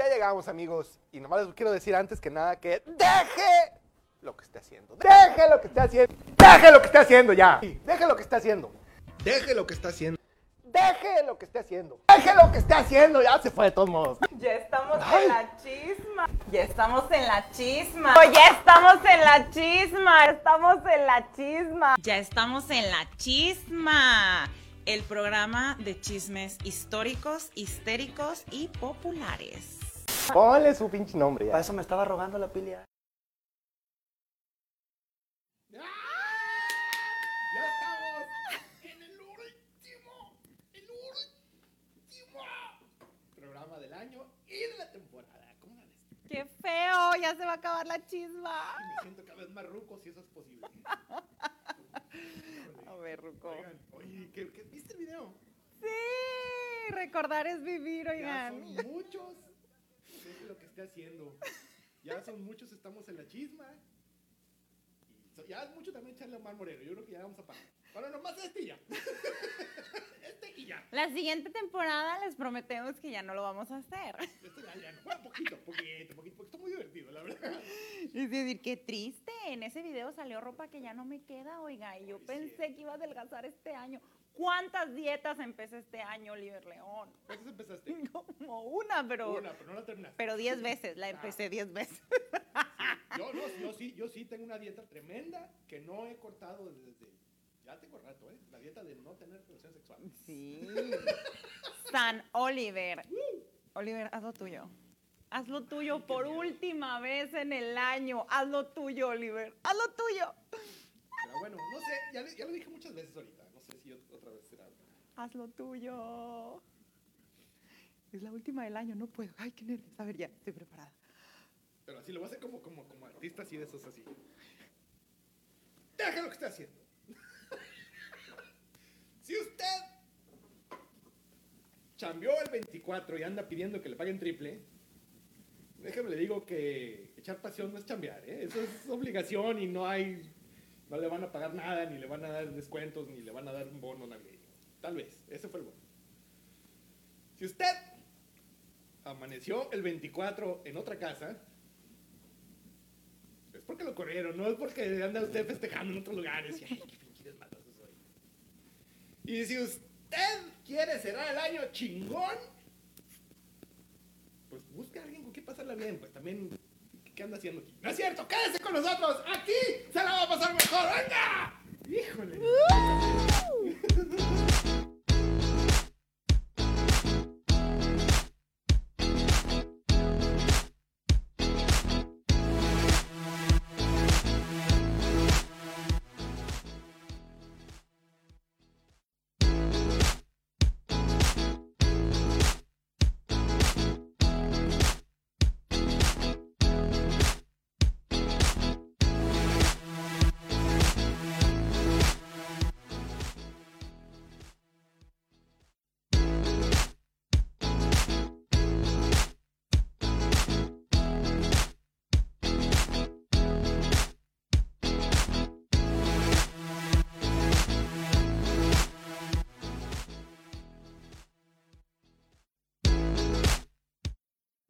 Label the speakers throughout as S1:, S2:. S1: llegamos, amigos. Y nomás les quiero decir antes que nada que deje lo que esté haciendo. Deje lo que esté haciendo. Deje lo que esté haciendo ya. Sí, Deje lo que esté haciendo. Deje lo que esté haciendo. Deje lo que esté haciendo. Deje lo que esté haciendo. Ya se fue de todos modos.
S2: Ya estamos
S1: Ay.
S2: en la chisma. Ya estamos en la chisma. Oh, Ya estamos en la chisma. Estamos en la chisma.
S3: Ya estamos en la chisma, el programa de chismes históricos, histéricos y populares.
S1: Ponle su pinche nombre ya.
S4: Para eso me estaba rogando la pilia.
S5: en el último, el último programa del año y de la temporada. ¿Cómo la ves?
S2: Qué feo. Ya se va a acabar la chisma.
S5: Me siento cada vez más ruco si eso es posible.
S2: A ver, Ruco.
S5: Oigan, oye, ¿qué, qué- viste el video?
S2: Sí. Recordar es vivir,
S5: Ya
S2: oigan.
S5: son muchos. Deje lo que esté haciendo. Ya son muchos, estamos en la chisma. Y so- ya es mucho también echarle a Omar Moreno. Yo creo que ya vamos a parar. Bueno, nomás este y ya. este y ya.
S2: La siguiente temporada les prometemos que ya no lo vamos a hacer.
S5: Esto ya, ya. no. Bueno, poquito, poquito, poquito, porque está muy divertido, la verdad.
S2: Es decir, qué triste. En ese video salió ropa que ya no me queda, oiga. Y yo
S5: Sí.
S2: pensé que iba a adelgazar este año. ¿Cuántas dietas empecé este año, Oliver León?
S5: ¿Cuántos empezaste?
S2: Como una, pero.
S5: Una, pero no la terminaste.
S2: Pero diez veces, la
S5: Ah.
S2: empecé diez veces.
S5: Yo, no, yo, sí, yo sí tengo una dieta tremenda que no he cortado desde. Ya tengo rato, ¿eh? La dieta de no tener relaciones sexuales.
S2: Sí. San Oliver. Oliver, haz lo tuyo. Haz lo tuyo por última vez en el año. Haz lo tuyo, Oliver. Haz lo tuyo.
S5: Pero bueno, no sé, ya, le- ya lo dije muchas veces ahorita. No sé si ot- otra vez será.
S2: Haz lo tuyo. Es la última del año, no puedo. Ay, qué nervios. A ver, ya, estoy preparada.
S5: Pero así lo voy a hacer como, como, como artista, así de esos así. Deja lo que está haciendo. si usted chambeó el 24 y anda pidiendo que le paguen triple, déjame le digo que echar pasión no es chambear, ¿eh? Eso es obligación y no hay. No le van a pagar nada, ni le van a dar descuentos, ni le van a dar un bono navideño. Tal vez, ese fue el bono. Si usted amaneció el 24 en otra casa, es porque lo corrieron, no es porque anda usted festejando en otros lugares. Y, ay, qué pinches matoso soy. Y si usted quiere cerrar el año chingón, pues busque a alguien con quien pasarla bien. Pues también, ¿qué anda haciendo aquí? ¡No es cierto! ¡Quédese con nosotros! ¡Aquí se la va a pasar mejor! ¡Venga! ¡Híjole!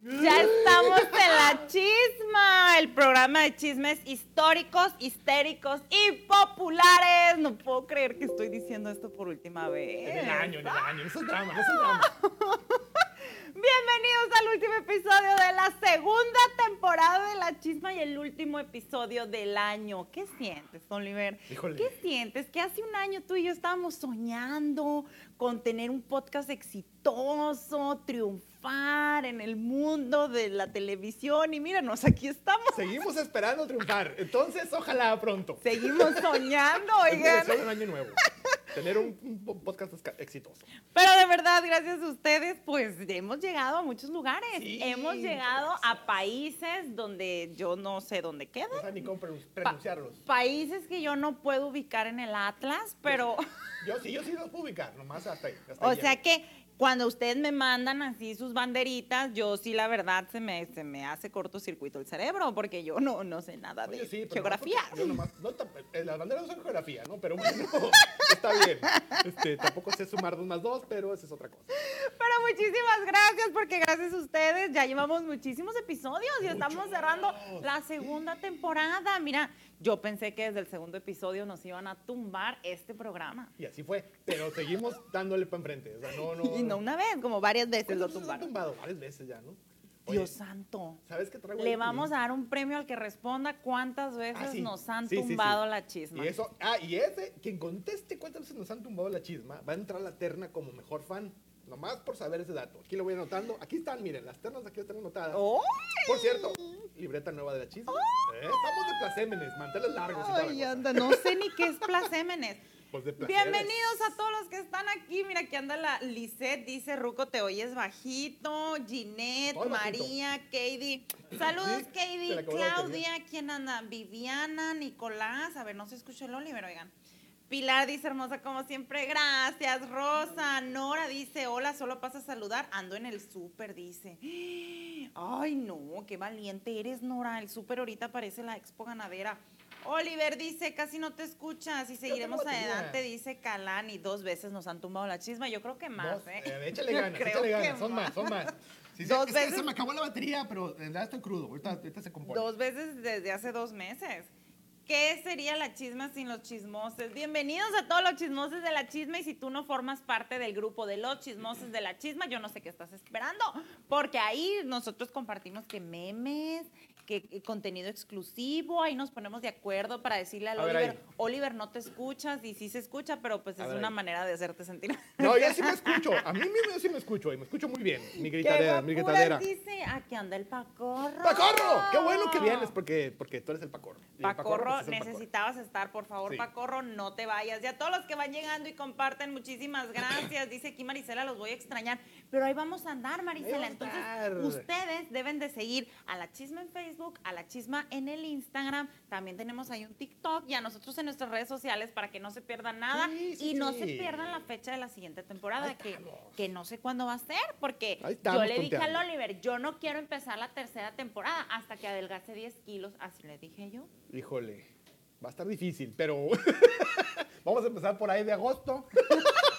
S3: Ya estamos en la chisma, el programa de chismes históricos, histéricos y populares. No puedo creer que estoy diciendo esto por última
S5: En el
S3: vez.
S5: año, en el año. No es un drama, no es un drama.
S3: Bienvenidos al último episodio de la segunda temporada de La Chisma y el último episodio del año. ¿Qué sientes, Oliver?
S5: Híjole.
S3: ¿Qué sientes? Que hace un año tú y yo estábamos soñando con tener un podcast exitoso, triunfar en el mundo de la televisión y míranos, aquí estamos.
S5: Seguimos esperando triunfar. Entonces, ojalá pronto.
S3: Seguimos soñando, oigan.
S5: Empezar un año nuevo. Tener un, un podcast esca- exitoso.
S3: Pero de verdad, gracias a ustedes, pues hemos llegado a muchos lugares.
S5: Sí,
S3: hemos llegado a países donde yo no sé dónde
S5: No
S3: quedan.
S5: saben ni cómo pronun- pronunciarlos.
S3: Países que yo no puedo ubicar en el Atlas, pero,
S5: Yo sí, yo sí los puedo ubicar, nomás hasta ahí. hasta
S3: o
S5: Pues, ahí
S3: sea
S5: llego.
S3: que Cuando ustedes me mandan así sus banderitas, yo sí, la verdad, se me, se me hace cortocircuito el cerebro, porque yo no, no sé nada de
S5: Oye, sí, pero nomás
S3: geografía.
S5: porque yo nomás- no tam- eh, las banderas no son geografía, ¿no? Pero bueno, está bien. Este, tampoco sé sumar dos más dos, pero esa es otra cosa.
S3: Pero muchísimas gracias, porque gracias a ustedes ya llevamos muchísimos episodios y estamos cerrando la segunda temporada. Mira, yo pensé que desde el segundo episodio nos iban a tumbar este programa.
S5: Y así fue. Pero seguimos dándole para enfrente. O sea, no, no.
S3: Y no una vez, como varias veces lo
S5: ¿Cuántas veces han
S3: tumbaron.
S5: tumbado varias veces ya, ¿no? Oye,
S3: Dios santo.
S5: ¿Sabes qué traigo?
S3: Le
S5: ahí?
S3: vamos a dar un premio al que responda cuántas veces
S5: Ah, sí.
S3: nos han
S5: Sí, sí, sí.
S3: tumbado la chisma.
S5: Y eso, ah, y ese, quien conteste cuántas veces nos han tumbado la chisma, va a entrar a la terna como mejor fan. Nomás por saber ese dato. Aquí lo voy anotando. Aquí están, miren, las ternas aquí están anotadas.
S3: ¡Oh!
S5: Por cierto, libreta nueva de la chisma. Eh, Estamos de placémenes, manteles largos y toda la
S3: Ay,
S5: cosa.
S3: anda, no sé ni qué es placémenes.
S5: Pues de placeres.
S3: Bienvenidos a todos los que están aquí. Mira, aquí anda la Lisette, dice Ruco, te oyes bajito. Ginette,
S5: Todo bajito.
S3: María, Katie. Saludos,
S5: Sí, se la
S3: Katie.
S5: acabó la batería.
S3: Claudia, ¿quién anda? Viviana, Nicolás. A ver, no se escuchó el Oliver, oigan. Pilar dice hermosa como siempre, gracias. Rosa, Nora dice, hola, solo pasa a saludar. Ando en el súper, dice. Ay, no, qué valiente eres, Nora. El súper ahorita parece la expo ganadera. Oliver dice, casi no te escuchas y seguiremos
S5: tengo batería.
S3: adelante, dice Calani. Dos veces nos han tumbado la chisma, yo creo que más,
S5: Dos,
S3: ¿eh?
S5: eh, échale
S3: Yo
S5: ganas,
S3: creo
S5: échale
S3: que
S5: ganas. Son más, son más. Sí, sí,
S3: Dos
S5: es que
S3: veces.
S5: se me acabó la batería, pero en realidad estoy crudo. Ahorita, ahorita se compone.
S3: Dos veces desde hace dos meses. ¿Qué sería la chisma sin los chismoses? Bienvenidos a todos los chismoses de la chisma y si tú no formas parte del grupo de los chismoses de la chisma, yo no sé qué estás esperando, porque ahí nosotros compartimos que memes, que que contenido exclusivo, ahí nos ponemos de acuerdo para decirle al
S5: A ver,
S3: Oliver,
S5: ahí.
S3: Oliver, no te escuchas y sí se escucha, pero pues
S5: A
S3: es
S5: ver,
S3: una
S5: ahí.
S3: manera de hacerte sentir.
S5: No, yo sí me escucho. A mí mismo yo sí me escucho y me escucho muy bien. Mi gritadera, mi
S3: ¡Qué guapuras!
S5: gritadera.
S3: dice, aquí anda el pacorro.
S5: ¡Pacorro! ¡Qué bueno que vienes! Porque, porque tú eres el Pacorro. Y el
S3: Pacorro,
S5: pues, es el
S3: necesitabas estar, por favor,
S5: Sí.
S3: Pacorro, no te vayas. Y a todos los que van llegando y comparten, muchísimas gracias. Dice aquí Marisela, los voy a extrañar. Pero ahí vamos a andar, Marisela.
S5: Ahí vamos
S3: Entonces,
S5: a estar.
S3: ustedes deben de seguir a la chisma en Facebook, a la chisma en el Instagram. También tenemos ahí un TikTok y a nosotros en nuestras redes sociales para que no se pierdan nada.
S5: Sí, sí,
S3: y no
S5: sí.
S3: se pierdan la fecha de la siguiente temporada,
S5: Ahí
S3: que,
S5: estamos.
S3: que no sé cuándo va a ser, porque
S5: Ahí
S3: yo
S5: estamos
S3: le dije al
S5: tonteando.
S3: Oliver, yo no quiero empezar la tercera temporada hasta que adelgace 10 kilos. Así le dije yo.
S5: Pacorro. Híjole, va a estar difícil, pero vamos a empezar por ahí de agosto.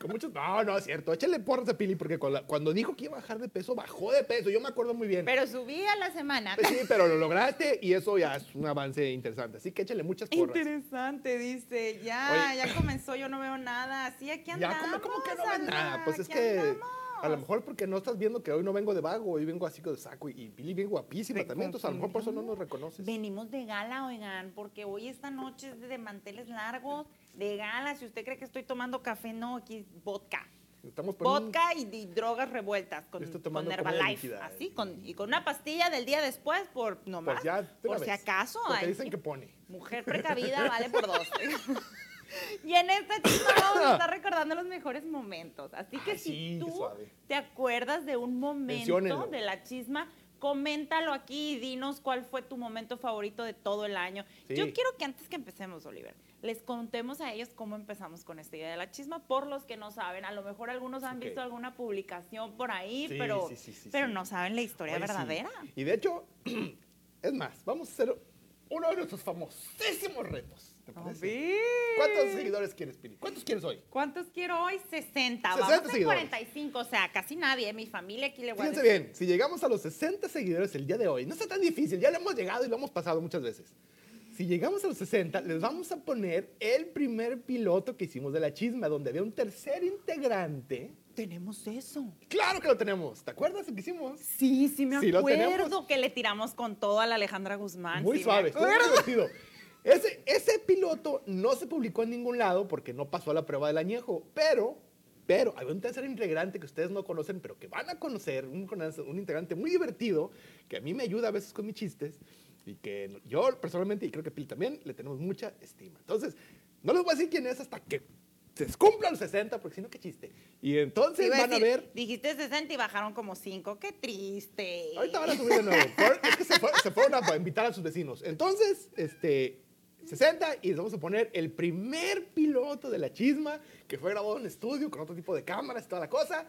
S5: Con muchos... No, no, es cierto. Échale porras a Pili porque con la- cuando dijo que iba a bajar de peso, bajó de peso. Yo me acuerdo muy bien.
S3: Pero subí a la semana.
S5: Pues Sí, pero lo lograste y eso ya es un avance interesante. Así que échale muchas porras.
S3: Interesante, dice. Ya,
S5: Oye.
S3: ya comenzó, yo no veo nada. Sí, aquí andamos.
S5: Ya, ¿cómo, cómo que no ves
S3: anda,
S5: nada? Pues es
S3: aquí
S5: que
S3: andamos.
S5: a lo mejor porque no estás viendo que hoy no vengo de vago, hoy vengo así de saco y, y Pili bien guapísima
S3: Te
S5: también, entonces a lo mejor por eso no nos reconoces.
S3: Venimos de gala, oigan, porque hoy esta noche es de manteles largos, de gala. Si usted cree que estoy tomando café, no, aquí es vodka.
S5: Estamos poniendo-
S3: Vodka y, y drogas revueltas con,
S5: Pues Estoy
S3: con
S5: tomando comida
S3: Herbalife.
S5: líquida.
S3: Así, con, y con una pastilla del día después, por nomás.
S5: Pues ya, de
S3: por
S5: una
S3: si
S5: vez,
S3: acaso.
S5: Porque
S3: ay,
S5: dicen
S3: sí.
S5: que pone.
S3: Mujer precavida vale por dos. y en este esta chisma vamos a estar recordando los mejores momentos. Así que
S5: Ay,
S3: si
S5: sí, qué
S3: tú
S5: suave.
S3: te acuerdas de un momento
S5: Menciónenlo.
S3: de la chisma, coméntalo aquí y dinos cuál fue tu momento favorito de todo el año.
S5: Sí.
S3: Yo quiero que antes que empecemos, Oliver, les contemos a ellos cómo empezamos con esta idea de la chisma, por los que no saben. A lo mejor algunos han
S5: Ok.
S3: visto alguna publicación por ahí,
S5: Sí,
S3: pero,
S5: sí, sí, sí,
S3: pero
S5: sí.
S3: no saben la historia
S5: Oye, sí.
S3: verdadera.
S5: Y de hecho, es más, vamos a hacer uno de nuestros famosísimos retos. ¿te
S3: A
S5: parece?
S3: ver.
S5: ¿Cuántos seguidores quieres, Pili? ¿Cuántos quieres hoy?
S3: ¿Cuántos quiero hoy? 60.
S5: 60
S3: Vamos en
S5: seguidores.
S3: 45, o sea, casi nadie. Mi familia aquí le voy a
S5: Fíjense
S3: decir.
S5: bien, si llegamos a los 60 seguidores el día de hoy, no está tan difícil, ya lo hemos llegado y lo hemos pasado muchas veces. Si llegamos a los 60, les vamos a poner el primer piloto que hicimos de la chisma, donde había un tercer integrante.
S3: Tenemos eso.
S5: ¡Claro que lo tenemos! ¿Te acuerdas el que hicimos?
S3: Sí, sí me
S5: Sí, lo tenemos.
S3: acuerdo que le tiramos con todo a la Alejandra Guzmán.
S5: Muy
S3: sí me
S5: suave, estuvo
S3: acuerdo.
S5: muy divertido. Ese, ese piloto no se publicó en ningún lado porque no pasó a la prueba del añejo, pero, pero hay un tercer integrante que ustedes no conocen, pero que van a conocer, un, conoce- un integrante muy divertido, que a mí me ayuda a veces con mis chistes y que no- yo personalmente, y creo que Pil también, le tenemos mucha estima. Entonces, no les voy a decir quién es hasta que se cumplan los 60, porque si no, qué chiste. Y entonces
S3: Te iba
S5: van a
S3: decir,
S5: ver...
S3: Dijiste 60 y bajaron como 5. Qué triste.
S5: Ahorita van a subir de nuevo. Fueron- es que se, fue- se fueron a invitar a sus vecinos. Entonces, este, 60 y les vamos a poner el primer piloto de la chisma que fue grabado en estudio con otro tipo de cámaras y toda la cosa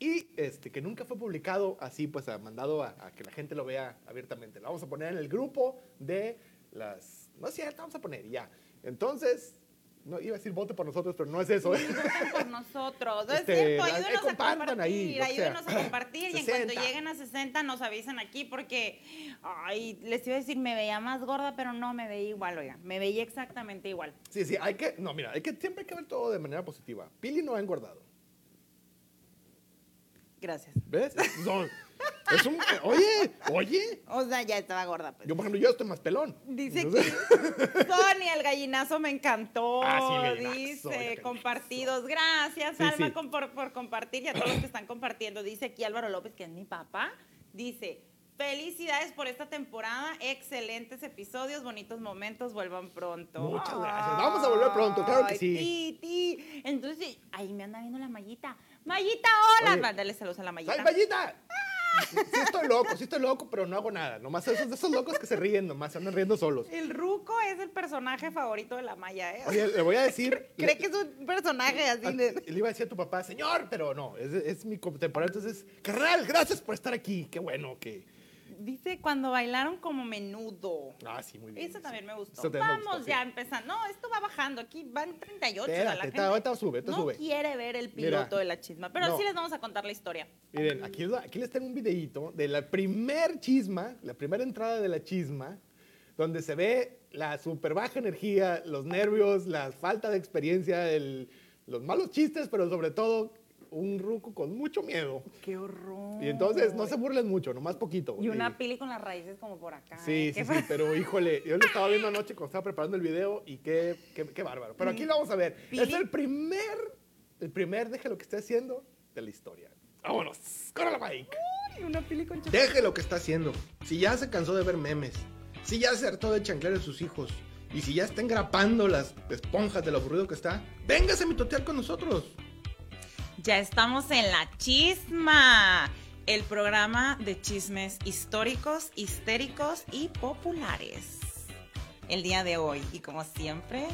S5: y este que nunca fue publicado así pues ha mandado a, a que la gente lo vea abiertamente. Lo vamos a poner en el grupo de las no es cierto, vamos a poner y ya. Entonces, no iba a decir vote por nosotros, pero no es eso. ¿eh?
S3: Voten por nosotros. No
S5: Este,
S3: es cierto,
S5: ahí
S3: ayúdenos a
S5: compartan
S3: compartir.
S5: ahí, lo que sea.
S3: ayúdenos a compartir. Y en
S5: 60.
S3: cuanto lleguen a 60, nos avisan aquí porque, ay, les iba a decir, me veía más gorda, pero no me veía igual, oigan. Me veía exactamente igual.
S5: Sí, sí, hay que, no, mira, hay que siempre hay que ver todo de manera positiva. Pili no ha engordado.
S3: Gracias.
S5: ¿Ves? Son- es un- oye, oye.
S3: O sea, ya estaba gorda, pues.
S5: Yo, por ejemplo, yo estoy más pelón.
S3: Dice
S5: Entonces-
S3: que Sonia, el gallinazo me encantó.
S5: Ah, sí, el gallinazo, el
S3: dice,
S5: gallinazo.
S3: compartidos. Gracias,
S5: Sí,
S3: Alma,
S5: sí.
S3: con- por, por compartir y a todos los que están compartiendo. Dice aquí Álvaro López, que es mi papá. Dice, felicidades por esta temporada. Excelentes episodios, bonitos momentos. Vuelvan pronto.
S5: Muchas gracias. Vamos a volver pronto, claro que
S3: Ay,
S5: sí.
S3: ti, ti. Entonces, sí, ahí me anda viendo la mallita. Mallita, hola.
S5: Oye.
S3: Mándale saludos a la mallita.
S5: ¡Ay, Vallita! Sí estoy loco, sí estoy loco, pero no hago nada. Nomás esos, esos locos que se ríen, nomás se andan riendo solos.
S3: El ruco es el personaje favorito de la malla, ¿eh?
S5: Oye, le voy a decir...
S3: Cree que es un personaje
S5: Ah,
S3: así de...
S5: Le iba a decir a tu papá, señor, pero no, es, es mi contemporáneo. Entonces, carnal, gracias por estar aquí. Qué bueno que...
S3: Dice cuando bailaron como menudo.
S5: Ah, sí, muy bien.
S3: Eso
S5: sí.
S3: también me gustó.
S5: Eso también me
S3: Vamos
S5: gustó, sí.
S3: ya empezando. No, esto va bajando. Aquí van 38. a la
S5: Espérate,
S3: gente
S5: está- ahorita sube, ahorita
S3: no
S5: sube.
S3: quiere ver el
S5: Mira,
S3: piloto de la chisma, pero
S5: no.
S3: sí les vamos a contar la historia.
S5: Miren, aquí, aquí les tengo un videíto de la primer chisma, la primera entrada de la chisma, donde se ve la super baja energía, los nervios, la falta de experiencia, el- los malos chistes, pero sobre todo un ruco con mucho miedo.
S3: ¡Qué horror!
S5: Y entonces no se burlen mucho, nomás poquito.
S3: Y una
S5: Y-
S3: pili con las raíces como por acá.
S5: Sí,
S3: ¿eh?
S5: sí,
S3: Qué
S5: sí,
S3: fa-
S5: pero híjole, yo lo estaba viendo anoche cuando estaba preparando el video y qué, qué, qué bárbaro. Pero aquí lo vamos a ver.
S3: Pili.
S5: Es el primer, el primer, deje lo que esté haciendo de la historia. Vámonos, corre la bike.
S3: Y una pili con chocolate.
S5: Deje lo que está haciendo. Si ya se cansó de ver memes, si ya se hartó de chanclar a sus hijos, y si ya está engrapando las esponjas de lo aburrido que está, véngase a mitotear con nosotros.
S3: Ya estamos en la chisma. El programa de chismes históricos, histéricos y populares. El día de hoy. Y como siempre,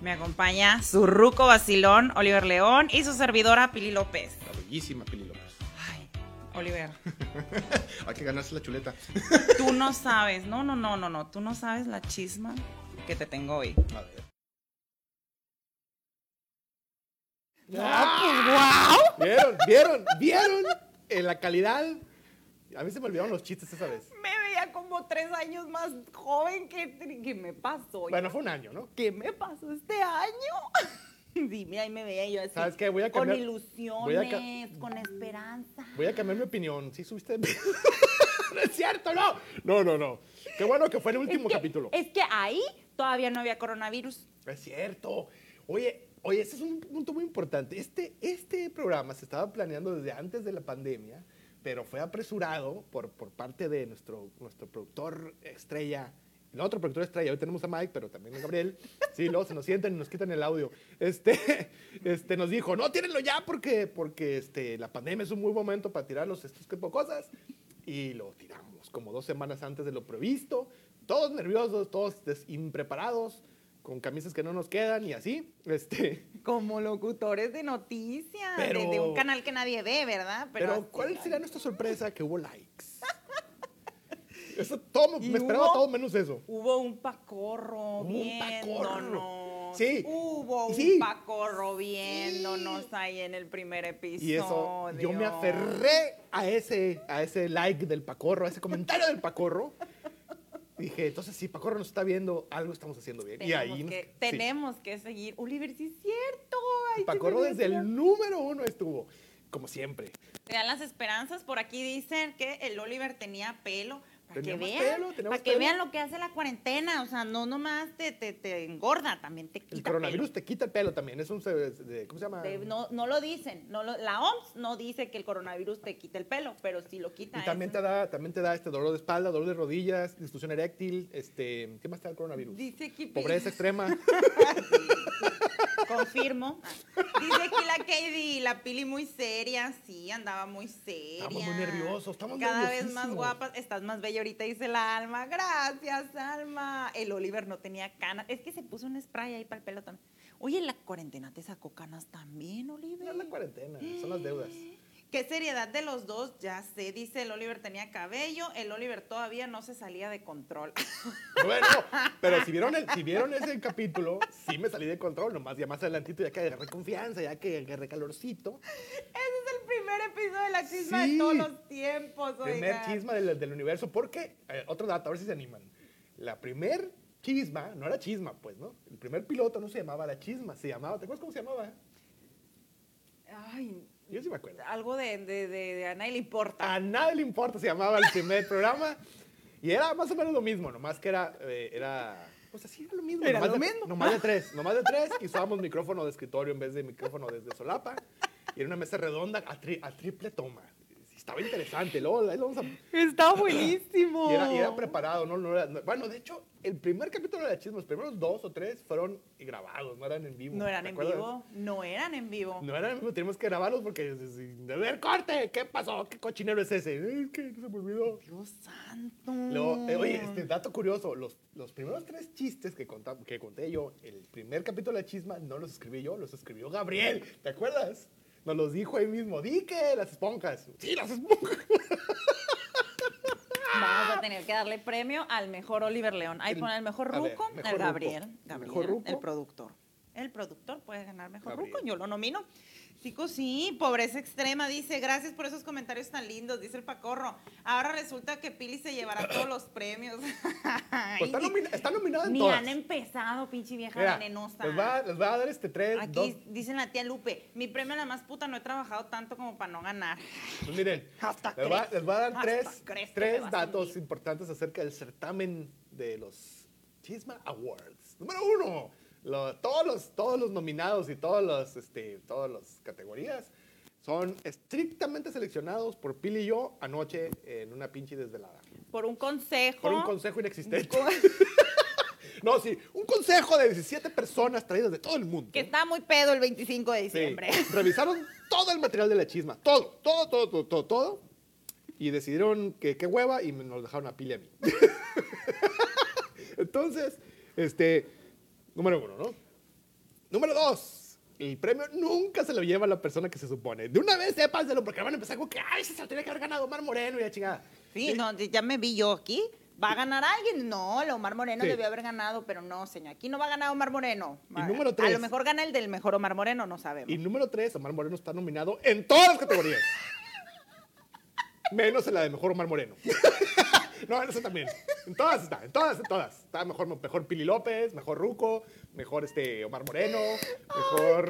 S3: me acompaña su ruco vacilón, Oliver León, y su servidora, Pili López.
S5: La bellísima Pili López.
S3: Ay, Oliver,
S5: Hay que ganarse la chuleta.
S3: tú no sabes. No, no, no, no, no. Tú no sabes la chisma que te tengo hoy.
S5: A ver. ¿Vieron? ¿Vieron? ¿Vieron? En la calidad. A mí se me olvidaron los chistes esa vez.
S3: Me veía como tres años más joven que, que me pasó.
S5: Bueno, fue un año, ¿no?
S3: ¿qué me pasó este año? Dime, ahí me veía yo así.
S5: ¿Sabes qué? Voy a
S3: con
S5: cambiar- voy a
S3: ilusiones,
S5: ca-
S3: con esperanza.
S5: Voy a cambiar mi opinión. ¿Sí subiste? no es cierto, no. No, no, no. Qué bueno que fue el último
S3: es que,
S5: capítulo.
S3: Es que ahí todavía no había coronavirus.
S5: Es cierto. Oye, oye, ese es un punto muy importante. Este, este programa se estaba planeando desde antes de la pandemia, pero fue apresurado por, por parte de nuestro, nuestro productor estrella. El otro productor estrella, hoy tenemos a Mike, pero también a Gabriel. Sí, luego se nos sientan y nos quitan el audio. Este, este nos dijo, no, tírenlo ya porque, porque este, la pandemia es un muy buen momento para tirarlos estos tipo de cosas. Y lo tiramos como dos semanas antes de lo previsto. Todos nerviosos, todos des- impreparados con camisas que no nos quedan y así. Este,
S3: Como locutores de noticias,
S5: Pero-
S3: de, de un canal que nadie ve, ¿verdad?
S5: pero,
S3: así-
S5: ¿cuál sería nuestra sorpresa? Que hubo likes. Eso, todo, me
S3: ¿Y
S5: me esperaba
S3: hubo?
S5: todo menos eso.
S3: Hubo un pacorro
S5: un pacorro.
S3: viéndonos.
S5: Sí.
S3: Hubo un
S5: Sí.
S3: pacorro viéndonos ahí en el primer episodio.
S5: Y eso, yo me aferré a ese, a ese like del pacorro, a ese comentario del pacorro. Dije, entonces si Pacorro nos está viendo, algo estamos haciendo bien. y
S3: Tenemos,
S5: ahí nos-
S3: que,
S5: sí.
S3: tenemos que seguir. Oliver, sí es cierto. Ay, se
S5: Pacorro
S3: me había
S5: desde
S3: olvidado.
S5: el número uno estuvo, como siempre.
S3: Te dan las esperanzas. Por aquí dicen que el Oliver tenía pelo. Para que
S5: Teníamos
S3: vean,
S5: pelo, teníamos
S3: para que
S5: pelo.
S3: vean lo que hace la cuarentena. O sea, no nomás te, te, te engorda, también te quita
S5: El coronavirus te quita el pelo también. Es un, se- de- ¿cómo se llama?
S3: pelo. Te- no, no lo dicen. No lo- la OMS no dice que el coronavirus te quita el pelo, pero sí lo quita.
S5: Y también
S3: es
S5: te
S3: un-
S5: da, también te da este dolor de espalda, dolor de rodillas, disfunción eréctil, este, ¿qué más te da el coronavirus?
S3: Dice que
S5: Pobreza extrema.
S3: Confirmo. Dice aquí la Katie, la Pili muy seria. Sí, andaba muy seria.
S5: Estamos muy nerviosos, estamos
S3: Cada vez más
S5: nerviosísimos.
S3: guapas. Estás más bella ahorita, dice la Alma. Gracias, Alma. El Oliver no tenía canas. Es que se puso un spray ahí para el pelo también. Oye, en la cuarentena te sacó canas también, Oliver.
S1: No es la cuarentena, son las deudas.
S3: Qué seriedad de los dos, ya sé. Dice el Oliver tenía cabello, el Oliver todavía no se salía de control.
S5: Bueno, pero si vieron, el- si vieron ese capítulo, sí me salí de control, nomás ya más adelantito, ya que agarré confianza, ya que agarré calorcito.
S3: el primer episodio de la chisma
S5: Sí.
S3: de todos los tiempos,
S5: Primer
S3: oigan.
S5: chisma del, del universo, porque, eh, otro dato, a ver si se animan. La primer chisma, no era chisma, pues, ¿no? El primer piloto no se llamaba la chisma, se llamaba, ¿te acuerdas cómo se llamaba?
S3: Ay,
S5: Yo sí me acuerdo.
S3: algo de, de, de- de a nadie le
S6: Ah.
S3: importa.
S5: A nadie le importa, se llamaba el primer programa. Y era más o menos lo mismo, nomás que era, eh, era pues así era lo mismo.
S3: Era
S5: nomás
S3: lo
S5: de,
S3: mismo.
S5: Nomás de tres, nomás de tres, y usábamos micrófono de escritorio en vez de micrófono desde solapa. Y era una mesa redonda a, tri- a triple toma. Estaba interesante, luego, ahí lo vamos a-
S6: Está buenísimo.
S5: y, era, y era preparado, ¿no? no era- no- bueno, de hecho, el primer capítulo de la chisma, los primeros dos o tres fueron grabados, no eran en vivo.
S3: No eran
S5: ¿te
S3: en
S5: acuerdas?
S3: vivo, no eran en vivo.
S5: No eran en vivo, teníamos que grabarlos porque, si- a ver, corte, ¿qué pasó? ¿Qué cochinero es ese? Es que se me olvidó.
S3: Dios santo.
S5: Luego, eh, oye, este dato curioso, los, los primeros tres chistes que, conta- que conté yo, el primer capítulo de la chisma, no los escribí yo, los escribió Gabriel, ¿te acuerdas? Nos los dijo ahí mismo, di que las esponjas. Sí, las esponjas.
S3: Vamos a tener que darle premio al mejor Oliver León. Ahí
S5: El-
S3: pone el mejor
S5: a ver,
S3: ruco,
S5: mejor
S3: el
S5: ruco.
S3: Gabriel.
S5: El
S3: Gabriel,
S5: mejor ruco.
S3: el productor. El productor puede ganar mejor
S5: Gabriel.
S3: ruco, yo lo nomino. Chicos, sí, pobreza extrema, dice, gracias por esos comentarios tan lindos, dice el Pacorro. Ahora resulta que Pili se llevará todos los premios.
S5: Pues está,
S3: Ay,
S5: nomina- está nominada en
S3: Ni
S5: todas.
S3: han empezado, pinche vieja
S5: Mira,
S3: venenosa.
S5: les va, les va a dar este tres, dos.
S3: Aquí dicen la tía Lupe, mi premio a la más puta no he trabajado tanto como para no ganar.
S5: Pues miren,
S3: Hasta
S5: les va,
S3: crees,
S5: les va a dar
S3: hasta
S5: tres,
S3: crees que me
S5: tres
S3: vas a
S5: datos
S3: hundir.
S5: importantes acerca del certamen de los Chisma Awards. Número uno, lo- todos, los, todos los nominados y todas las este, todas las categorías son estrictamente seleccionados por Pili y yo anoche en una pinche desvelada.
S3: Por un consejo.
S5: Por un consejo inexistente. no, sí, un consejo de 17 personas traídas de todo el mundo.
S3: que está muy pedo el 25 de
S5: Sí,
S3: diciembre.
S5: Revisaron todo el material de la chisma. Todo, todo, todo, todo, todo, todo. Y decidieron que qué hueva y me- nos dejaron a pile a mí. Entonces, este, número uno, ¿no? Número dos. El premio nunca se lo lleva la persona que se supone. De una vez sépanselo porque van a empezar con que, ay, se lo tenía que haber ganado Omar Moreno y la chingada.
S3: Sí, no, ya me vi yo aquí. ¿Va a ganar alguien? No, el Omar Moreno
S5: Sí.
S3: debió haber ganado, pero no, señor. Aquí no va a ganar Omar Moreno.
S5: Y
S3: Va-
S5: número
S3: A
S5: tres.
S3: lo mejor gana el del mejor Omar Moreno, no sabemos.
S5: Y número tres, Omar Moreno está nominado en todas las categorías. Menos en la de mejor Omar Moreno. no, en eso también. En todas está, en todas, en todas. Está mejor, mejor Pili López, mejor Ruco, mejor este Omar Moreno, mejor.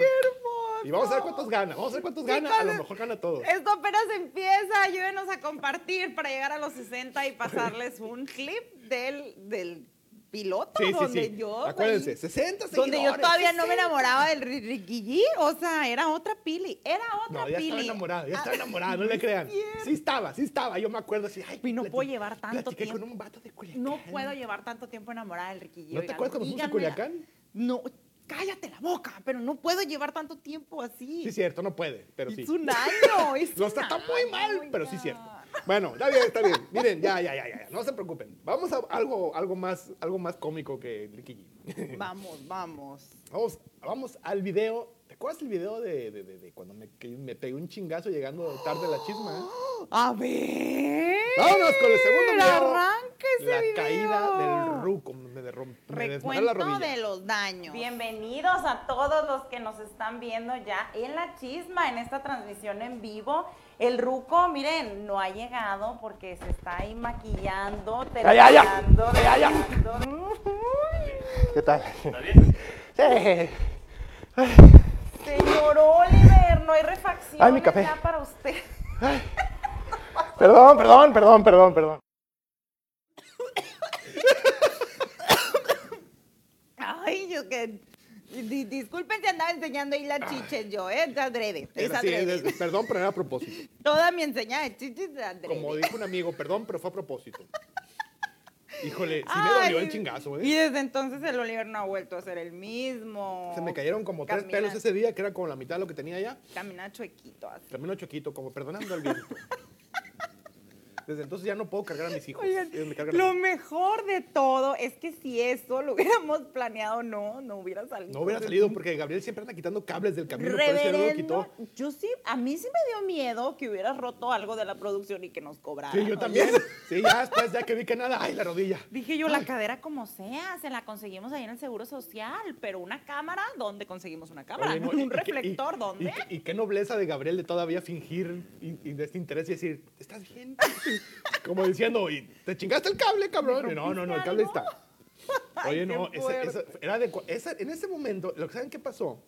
S5: Y vamos a ver cuántos gana, vamos a ver cuántos gana. A lo mejor gana todos.
S3: Esto apenas empieza. Ayúdenos a compartir para llegar a los 60 y pasarles un clip del, del piloto
S5: Sí, sí,
S3: donde
S5: sí.
S3: yo.
S5: Acuérdense,
S3: ahí-
S5: 60
S3: Donde yo
S5: seguidores,
S3: todavía no me
S5: 60.
S3: enamoraba del Ri- Ricky G. O sea, era otra Pili. Era otra
S5: No, ya
S3: Pili. Ah,
S5: estaba enamorada, ya estaba enamorada, no le crean. Sí estaba, sí estaba, yo me acuerdo así. Ay,
S3: Y no
S5: plati-
S3: puedo llevar tanto
S5: platiqué
S3: tiempo.
S5: con un vato de Culiacán.
S3: No puedo llevar tanto tiempo enamorada del Ricky G,
S5: ¿No te
S3: oigan,
S5: acuerdas cuando fuimos a
S3: díganme-
S5: Culiacán?
S3: No, cállate la boca, pero no puedo llevar tanto tiempo así.
S5: Sí, cierto, no puede, pero sí.
S3: Es un año. es
S5: Los
S3: un
S5: trató muy mal,
S3: año,
S5: pero sí
S3: oigan.
S5: cierto. Bueno, está bien, está bien. Miren, ya, ya, ya, ya, ya, no se preocupen. Vamos a algo, algo, más, algo más cómico que Ricky G.
S3: Vamos, vamos.
S5: Vamos, vamos al video. ¿Te acuerdas el video de, de- de- de cuando me, que me pegué un chingazo llegando tarde a la chisma?
S3: A ver.
S5: Vámonos con el segundo video.
S3: Arranca ese
S5: la
S3: video.
S5: caída del ruco. Me, derrom- me desmayé la
S3: Recuento
S5: rodilla.
S3: de los daños. Bienvenidos a todos los que nos están viendo ya en la chisma, en esta transmisión en vivo. El ruco, miren, no ha llegado porque se está ahí maquillando,
S1: ¡Ay, ay, ay!
S3: terminando de-
S1: ¡Ay, ay, ¿Qué tal? bien? Sí.
S3: Señor Oliver, no hay refacciones
S1: Ay, mi café.
S3: ya para usted.
S1: Perdón, perdón, perdón, perdón, perdón.
S3: Ay, yo que... di- disculpen si andaba enseñando ahí las chiches yo, ¿eh? Es adrede, es
S5: Ah. Era así,
S3: adrede.
S5: es- perdón, pero era a propósito.
S3: Toda mi enseñanza de chiches es adrede.
S5: Como dijo un amigo, perdón, pero fue a propósito. Híjole, sí me
S7: Ay,
S5: dolió el chingazo,
S7: Y
S5: ¿eh?
S7: desde entonces el Oliver no ha vuelto a ser el mismo.
S5: Se me cayeron como tres
S7: Camina-
S5: pelos ese día, que era como la mitad de lo que tenía ya.
S7: Camina chuequito así.
S5: Camino choquito, como perdonando al viento. Desde entonces ya no puedo cargar a mis hijos.
S7: Oigan,
S5: Ellos me cargan a
S7: lo
S5: mí.
S7: mejor de todo es que si eso lo hubiéramos planeado, no, no hubiera salido.
S5: No hubiera salido porque Gabriel siempre anda quitando cables del camino. Por eso ya no lo
S3: Reverendo,
S5: quitó.
S3: yo sí, a mí sí me dio miedo que hubieras roto algo de la producción y que nos cobrara.
S5: Sí, yo también. Sí, ya después, ya que vi que nada, ay, la rodilla.
S7: Dije yo, la cadera como sea, se la conseguimos ahí en el Seguro Social, pero una cámara, ¿dónde conseguimos una cámara?
S5: Oye, no, y- y
S7: un
S5: qué- y-
S7: reflector,
S5: y-
S7: ¿dónde?
S5: Y, qué nobleza de Gabriel de todavía fingir in- in- este interés y decir, ¿estás bien? Como diciendo, y te chingaste el cable, cabrón. Y no, no, no, el cable está. Oye, no,
S7: qué
S5: ese- esa- era de, cu- esa- en ese momento, lo que saben qué pasó,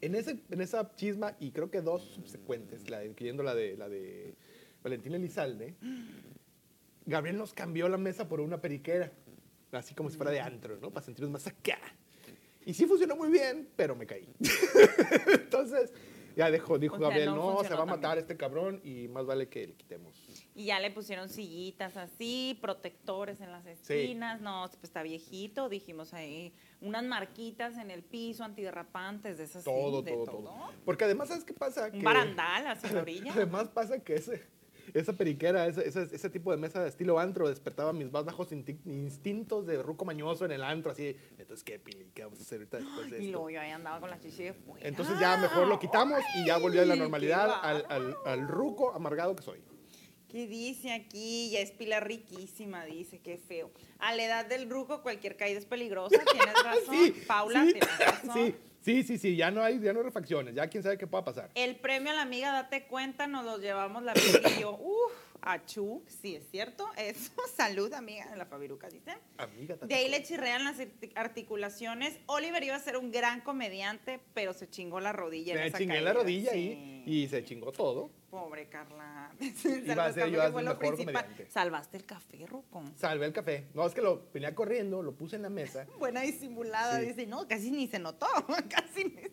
S5: en, ese, en esa chisma y creo que dos subsecuentes, la, de- incluyendo la de, la de Valentina Elizalde, Gabriel nos cambió la mesa por una periquera, así como si fuera de antro, ¿no? Para sentirnos más acá. Y sí funcionó muy bien, pero me caí. Entonces, ya dejó, dijo
S7: O sea,
S5: Gabriel,
S7: no
S5: no, se
S7: funcionó
S5: va a matar
S7: también". Pues
S5: este cabrón y más vale que le quitemos.
S7: Y ya le pusieron sillitas así, protectores en las esquinas, no, pues está viejito, dijimos ahí, unas marquitas en el piso, antiderrapantes, de esas sí,
S5: Todo,
S7: de
S5: todo, todo, Porque además, ¿sabes qué pasa?
S7: Un
S5: Que-
S7: barandal hacia la orilla.
S5: Además pasa que ese, esa periquera, ese, ese, ese tipo de mesa de estilo antro despertaba mis más bajos inti- instintos de ruco mañoso en el antro, así, entonces qué pili, ¿qué vamos a hacer ahorita después de
S7: Y
S5: esto?
S7: luego yo ahí andaba con la chichi de fuera.
S5: Entonces ya mejor lo quitamos y ya volvió a la
S7: Ay, qué
S5: normalidad al,
S7: bárbaro.
S5: al, al ruco amargado que soy.
S7: ¿Qué dice aquí? Ya es pila riquísima, dice, qué feo. A la edad del ruco, cualquier caída es peligrosa, tienes razón. Paula,
S5: sí,
S7: tienes razón.
S5: sí, sí, sí, sí, ya no hay, ya no hay refacciones, ya quién sabe qué pueda pasar.
S7: El premio a la amiga, date cuenta, nos los llevamos la Pili y yo. Uf, achú, sí es cierto. Eso, salud, amiga de la Fabiruca, dice.
S5: Amiga,
S7: De ahí le chirrean las arti- articulaciones. Oliver iba a ser un gran comediante, pero se chingó la rodilla. en
S5: me
S7: esa
S5: chingué la
S7: caída,
S5: rodilla
S7: sí.
S5: ahí y se chingó todo.
S7: Pobre Carla.
S5: Iba a ser
S7: Salvaste
S5: yo
S7: que
S5: el
S7: fue lo
S5: mejor
S7: principal.
S5: comediante.
S7: Salvaste el café, Ruco.
S5: Salvé el café. No, es que lo venía corriendo, lo puse en la mesa.
S7: Buena disimulada,
S5: Sí.
S7: dice, no, casi ni se notó, casi ni se...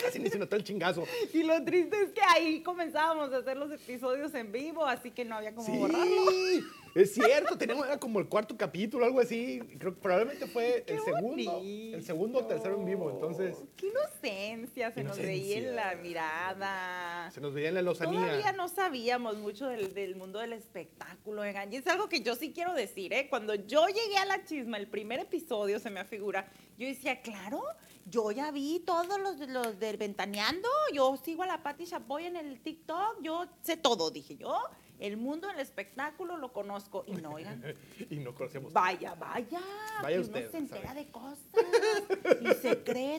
S5: Casi ni se notó el chingazo.
S7: Y lo triste es que ahí comenzábamos a hacer los episodios en vivo, así que no había como borrarlo.
S5: Es cierto, tenemos era como el cuarto capítulo, algo así. Creo que probablemente fue el segundo, el segundo o tercero en vivo. Entonces
S7: Qué inocencia, se nos veía en la
S5: Inocencia.
S7: mirada.
S5: se nos veía en la
S7: Todavía
S5: lozanía.
S7: no sabíamos mucho del, del mundo del espectáculo, oigan. Y es algo que yo sí quiero decir, ¿eh? Cuando yo llegué a la chisma, el primer episodio se me afigura, yo decía, claro, yo ya vi todos los, de- los del Ventaneando, yo sigo a la Patti Chapoy en el TikTok, yo sé todo, dije yo. El mundo del espectáculo lo conozco. Y no, oigan,
S5: Y no conocíamos.
S7: vaya, vaya.
S5: Vaya
S7: que
S5: usted,
S7: uno se entera
S5: sabe.
S7: de cosas y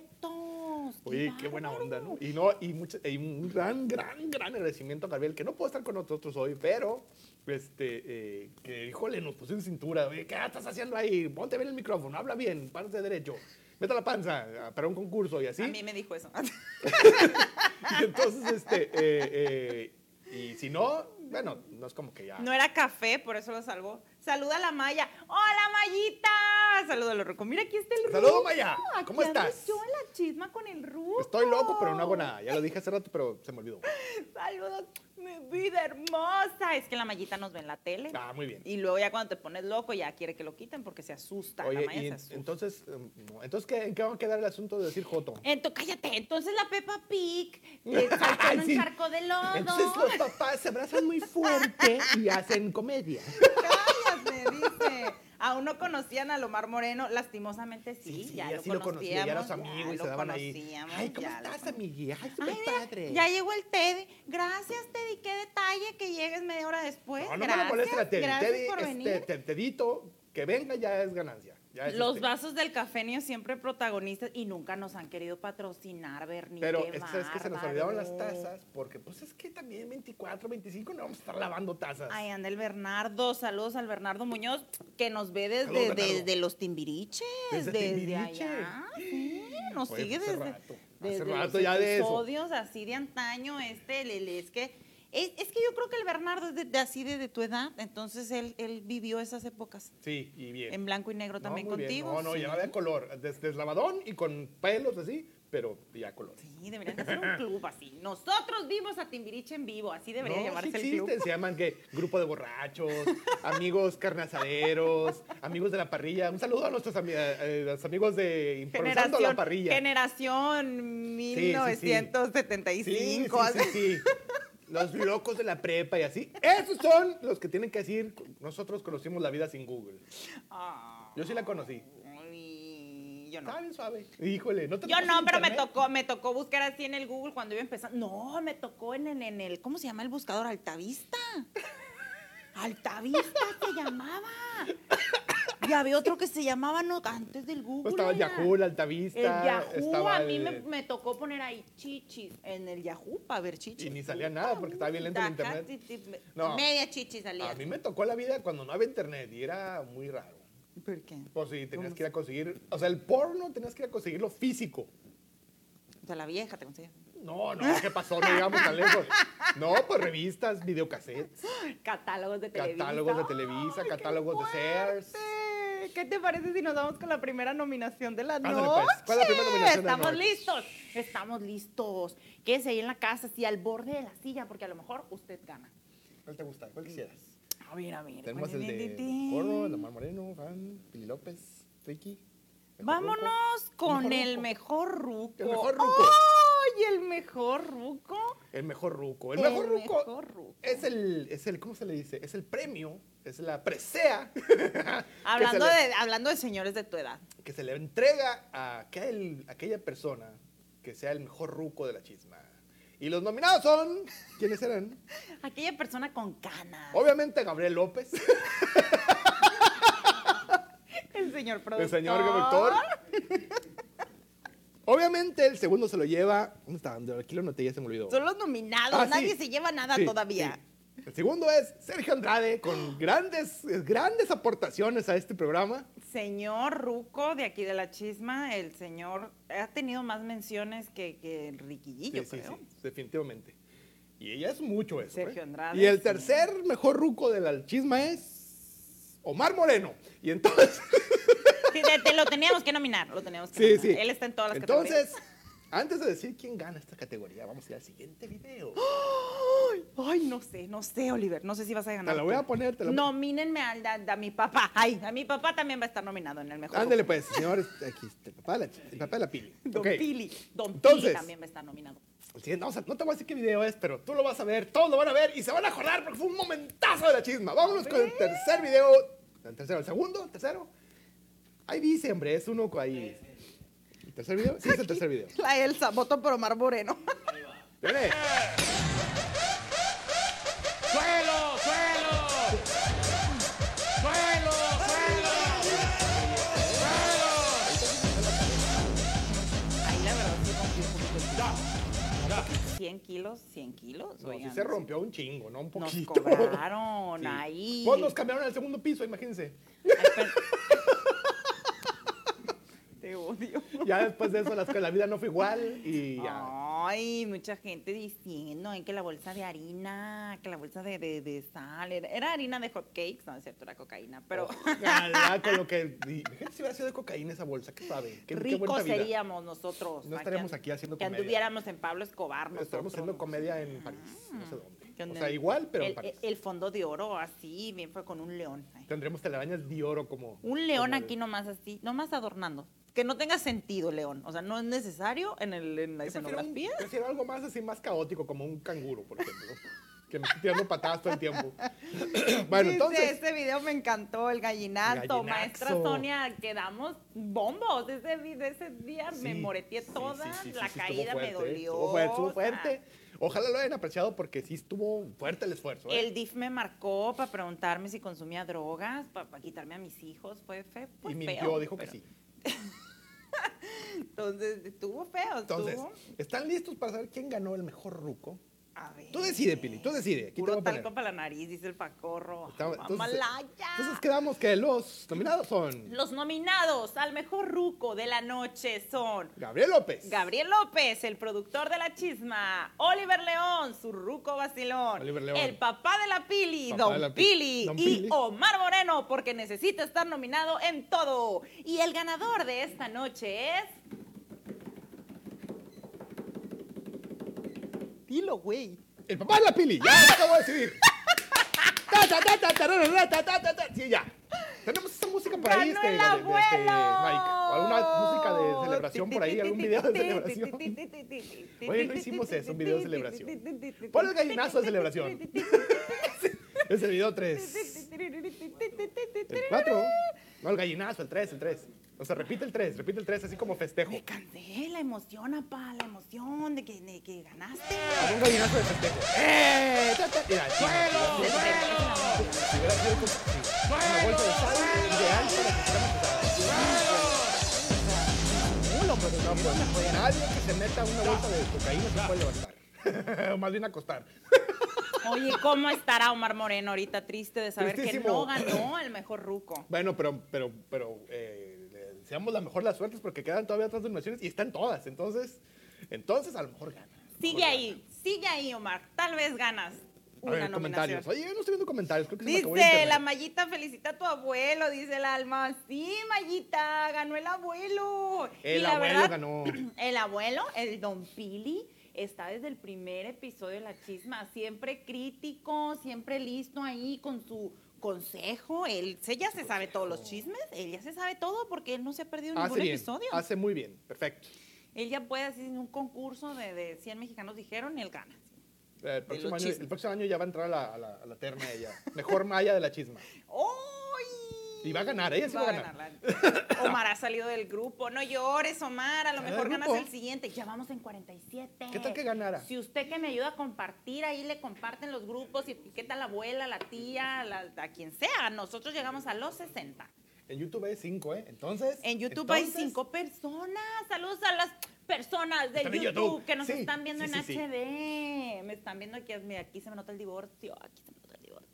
S7: secretos.
S5: Oye, qué buena
S7: bárbaro.
S5: onda, ¿no? Y no, y, mucha- y un gran, gran, gran agradecimiento a Gabriel, que no puede estar con nosotros hoy, pero este, eh, que híjole, nos puso en cintura. Oye, ¿qué estás haciendo ahí? Ponte bien el micrófono, habla bien, párate derecho, meta la panza ah, para un concurso y así.
S7: A mí me dijo
S5: Ah.
S7: eso.
S5: Y entonces, este, eh, eh, y si no, bueno, no es como que ya.
S7: No era café, por eso lo salvó. Saluda a la Maya. ¡Hola, Mayita! Saluda a Ruco. Mira, aquí está el Ruco.
S5: Saludos, Maya.
S7: Aquí
S5: ¿Cómo
S7: ando
S5: estás?
S7: Ah, Yo en la chisma con el Ruco.
S5: Estoy loco, pero no hago nada. Ya lo dije hace rato, pero se me olvidó.
S7: Saludos, mi vida hermosa. Es que la Mayita nos ve en la tele.
S5: Ah, muy bien.
S7: Y luego ya cuando te pones loco, ya quiere que lo quiten porque se asusta. la
S5: Oye,
S7: Maya
S5: y
S7: se
S5: en-
S7: asusta.
S5: entonces, em, no, entonces ¿qué, ¿en qué va a quedar el asunto de decir Joto?
S7: Ento- cállate, entonces la Peppa Pig eh, saltó en un
S5: Sí.
S7: charco de lodo.
S5: Entonces los papás se abrazan muy fuerte y hacen comedia.
S7: Cállate, dice. Aún no conocían a Lomar Moreno, lastimosamente sí, ya,
S5: así lo conocía, ya eran
S7: conocíamos,
S5: los amigos y
S7: ya
S5: se
S7: lo
S5: daban ahí.
S7: conocíamos,
S5: Ay, ¿cómo
S7: ya lo
S5: estás, amigui? Ay,
S7: Ay,
S5: súper
S7: mira,
S5: padre.
S7: ya llegó el Teddy. Gracias, Teddy. Qué detalle que llegues media hora después.
S5: No, no me
S7: eh, gracias,
S5: la molestes a Teddy.
S7: Gracias
S5: Teddy,
S7: por
S5: este,
S7: venir.
S5: te- Tedito, que venga ya es ganancia. Ya es
S7: Los
S5: este.
S7: vasos del cafenio siempre protagonistas y nunca nos han querido patrocinar, Bernie.
S5: Pero
S7: qué
S5: es que sabes que se nos olvidaron las
S7: bárbaro.
S5: tazas, porque pues es que también 24, 25 no vamos a estar lavando tazas.
S7: Ay, anda el Bernardo. Saludos al Bernardo Muñoz, que nos ve
S5: Saludos,
S7: desde,
S5: Bernardo.
S7: desde los timbiriches.
S5: Desde
S7: Desde,
S5: Timbiriche.
S7: allá. Sí, nos
S5: Oye, pues
S7: sigue
S5: hace
S7: desde.
S5: rato, hace
S7: desde
S5: rato
S7: los
S5: ya de eso.
S7: episodios así de antaño. Este, le- le- es que. Es, es que yo creo que el Bernardo es de, de así de, de tu edad, entonces él, él vivió esas épocas.
S5: Sí, y bien.
S7: En blanco y negro
S5: No,
S7: también
S5: muy bien.
S7: contigo.
S5: No, no,
S7: sí.
S5: ya había color, des- deslavadón y con pelos así, pero ya color.
S7: Sí, deberían de hacer un club así. Nosotros vimos a Timbiriche en vivo, así debería
S5: No,
S7: llamarse
S5: sí
S7: el club.
S5: existen, se llaman que grupo de borrachos, amigos carnazaderos, amigos de la parrilla. Un saludo a nuestros ami- eh, los amigos de Improvisando la
S7: Generación,
S5: Parrilla.
S7: generación 1975.
S5: Sí, sí, sí, sí. Los locos de la prepa y así. Esos son los que tienen que decir, nosotros conocimos la vida sin Google.
S7: Ah,
S5: Yo sí la conocí.
S7: ay, yo no.
S5: Está bien suave. Híjole, no te
S7: Yo
S5: tocó
S7: no,
S5: sin
S7: pero me
S5: internet?
S7: tocó, me tocó buscar así en el Google cuando iba empezando. No, me tocó en, en- en el, ¿cómo se llama el buscador? Altavista. Altavista se llamaba. Y había otro que se llamaba no, antes del Google.
S5: Pues Estaba el
S7: era.
S5: Yahoo, el
S7: El
S5: Altavista.
S7: Yahoo,
S5: estaba
S7: a mí
S5: el-
S7: me, me tocó poner ahí chichis en el Yahoo para ver chichis.
S5: Y ni salía nada porque estaba bien lento el
S7: Acá,
S5: internet.
S7: ti, ti, me-
S5: No. Ah,
S7: Media chichis salía.
S5: A mí me tocó la vida cuando no había internet y era muy raro.
S7: ¿Por qué?
S5: Pues sí, tenías que ir a conseguir, o sea, el porno tenías que ir a conseguirlo físico.
S7: O sea, la vieja te conseguía.
S5: No, no, ¿qué pasó? No llegamos tan lejos. No, pues revistas, videocassettes,
S3: Catálogos de televisión.
S5: catálogos de Televisa, catálogos de Sears.
S3: ¿Qué te parece si nos vamos con la primera nominación de la
S5: Ándale,
S3: noche?
S5: pues. ¿Cuál es la primera nominación de la
S3: Estamos
S5: noche?
S3: listos. Estamos listos. Quédese ahí en la casa, así al borde de la silla, porque a lo mejor usted gana.
S5: ¿Cuál te gusta? ¿Cuál quisieras?
S3: A ver, a ver.
S5: Tenemos
S3: ¿cuál
S5: el
S3: es? Tin,
S5: de
S3: tin,
S5: Corro,
S3: tin.
S5: Lamar Moreno, Van, Pili López, Ricky. Mejor
S3: Vámonos
S5: Ruco.
S3: con
S5: El
S3: el
S5: mejor
S3: mejor ruco.
S5: El mejor ruco.
S3: ¡Ay, el mejor ruco!
S5: ruco. El mejor ruco. El
S3: El
S5: mejor ruco
S3: mejor ruco.
S5: es el, es el, ¿cómo se le dice? Es el premio, es la presea. que
S7: Hablando
S5: se le-
S7: de, hablando de señores de tu edad.
S5: que se le entrega a aquel- aquella persona que sea el mejor ruco de la chisma. Y los nominados son, ¿quiénes eran?
S7: Aquella persona con canas.
S5: Obviamente Gabriel López,
S7: El señor productor.
S5: el señor conductor. Obviamente el segundo se lo lleva, ¿dónde está? Aquí lo noté, ya se me olvidó.
S7: Son los nominados,
S5: Ah, sí.
S7: nadie se lleva nada
S5: Sí,
S7: todavía.
S5: sí. El segundo es Sergio Andrade, con grandes, grandes aportaciones a este programa.
S7: Señor Ruco de aquí de la Chisma, el señor ha tenido más menciones que, que el Riquillillo,
S5: Sí, sí,
S7: creo.
S5: sí, definitivamente. Y ella es mucho eso.
S7: Sergio
S5: ¿eh?
S7: Andrade,
S5: Y el
S7: sí.
S5: tercer mejor ruco de la chisma es Omar Moreno. Y entonces.
S7: Sí, de- te lo teníamos que nominar, lo teníamos que
S5: sí,
S7: nominar.
S5: sí.
S7: Él está en todas las
S5: Entonces, antes de decir quién gana esta categoría, vamos a ir al siguiente video.
S7: categorías. Ay, no sé, no sé, Oliver, no sé si vas a ganar.
S5: Te la voy
S7: tú.
S5: a poner, te la
S7: Nomínenme al, da- a mi papá. Ay, a mi papá también va a estar nominado en el mejor.
S5: Ándale, pues, señores. Aquí está el papá de la, el papá de la pili.
S7: Don
S5: Ok.
S7: Pili. Don
S5: Entonces-
S7: Pili también va a estar nominado.
S5: El siguiente, vamos a- no te voy a decir qué video es, pero tú lo vas a ver, todos lo van a ver y se van a acordar porque fue un momentazo de la chisma. Vámonos con el tercer video. El tercero, el segundo, el tercero. Ahí dice, hombre, es uno co- ahí. ¿El tercer video? Sí, es el tercer video.
S7: La Elsa, voto por Omar Moreno.
S5: Viene.
S8: ¡Suelo! ¡Suelo! ¡Suelo! ¡Suelo!
S7: Ay, la verdad, sí rompí un poquito el kilo. 100 kilos, 100 kilos.
S5: No, sí
S7: oigan,
S5: se rompió un chingo, ¿no? Un
S7: Nos
S5: poquito.
S7: cobraron
S5: Sí.
S7: ahí.
S5: Pues nos cambiaron al segundo piso, imagínense.
S7: Ay, per- Te odio.
S5: Ya después de eso las- la vida no fue igual y ya.
S7: Ay, mucha gente diciendo ay, que la bolsa de harina, que la bolsa de, de- de sal, era, era harina de hot cakes, no es cierto, era cocaína, pero
S5: Ojalá con lo que. y- Imagínate si hubiera sido de cocaína esa bolsa, ¿qué sabe? ¿Qué, qué
S7: ricos
S5: bonita vida.
S7: seríamos nosotros.
S5: No
S7: ah,
S5: estaríamos
S7: que-
S5: aquí haciendo
S7: Que
S5: comedia.
S7: anduviéramos en Pablo Escobar nosotros.
S5: Estamos haciendo
S7: ¿no?
S5: comedia en París, no sé dónde.
S7: Que
S5: O
S7: andan-
S5: sea, igual, pero en
S7: Ah, el,
S5: París.
S7: el fondo de oro, así, bien fue con un león. ay.
S5: Tendremos telarañas de oro como...
S7: Un león
S5: como el-
S7: aquí nomás así, nomás adornando. Que no tenga sentido, león. O sea, no es necesario en, el, en la
S5: Yo prefiero, un-
S7: escenografía.
S5: prefiero algo más así, más caótico, como un canguro, por ejemplo. que me esté tirando patadas todo el tiempo. bueno,
S7: Dice,
S5: entonces...
S7: este video me encantó, el gallinato.
S5: Gallinazo.
S7: Maestra Sonia, quedamos bombos. Ese, vi- de ese día me
S5: sí,
S7: moreteé
S5: sí,
S7: toda,
S5: sí, sí, sí,
S7: la
S5: sí, estuvo
S7: caída me
S5: fuerte, ¿eh?
S7: dolió.
S5: Estuvo fuerte, estuvo
S7: o sea,
S5: fuerte. Ojalá lo hayan apreciado porque sí estuvo fuerte el esfuerzo. ¿eh?
S7: El DIF me marcó para preguntarme si consumía drogas, para, quitarme a mis hijos. Fue fe, fue
S5: y
S7: feo,
S5: mintió, dijo
S7: pero-
S5: que sí.
S7: Entonces, estuvo feo.
S5: Entonces,
S7: estuvo-
S5: ¿están listos para saber quién ganó el mejor ruco?
S7: A ver.
S5: Tú decide, Pili, tú decide. Aquí te voy
S7: Puro
S5: a poner.
S7: talco para la nariz, dice el pacorro.
S5: Estamos- entonces-
S7: Mamalaya.
S5: Entonces quedamos que los nominados son
S7: Los nominados al mejor ruco de la noche son
S5: Gabriel López.
S7: Gabriel López, el productor de La Chisma, Oliver León, su ruco vacilón,
S5: Oliver León.
S7: el papá de la Pili,
S5: Papá de
S7: Don
S5: la Pi-
S7: Pili
S5: Don
S7: y
S5: Pili.
S7: Omar Moreno, porque necesita estar nominado en todo. Y el ganador de esta noche es
S3: Pilo, güey.
S5: El papá de la Pili, ya lo acabo de decidir. Ta, ta, ta, ta, tararara, ta, ta, ta, ta. Sí, ya. Tenemos esa música por ahí,
S3: ¡Ganó
S5: este,
S3: el
S5: la de- de, este, Mike. O alguna música
S3: abuelo!
S5: de celebración por ahí, algún video de celebración. Oye, no hicimos eso, un video de celebración. Pon el gallinazo de celebración. Es el video 3. El 4. No, el gallinazo, el 3, el 3. O sea, repite el 3, repite el 3, así como festejo.
S3: Me cansé, la emoción, apá, la emoción de que, de que ganaste.
S5: Como Un gallinazo de festejo. ¡Eh! Ta, ta. Mira, sí,
S9: ¡Suelo! ¡Suelo!
S5: si hubiera sido como- sí, una vuelta de sal, ideal para que fuéramos a- Uno, pero no, pues, nadie que se meta una bolsa de cocaína se puede levantar. O Más bien acostar.
S7: Oye, ¿cómo estará Omar Moreno ahorita triste de saber que
S5: Tristísimo.
S7: no ganó el mejor ruco?
S5: Bueno, pero, pero, pero eh, le deseamos la mejor de las suertes porque quedan todavía otras nominaciones y están todas. Entonces, entonces a lo mejor gana. A lo mejor
S7: Sigue
S5: gana.
S7: ahí, sigue ahí, Omar. Tal vez ganas
S5: A
S7: una
S5: ver,
S7: nominación.
S5: comentarios. Oye, yo no estoy viendo comentarios. Creo que se me acabó el
S7: Dice la
S5: internet. Ah,
S7: Mayita, felicita a tu abuelo, dice el alma. Sí, Mayita, ganó el abuelo.
S5: El
S7: la
S5: abuelo ganó.
S7: El abuelo, el don Pili, está desde el primer episodio de La Chisma, siempre crítico, siempre listo ahí con su consejo. Él ella se sabe todos los chismes, él ya se sabe todo porque él no se ha perdido
S5: Hace
S7: ningún
S5: bien.
S7: episodio.
S5: Hace muy bien. Perfecto.
S7: Él ya puede así en un concurso de, de 100 mexicanos dijeron y él gana.
S5: Eh, El próximo,
S7: los
S5: año, el
S7: chismes.
S5: próximo año ya va a entrar a la, a la, a la terna ella. Mejor Maya de la chisma.
S7: ¡Ay!
S5: Y va a ganar, ella sí va a ganar.
S7: ganarla. Omar ha salido del grupo. No llores, Omar. A lo
S5: Ah,
S7: mejor
S5: del
S7: ganas
S5: grupo.
S7: el siguiente. Ya vamos en 47.
S5: ¿Qué tal que ganara?
S7: Si usted que me ayuda a compartir, ahí le comparten los grupos y etiqueta a la abuela, a la tía, a la- a quien sea. Nosotros llegamos a los 60.
S5: En YouTube hay 5, ¿eh? Entonces.
S7: En YouTube
S5: entonces,
S7: hay cinco personas. Saludos a las personas de
S5: Están en
S7: YouTube,
S5: YouTube.
S7: que nos
S5: Sí,
S7: están viendo
S5: sí,
S7: en
S5: sí, sí.
S7: HD. Me están viendo aquí. mira, aquí se me nota el divorcio. Aquí se me nota el divorcio.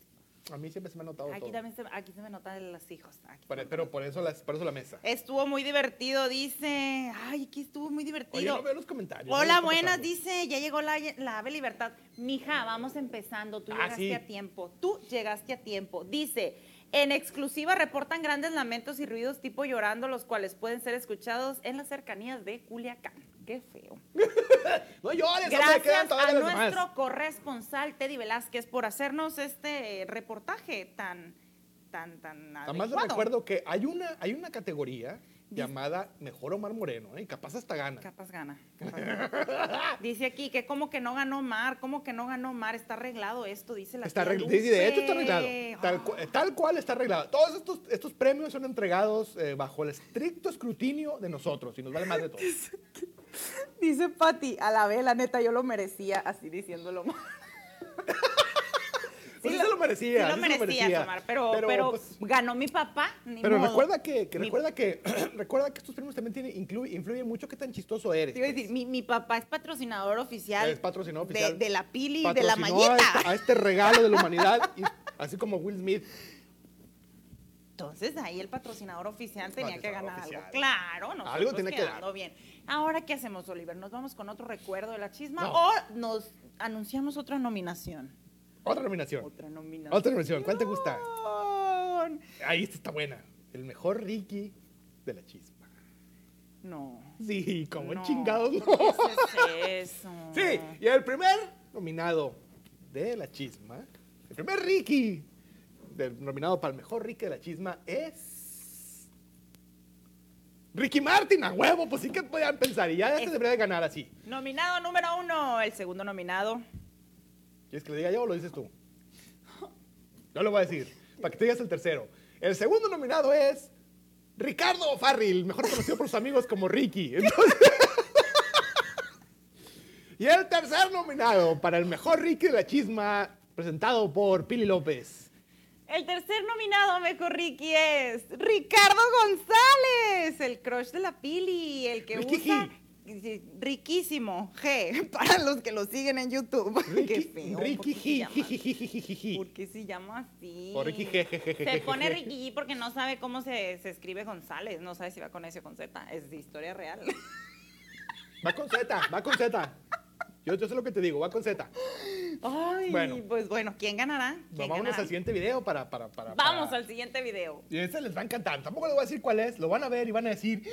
S5: A mí siempre se me ha notado
S7: Aquí
S5: Oh, todo.
S7: también se, aquí se me notan los hijos. Aquí
S5: Por- pero por eso, las, por eso la mesa.
S7: Estuvo muy divertido, dice. Ay, aquí estuvo muy
S5: Oye,
S7: divertido.
S5: no veo los comentarios. no veo
S7: Hola,
S5: qué está
S7: buenas,
S5: pasando.
S7: dice. Ya llegó la, la Ave Libertad. Mija, vamos empezando. Tú
S5: Ah,
S7: llegaste
S5: sí.
S7: a tiempo. Tú llegaste a tiempo. Dice. En exclusiva reportan grandes lamentos y ruidos tipo llorando, los cuales pueden ser escuchados en las cercanías de Culiacán. Qué feo.
S5: No llores, hombre, quedan
S7: Gracias a
S5: todavía las
S7: nuestro
S5: demás.
S7: corresponsal Teddy Velázquez por hacernos este eh, reportaje tan, tan, tan
S5: Además les
S7: adecuado.
S5: recuerdo que hay una, hay una categoría llamada Mejor Omar Moreno, ¿eh? Y Capaz hasta gana.
S7: Capaz gana. capaz gana. dice aquí que como que no ganó Mar, como que no ganó Mar, está arreglado esto, dice la Ah.
S5: Está
S7: tía
S5: arreglado. Dice, de hecho está
S7: Dulce.
S5: arreglado. Tal, cu- eh, tal cual está arreglado. Todos estos, estos premios son entregados eh, bajo el estricto escrutinio de nosotros y nos vale más de todo.
S3: Dice Pati, a la vez, la neta, yo lo merecía, así diciéndolo más.
S5: Pues sí, se lo merecía.
S7: Sí lo
S5: sí
S7: merecías, Omar, pero, pero,
S5: pues,
S7: ganó mi papá. ni
S5: pero
S7: modo.
S5: recuerda que, que
S7: Mi-
S5: recuerda que recuerda que estos premios también tienen, inclu- influye mucho qué tan chistoso eres.
S7: Te iba a
S5: pues.
S7: decir, mi, mi papá es patrocinador oficial.
S5: Es patrocinador
S7: de-
S5: oficial.
S7: De, la pili, de
S5: Patrocinó
S7: la
S5: a
S7: mallita.
S5: este- A este regalo de la humanidad, y- así como Will Smith.
S7: Entonces ahí el patrocinador oficial tenía que
S5: Patrocinador
S7: ganar
S5: oficial.
S7: algo. Claro, nosotros
S5: Algo tenía que dar.
S7: quedando bien. Ahora, ¿qué hacemos, Oliver? ¿Nos vamos con otro recuerdo de la chisma
S5: No.
S7: o nos anunciamos otra nominación?
S5: Otra nominación.
S7: Otra nominación.
S5: Otra nominación. ¿Cuál te gusta? Ahí esta está buena. El mejor Ricky de la chispa.
S7: No.
S5: Sí, como
S7: no,
S5: chingados.
S7: ¿por qué
S5: No.
S7: haces eso?
S3: Mm.
S5: Sí, y el primer nominado de la chisma, el primer Ricky del- nominado para el mejor Ricky de la chisma es. Ricky Martin, a huevo, pues sí que podían pensar. Y ya este
S7: Es-
S5: debería de ganar así.
S7: Nominado número uno, el segundo nominado.
S5: ¿Quieres que lo diga yo o lo dices tú? Yo lo voy a decir, para que te digas el tercero. El segundo nominado es Ricardo Farril, mejor conocido por sus amigos como Ricky. Entonces- y el tercer nominado para el mejor Ricky de la chisma, presentado por Pili López.
S7: El tercer nominado, mejor Ricky, es Ricardo González, el crush de la Pili, el que
S5: Ricky
S7: usa riquísimo G para los que lo siguen en YouTube. Qué
S5: Ricky,
S7: feo. ¿por
S5: Ricky,
S7: qué se
S5: ji,
S7: llama
S5: ji,
S7: así?
S5: ji, ji, ji, ji, ji.
S7: ¿Por qué se llama así?
S5: O Ricky, je, je, je, je,
S7: Se
S5: je,
S7: pone
S5: je.
S7: Ricky porque no sabe cómo se, se escribe González, no sabe si va con S o con Z, es de historia real.
S5: Va con Z, va con Z. Yo, yo sé lo que te digo, va con Z.
S7: Ay,
S5: Bueno.
S7: pues bueno, ¿quién ganará? ¿Quién
S5: Vámonos
S7: ganará?
S5: al siguiente video para... para, para
S7: Vamos
S5: para-
S7: al siguiente video.
S5: Y este les va a encantar. Tampoco les voy a decir cuál "¡Ah! es. Lo van a ver y van a decir,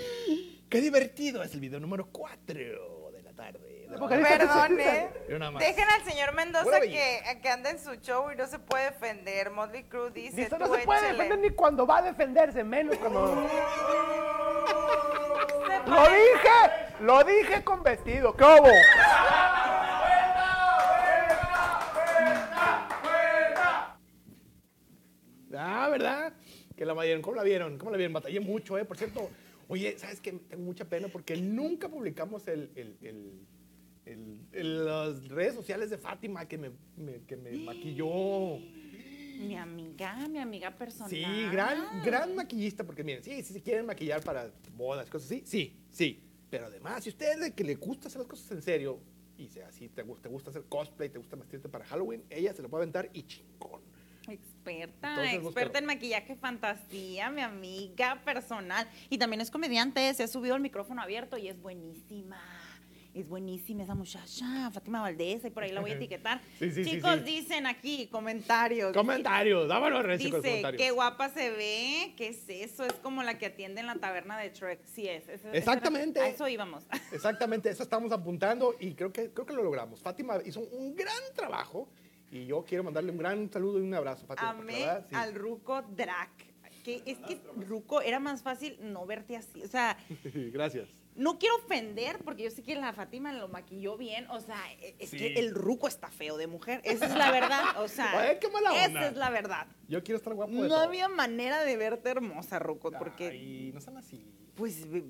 S5: ¡qué divertido! Es el video número 4 de la tarde.
S7: Perdón, ¿eh?
S10: Era una más.
S7: Dejen al señor
S5: Pura
S7: Mendoza que,
S5: belleza.
S7: que anda en su show y no se puede defender. Motley Crue dice,
S1: Eso no
S7: tú
S1: se puede
S7: échale.
S1: defender ni cuando va a defenderse, menos cuando...
S7: Se
S1: ¡Lo
S7: pare-
S1: dije! ¡Lo dije con vestido! ¿Qué hubo?
S5: Ah, ¿verdad? Que la vieron. ¿Cómo la vieron? ¿Cómo la vieron? Batallé mucho, ¿eh? Por cierto, oye, ¿sabes qué? Tengo mucha pena porque nunca publicamos el, el- el- el- el- las redes sociales de Fátima que me, me- que me maquilló.
S3: Mi amiga, mi amiga personal.
S5: Sí, gran, gran maquillista, porque miren, sí, sí se quieren maquillar para bodas, cosas así, sí, sí. Pero además, si usted es de que le gusta hacer las cosas en serio, y sea así, te, gu- te gusta hacer cosplay, te gusta vestirte para Halloween, ella se lo puede aventar y chingón.
S3: Experta,
S5: Entonces, búscalo.
S3: experta en maquillaje fantasía, mi amiga personal. Y también es comediante, se ha subido al micrófono abierto y es buenísima. Es buenísima esa muchacha, Fátima Valdés, y por ahí la voy a etiquetar.
S5: Sí, sí, sí,
S3: Chicos,
S5: sí.
S3: dicen aquí comentarios.
S5: Comentarios, dámelo recio con los
S3: Dice,
S5: comentarios.
S3: qué guapa se ve, ¿qué es eso? Es como la que atiende en la taberna de Trek. Sí es. ese- ese era-
S5: Exactamente.
S3: A eso íbamos.
S5: Exactamente, eso estamos apuntando y creo que, creo que lo logramos. Fátima hizo un gran trabajo y yo quiero mandarle un gran saludo y un abrazo, Fátima. porque la
S3: Amé
S5: verdad, sí.
S3: al Ruco Drac. Que es que Ruco era más fácil no verte así. O sea,
S5: Gracias.
S3: No quiero ofender, porque yo sé que la Fátima lo maquilló bien. O sea, e- es
S5: Sí.
S3: que el ruco está feo de mujer. Esa es la verdad. O sea,
S5: Ay, qué mala onda.
S3: esa es la verdad.
S5: Yo quiero estar guapo. de
S3: No
S5: todo.
S3: había manera de verte hermosa, ruco, porque
S5: Ay, Ah, no sean así.
S3: pues eh,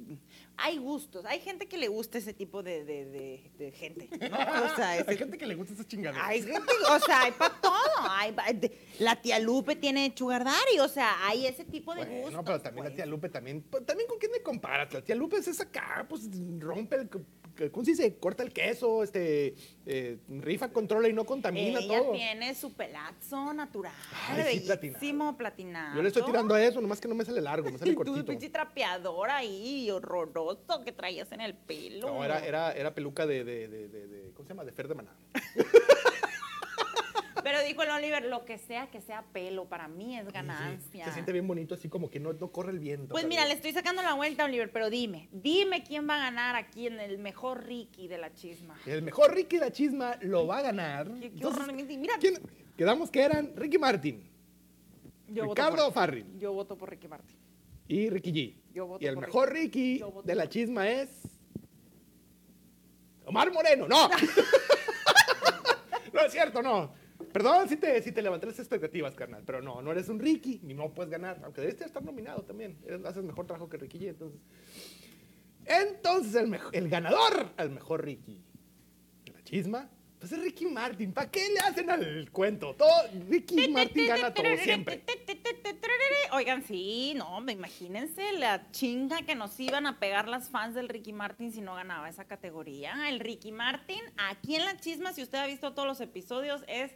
S3: hay gustos. Hay gente que le gusta ese tipo de, de- de- de gente, ¿no? O sea,
S5: Hay
S3: ese-
S5: gente que le gusta esas chingaderas.
S3: hay gente, o sea, hay para todo. Hay pa- de- la tía Lupe tiene sugar daddy, o sea, hay ese tipo de
S5: Bueno,
S3: gustos.
S5: pero también la
S3: pues.
S5: tía Lupe, también, pues, también con quién me comparas. La tía Lupe es esa acá, pues rompe el, ¿cómo se dice? Corta el queso, este, eh, rifa, controla y no contamina
S3: Ella
S5: todo.
S3: tiene su pelazo natural,
S5: Ay, sí,
S3: bellísimo, platinado.
S5: Yo le estoy tirando a eso, nomás que no me sale largo, me sale
S3: Y tu
S5: cortito.
S3: pinche trapeador ahí, horroroso, que traías en el pelo.
S5: No, era, era, era peluca de, de, de, de- de- ¿cómo se llama? De Fer de Maná.
S3: Pero dijo el Oliver, lo que sea que sea pelo, para mí es
S5: Sí,
S3: ganancia.
S5: Se siente bien bonito, así como que no, no corre el viento.
S3: Pues mira, le
S5: les
S3: estoy sacando la vuelta, Oliver, pero dime, dime quién va a ganar aquí en el mejor Ricky de la chisma.
S5: El mejor Ricky de la chisma lo va a ganar.
S3: Qué- qué
S5: Entonces,
S3: horror, mira.
S5: ¿quién- Quedamos que eran Ricky Martin
S3: Yo
S5: Ricardo
S3: voto por,
S5: Farril.
S3: Yo voto por Ricky Martin.
S5: y Ricky G.
S3: Yo voto
S5: y el
S3: por
S5: mejor Ricky
S3: Yo voto
S5: de
S3: por
S5: la chisma es... Omar Moreno, no. no es cierto, no. Perdón si te, si te levanté las expectativas, carnal, pero no, no eres un Ricky, ni no puedes ganar, aunque debiste estar nominado también. Eres- haces mejor trabajo que Ricky G, entonces... Entonces, el, mej- el ganador al mejor Ricky de la chisma, pues es Ricky Martin. ¿Para qué le hacen al cuento? Todo, Ricky Martin gana todo siempre.
S3: Oigan, sí, no, me imagínense la chinga que nos iban a pegar las fans del Ricky Martin si no ganaba esa categoría. El Ricky Martin, aquí en La Chisma, si usted ha visto todos los episodios, es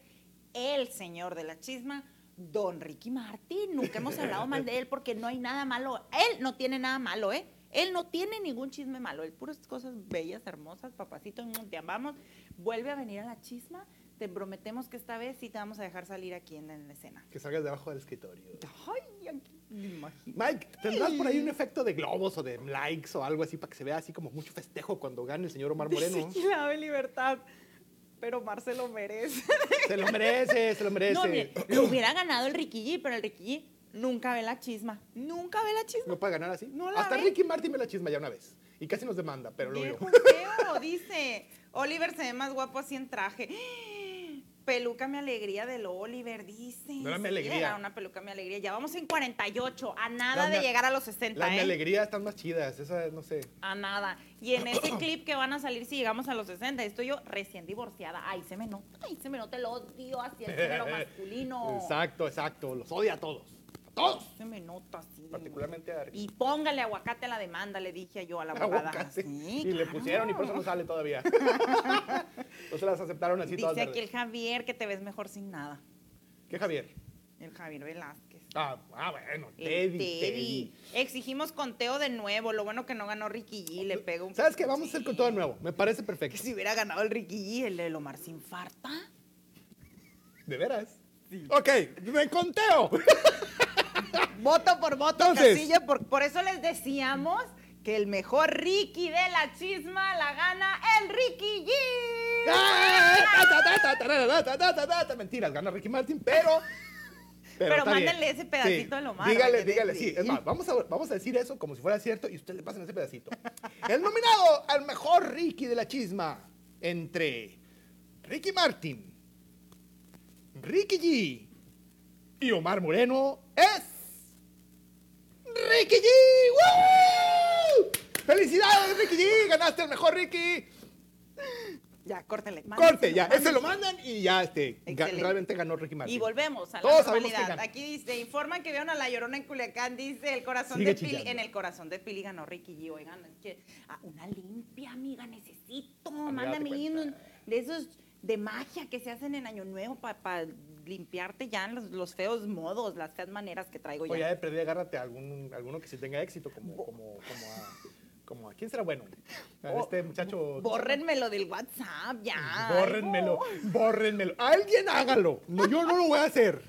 S3: el señor de La Chisma, don Ricky Martin. Nunca hemos hablado mal de él porque no hay nada malo. Él no tiene nada malo, ¿eh? Él no tiene ningún chisme malo, él puras cosas bellas, hermosas, papacito, mm, te amamos. Vuelve a venir a la chisma, te prometemos que esta vez sí te vamos a dejar salir aquí en, en la escena.
S5: Que salgas debajo del escritorio.
S3: Ay, aquí me imagino.
S5: Mike, ¿tendrás por ahí un efecto de globos o de likes o algo así para que se vea así como mucho festejo cuando gane el señor Omar Moreno?
S3: Dice que la ave libertad, pero Marcelo merece.
S5: Se lo merece, se lo merece.
S3: No, mire, lo hubiera ganado el Ricky G, pero el Ricky G nunca ve la chisma. Nunca ve la chisma.
S5: ¿No puede ganar así?
S3: No la
S5: Hasta
S3: ve.
S5: Ricky Martin me la chisma ya una vez. Y casi nos demanda, pero lo vio.
S3: Viejo feo, dice. Oliver se ve más guapo así en traje. Peluca mi alegría del Oliver, dice.
S5: No era mi
S3: Sí,
S5: alegría.
S3: era una peluca mi alegría. Ya vamos en 48, a nada
S5: La
S3: de
S5: mi-
S3: llegar a los 60,
S5: Las
S3: ¿eh?
S5: de alegría están más chidas, esa no sé.
S3: A nada. Y en ese clip que van a salir si llegamos a los 60, estoy yo recién divorciada. Ay, se me nota, ay, se me nota el odio hacia el género masculino.
S5: Exacto, exacto. Los odia a todos. A todos.
S3: Se me nota así.
S5: Particularmente a Ricky.
S3: Y póngale aguacate a la demanda, le dije yo a la abogada.
S5: Aguacate.
S3: Sí,
S5: y le
S3: claro.
S5: pusieron y por eso no sale todavía. no se las aceptaron así todas
S3: Dice aquí el
S5: verdes.
S3: Javier que te ves mejor sin nada.
S5: ¿Qué Javier?
S3: El Javier Velázquez.
S5: Ah, ah, bueno,
S3: El
S5: Teddy,
S3: Teddy.
S5: Teddy.
S3: Exigimos conteo de nuevo. Lo bueno que no ganó Ricky G. Le pego un.
S5: ¿Sabes qué? Vamos a hacer con todo de nuevo. Me parece perfecto.
S3: Que si hubiera ganado el Ricky G, el de Omar se infarta.
S5: ¿De veras? Sí. Ok, me conteo.
S3: Voto por voto,
S5: Entonces-
S3: casilla por, por eso les decíamos
S6: que el mejor Ricky de la chisma la gana el Ricky G.
S5: ¡Ah! Mentiras, gana Ricky Martin, pero.
S3: Pero
S5: está bien.
S3: mándenle ese pedacito a
S5: Sí,
S3: lo malo,
S5: Dígale,
S3: que le-
S5: dígale, sí. Es más, vamos a, vamos a decir eso como si fuera cierto y usted le pasen ese pedacito. El nominado al mejor Ricky de la chisma entre Ricky Martin, Ricky G y Omar Moreno es. ¡Ricky G! ¡Woo! ¡Felicidades, Ricky G! ¡Ganaste el mejor Ricky!
S3: Ya, córtenle.
S5: Corte, ya. Ese
S3: mándenselo.
S5: lo mandan y ya este, ga-
S3: Excelente.
S5: realmente ganó Ricky Martin.
S3: Y volvemos a la
S5: Todos sabemos
S3: normalidad.
S5: que gana.
S3: Aquí dice, informan que vieron a la llorona en Culiacán, dice el corazón de
S5: Sigue
S3: Pili.
S5: chillando.
S3: En el corazón de Pili ganó Ricky G. Oigan, es que ah, una limpia, amiga, necesito.
S5: date
S3: Mándame ahí
S5: cuenta.
S3: un- de esos de magia que se hacen en Año Nuevo para limpiarte ya los, los feos modos, las feas maneras que traigo
S5: O
S3: ya.
S5: ya de perdida, agárrate a algún, alguno que sí tenga éxito, como, como, como a. Como a ¿Quién será bueno? A este muchacho.
S3: Bórrenmelo del WhatsApp, ya.
S5: Bórrenmelo, bórrenmelo. Alguien hágalo. No, yo no lo voy a hacer.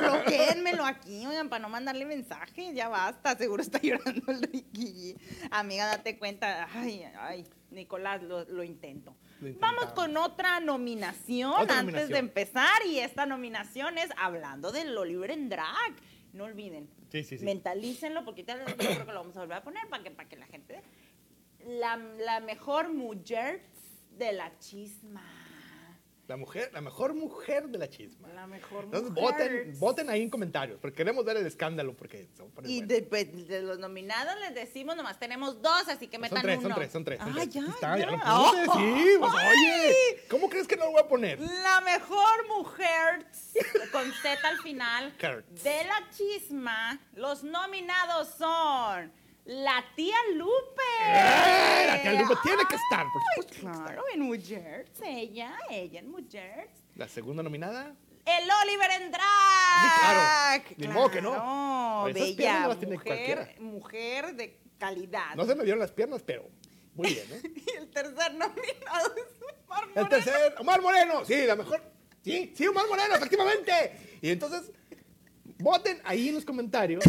S3: Bloquéenmelo aquí, oigan, para no mandarle mensaje, ya basta, seguro está llorando el Ricky. Amiga, date cuenta, ay, ay, Nicolás, lo, lo intento.
S5: Lo intentamos.
S3: Vamos con otra nominación
S5: Otra
S3: antes de
S5: nominación.
S3: empezar y esta nominación es hablando del Oliver en Drag. No olviden,
S5: Sí, sí, sí.
S3: mentalícenlo porque tal vez yo creo que lo vamos a volver a poner para que, para que la gente... La, la mejor mujer de la chisma.
S5: La mujer, la mejor mujer de la chisma.
S3: La mejor mujer.
S5: Entonces voten, voten ahí en comentarios, porque queremos ver el escándalo, porque se va a poner
S3: Y
S5: bueno.
S3: de, pues, de los nominados les decimos, nomás tenemos dos, así que metan
S5: son tres,
S3: uno.
S5: son tres, son tres, son
S3: Ah,
S5: tres.
S3: ya,
S5: Está,
S3: ya.
S5: ya lo puse,
S3: ¡Oh!
S5: sí, pues, oye,
S3: ¡Ay!
S5: ¿cómo crees que no lo voy a poner?
S3: La mejor mujer, con Z al final,
S5: Hertz.
S3: de la chisma, los nominados son la tía Lupe.
S5: ¡Eh! La tía Lupe tiene que estar, por
S3: Ay,
S5: supuesto.
S3: Claro, en Mujer, ella, ella en Mujer.
S5: La segunda nominada,
S3: El Oliver en drag.
S6: Ah,
S5: claro. Ni modo que no.
S3: Claro,
S5: Esas piernas
S3: bella,
S5: no las tiene
S3: mujer,
S5: cualquiera.
S3: mujer de calidad.
S5: no se me vieron las piernas, pero muy bien, ¿eh?
S3: Y el tercer nominado es Omar
S5: El
S3: Moreno.
S5: tercer, Omar Moreno. Sí, la mejor. Sí, sí, Omar Moreno, efectivamente. Y entonces, voten ahí en los comentarios.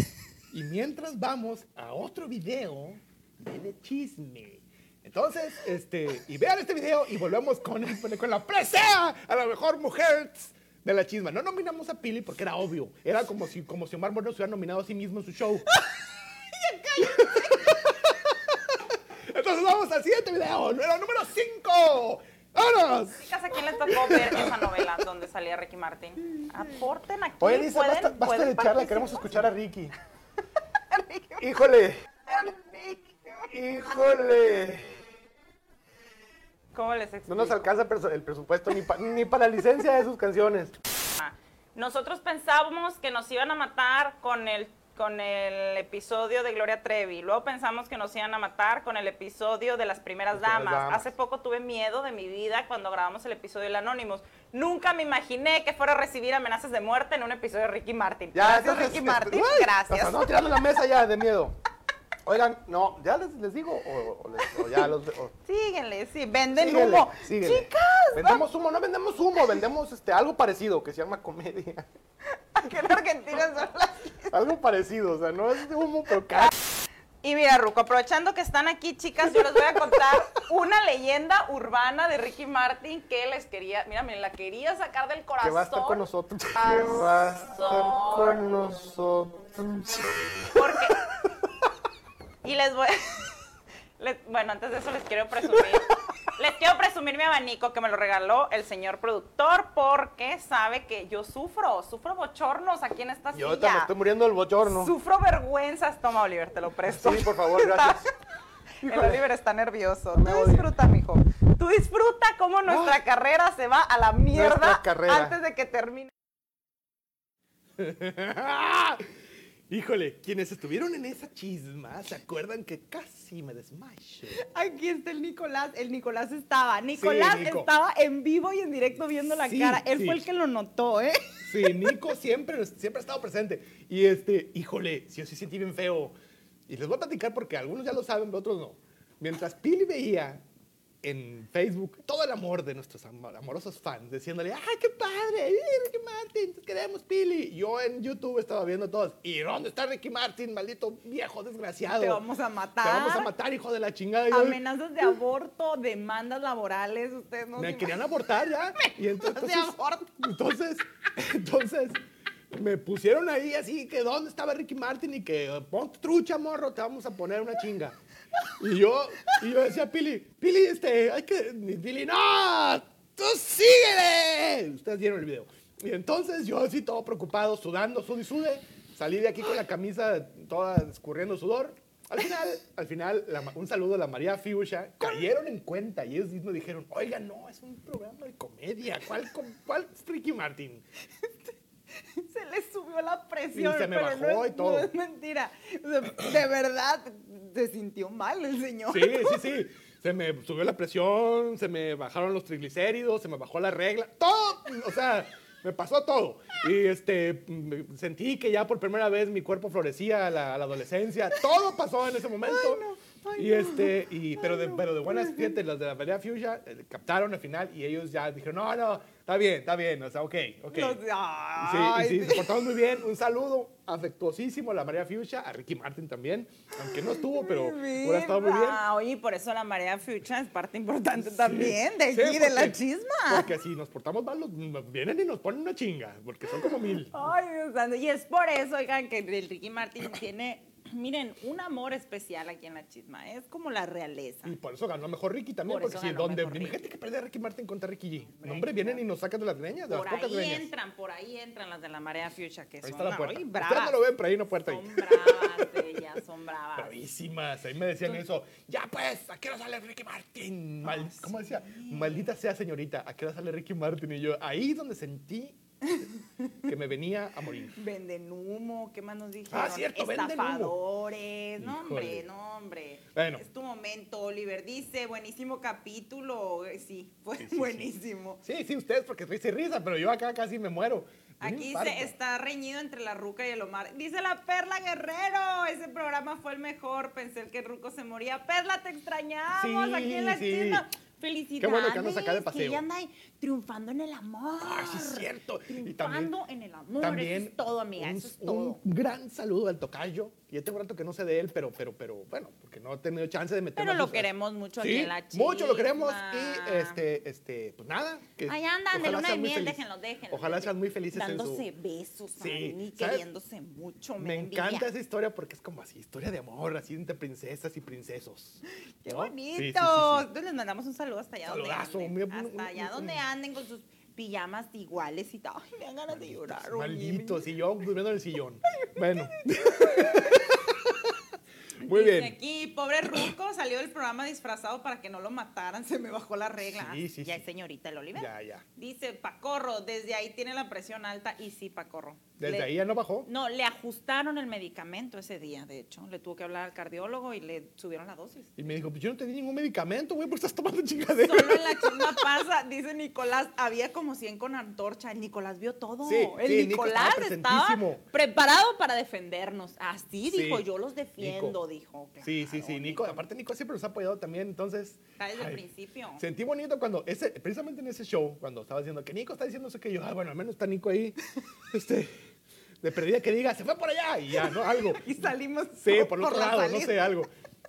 S5: Y mientras vamos a otro video de The Chisme. Entonces, este, y vean este video y volvemos con, con la presea a la mejor mujer de la chisma. No nominamos a Pili porque era obvio. Era como si, como si Omar Moreno se hubiera nominado a sí mismo en su show. Entonces vamos al siguiente video, el número 5. ¡Vámonos!
S7: Chicas, ¿a quién les tocó ver esa novela donde salía Ricky Martin? Aporten aquí.
S1: Oye, dice,
S7: pueden-
S1: basta, basta
S7: pueden
S1: de charla, queremos escuchar a Ricky. Híjole. Híjole.
S7: participar. ¿Cómo les
S1: No
S7: explico?
S1: nos alcanza perso- el presupuesto ni, pa- ni para la licencia de sus canciones.
S7: Ah, Nosotros pensábamos que nos iban a matar con el con el episodio de Gloria Trevi. Luego pensamos que nos iban a matar con el episodio de las primeras
S1: Primeras
S7: damas.
S1: Damas.
S7: Hace poco tuve miedo de mi vida cuando grabamos el episodio del Anonymous. Nunca me imaginé que fuera a recibir amenazas de muerte en un episodio de Ricky Martin. gracias,
S1: entonces,
S7: Ricky
S1: este,
S7: Martin.
S1: uy,
S7: gracias.
S1: No, tirando la mesa ya de miedo. Oigan, no, ya les, les digo, o, o les- o ya los... o-
S3: Síguenle, sí, venden
S1: síguele,
S3: humo.
S1: síguele.
S3: Chicas,
S1: Vendemos humo, no vendemos humo, vendemos este, algo parecido que se llama comedia.
S7: Que en Argentina son las-
S1: Algo parecido, o sea, no es humo, pero ca-
S7: Y mira, Ruco, aprovechando que están aquí, chicas, yo les voy a contar una leyenda urbana de Ricky Martin que les quería, mira, me la quería sacar del corazón.
S1: que va a estar con nosotros. Que va a estar con nosotros.
S7: Porque. Y les voy. les- bueno, antes de eso les quiero presumir. Les quiero presumir mi abanico que me lo regaló el señor productor porque sabe que yo sufro, sufro bochornos aquí en esta
S1: Yo ahorita me
S7: silla.
S1: estoy muriendo del bochorno.
S7: Sufro vergüenzas. Toma, Oliver, te lo presto.
S1: Sí, por favor, gracias.
S7: El Oliver está nervioso.
S1: Me
S7: Tú
S1: odio.
S7: disfruta, mijo. Tú disfruta cómo nuestra carrera se va a la mierda
S1: Nuestra carrera.
S7: antes de que termine.
S5: Híjole, quienes estuvieron en esa chisma se acuerdan que casi me desmayo.
S6: Aquí está el Nicolás. El Nicolás estaba. Nicolás
S5: Nico.
S6: estaba en vivo y en directo viendo la
S5: Sí,
S6: cara. Él
S5: sí.
S6: fue el que lo notó, ¿eh?
S5: Sí, Nico siempre, siempre ha estado presente. Y este, híjole, sí, yo sí sentí bien feo. Y les voy a platicar porque algunos ya lo saben, pero otros no. Mientras Pili veía en Facebook todo el amor de nuestros am- amorosos fans, diciéndole, ¡ay, qué padre! ¡Eh, ¡Ricky Martin! ¡Te queremos, Pili! Yo en YouTube estaba viendo todos, ¿y dónde está Ricky Martin, maldito viejo desgraciado?
S6: Te vamos a
S5: Te
S6: matar.
S5: vamos a matar, hijo de la chingada. Y yo,
S6: Amenazas de aborto, demandas laborales, ustedes no
S5: me
S6: se
S5: querían abortar ya. Y ento- entonces, entonces, entonces, me pusieron ahí así que dónde estaba Ricky Martin y que ponte trucha, morro, te vamos a poner una chinga. Y yo, y yo decía, Pili, Pili, este, hay que, y Pili, no, tú síguele. Ustedes vieron el video. Y entonces yo así todo preocupado, sudando, sud y sude, salí de aquí con la camisa toda escurriendo sudor. Al final, al final la ma- un saludo a la María Fiusha. Cayeron en cuenta y ellos mismos dijeron, oiga, no, es un programa de comedia. ¿Cuál, com- cuál Ricky Martin?
S6: se les subió la presión.
S5: Y se me
S6: pero
S5: bajó
S6: no,
S5: y
S6: es-
S5: todo.
S6: no es mentira. O sea, de verdad, se sintió mal el señor.
S5: Sí, sí, sí. Se me subió la presión, se me bajaron los triglicéridos, se me bajó la regla, todo. O sea, me pasó todo. Y este, mm, sentí que ya por primera vez mi cuerpo florecía a la, a la adolescencia. Todo pasó en ese momento. y este, y, pero, de, pero de buenas siete, las de la pelea Fuchsia eh, captaron al final y ellos ya dijeron, no, no, está bien, está bien, o sea, ok, ok.
S6: Los-
S5: Sí,
S6: ay,
S5: y sí, se portaron muy bien. Un saludo afectuosísimo a la María Fuchsia, a Ricky Martin también, aunque no estuvo, pero hubiera estado muy bien.
S7: Ah, oye, por eso la marea future es parte importante
S6: También de aquí,
S5: Sí,
S6: de
S5: porque-
S6: la chisma.
S5: Porque si nos portamos mal, los- nos vienen y nos ponen una chinga, porque son como mil.
S7: Ay, Dios santo. Y es por eso, oigan, que el Ricky Martin tiene, miren, un amor especial aquí en la chisma. Es como la realeza.
S5: Y por eso ganó mejor Ricky también,
S7: Por eso
S5: porque si
S7: ganó
S5: donde.
S7: mejor Ricky.
S5: Imagínate que perder a Ricky Martin contra Ricky G. No, hombre, vienen y nos sacan de las greñas, de
S7: Por
S5: las pocas
S7: ahí
S5: greñas.
S7: entran, por ahí entran las de la marea future, que
S5: Ahí
S7: son
S5: está la puerta.
S7: ay,
S5: Ustedes no
S7: bravas.
S5: lo ven, pero hay una puerta ahí.
S7: Son bravas, ellas son bravas.
S5: Bravísimas, ahí me decían eso. Ya pues, ¿a qué hora sale Ricky
S7: Ah,
S5: Martin? Mal- ¿Cómo decía? Maldita sea, señorita, ¿a qué hora sale Ricky Martin? Y yo, ahí donde sentí que me venía a morir.
S7: Venden humo, ¿qué más nos dijeron?
S5: Ah, cierto, venden humo.
S7: Estafadores. No, hombre,
S5: Híjole.
S7: no, hombre.
S5: Bueno.
S7: Es tu momento, Oliver. Dice, buenísimo capítulo. Eh, Sí, fue
S5: sí, sí.
S7: buenísimo.
S5: Sí, sí, ustedes porque risa y risa, pero yo acá casi me muero. De un
S7: Aquí
S5: infarto.
S7: se está reñido entre la Ruca y el Omar. Dice la Perla Guerrero, ese programa fue el mejor. Pensé el que el Ruco se moría. Perla, te extrañamos
S5: Sí,
S7: aquí en la
S5: sí.
S7: chisma.
S6: Felicidades.
S5: Qué bueno que andas acá de paseo.
S6: ella anda ahí triunfando en el amor.
S5: Ah, sí, es cierto. Y también,
S6: Triunfando en el amor.
S5: también
S6: eso es todo, amiga.
S5: un,
S6: eso es todo.
S5: un gran saludo al tocayo. Yo tengo rato que no sé de él, pero, pero, pero, bueno, porque no he tenido chance de meterme.
S7: Pero
S5: a
S7: lo
S5: sus-
S7: queremos mucho
S5: Sí,
S7: aquí en la chisma.
S5: mucho lo queremos y este, este, pues nada. Que
S7: Ahí andan,
S5: ojalá
S7: de luna de
S5: sean muy
S7: miel,
S5: felices.
S7: déjenlos, déjenlos.
S5: Ojalá sean muy felices en su-
S6: Dándose besos
S5: Sí,
S6: ahí,
S5: ¿sabes?
S6: queriéndose mucho.
S5: Me
S6: Me, envidia.
S5: encanta esa historia porque es como así, historia de amor, así entre princesas y princesos.
S7: ¡Qué
S5: ¿no?
S7: bonito!
S5: Sí, sí, sí, sí.
S7: Entonces les mandamos un saludo hasta allá
S5: Saludazo,
S7: donde
S5: mira,
S7: anden.
S5: un-
S7: Hasta
S5: un-
S7: allá
S5: un-
S7: donde anden con sus pijamas iguales y tal. Ay, me dan ganas de llorar. oye,
S5: Maldito,
S7: mi-
S5: si Pues yo durmiendo en el sillón. Bueno. Muy
S7: Dice
S5: bien.
S7: Aquí, pobre Ruco, salió del programa disfrazado para que no lo mataran. Se me bajó la regla.
S5: Sí, sí,
S7: ya
S5: sí.
S7: es señorita el Oliver.
S5: Ya, ya.
S7: Dice Pacorro, desde ahí tiene la presión alta. Y sí, Pacorro.
S5: Desde
S7: Le-
S5: ahí ya no bajó.
S7: No, le ajustaron el medicamento ese día, de hecho. Le tuvo que hablar al cardiólogo y le subieron la dosis.
S5: Y me dijo, pues yo no te di ningún medicamento, güey, porque estás tomando chingadera.
S7: Solo en la chisma pasa, dice Nicolás, había como 100 con antorcha. El Nicolás vio todo.
S5: Sí,
S7: el
S5: sí, Nico estaba
S7: Nicolás estaba,
S5: presentísimo.
S7: preparado para defendernos. Así
S5: Sí,
S7: dijo, yo los defiendo,
S5: Nico.
S7: dijo.
S5: Sí, sí, sí,
S7: claro,
S5: Nico. Aparte, Nico siempre nos ha apoyado también, entonces.
S7: Ah, Está desde el
S5: ay,
S7: principio.
S5: Sentí bonito cuando, ese, precisamente en ese show, cuando estaba diciendo que Nico está diciendo eso que yo, ah, bueno, al menos está Nico ahí, este, de perdida que diga, se fue por allá y ya, ¿no? Algo.
S7: Y salimos
S5: Sí,
S7: so-
S5: por otro
S7: la
S5: lado, no
S7: salida.
S5: sé, algo.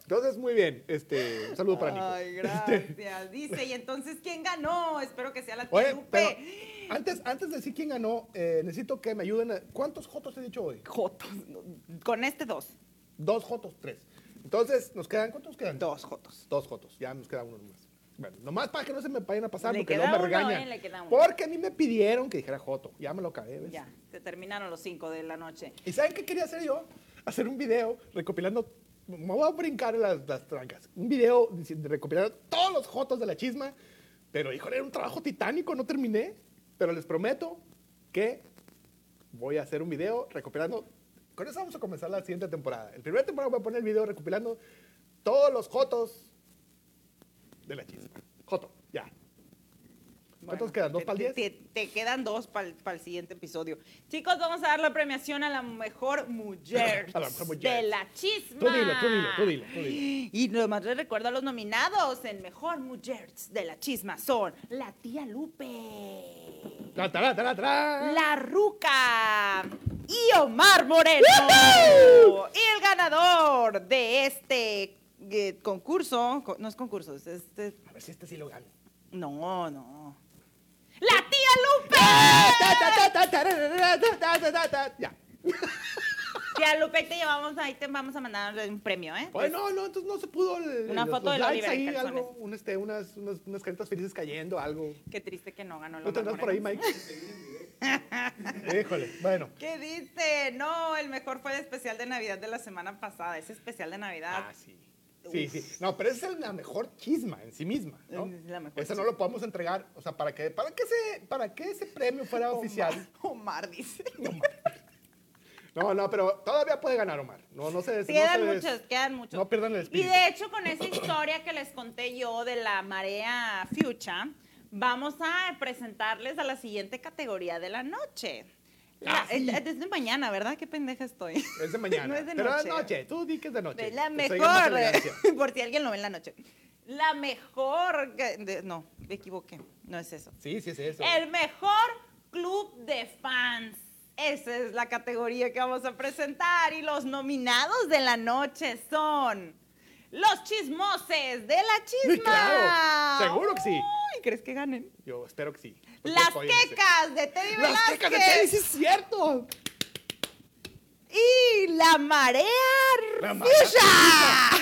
S5: Entonces, muy bien, este, un saludo para Nico.
S7: Ay, gracias. Dice, y entonces, ¿quién ganó? Espero que sea la tía
S5: Oye,
S7: Lupe.
S5: pero antes, antes de decir quién ganó, eh, necesito que me ayuden. a- ¿Cuántos Jotos he dicho hoy?
S7: Jotos. Con este dos.
S5: Dos Jotos, tres. Entonces, ¿nos quedan? ¿Cuántos quedan?
S7: Dos Jotos.
S5: Dos Jotos, ya nos queda uno más. Bueno, nomás para que no se me vayan a pasar
S7: Le
S5: porque
S7: queda
S5: luego me
S7: uno,
S5: regañan.
S7: eh, le queda uno.
S5: Porque a mí me pidieron que dijera Joto. Ya me lo acabé, ¿ves?
S7: Ya, se terminaron los cinco de la noche.
S5: ¿Y saben qué quería hacer yo? Hacer un video recopilando. Me voy a brincar las, las trancas. Un video dic- de recopilar todos los Jotos de la chisma. Pero, híjole, era un trabajo titánico, no terminé. Pero les prometo que voy a hacer un video recopilando. Con eso vamos a comenzar la siguiente temporada. El primer temporada voy a poner el video recopilando todos los Jotos de la chisma. Joto, ya. ¿Cuántos quedan? ¿Dos
S3: te-
S5: para el
S3: Te, te quedan dos para el, siguiente episodio. Chicos, vamos a dar la premiación a la mejor mujer,
S5: A la mejor mujer.
S3: de la chisma.
S5: Tú dilo, tú dilo, tú dilo, tú dilo.
S3: Y nomás les recuerdo a los nominados en Mejor Mujer de la Chisma son la tía Lupe,
S5: Tra, tra, tra, tra.
S3: la Ruca y Omar Moreno. Y el ganador de este eh, concurso, co- no es concurso, es este,
S5: A ver si este sí lo gano.
S3: no, no. ¡La tía Lupe!
S5: Ya.
S3: Tía Lupe, te llevamos ahí, te vamos a mandar un premio, ¿eh?
S5: Oye, Pues no, no, entonces no se pudo. el-
S7: Una
S5: los-
S7: foto
S5: los
S7: del
S5: likes
S7: Oliver en
S5: ahí,
S7: calzones.
S5: algo, un, este, unas, unas, unas caritas felices cayendo, algo.
S7: Qué triste que no ganó el
S5: ¿No
S7: Omar
S5: tendrás por ahí,
S7: Moreno.
S5: Mike? Híjole, bueno.
S3: ¿Qué dice? No, el mejor fue el especial de Navidad de la semana pasada. Ese especial de Navidad.
S5: Ah, sí. Sí, sí. No, pero esa es la mejor chisma en sí misma, ¿no?
S3: Es la mejor
S5: Esa no lo podemos entregar. O sea, para que, para que, ese, para que ese premio fuera oficial.
S3: Omar dice.
S5: Pues No, no, pero todavía puede ganar Omar. No, no se des- no
S7: Quedan
S5: se des-
S7: muchos, quedan muchos.
S5: No pierdan el
S7: Y
S5: espíritu.
S7: de hecho, con esa historia que les conté yo de la marea fucha, vamos a presentarles a la siguiente categoría de la noche. La-
S5: Ah, sí.
S7: eh, Desde mañana, ¿verdad? Qué pendeja estoy.
S5: Es de mañana.
S7: No es de
S5: pero
S7: noche.
S5: noche. Tú di que es de noche.
S7: Es la
S5: Que se oiga más
S7: mejor, eh,
S5: elegancia.
S7: por si alguien lo ve en la noche. La mejor, que- de- no, me equivoqué, no es eso.
S5: Sí, sí, es eso.
S7: El mejor club de fans. Esa es la categoría que vamos a presentar y los nominados de la noche son los chismoses de la chisma.
S5: Sí, claro. Seguro Pues, que sí.
S7: Uy, ¿crees que ganen?
S5: Yo espero que sí. Porque
S7: Las
S5: estoy en ese.
S7: quecas de Teddy
S5: Las quecas de
S7: Velázquez
S5: tenis, sí es cierto.
S7: y la marea
S5: La marea
S7: fuchsia.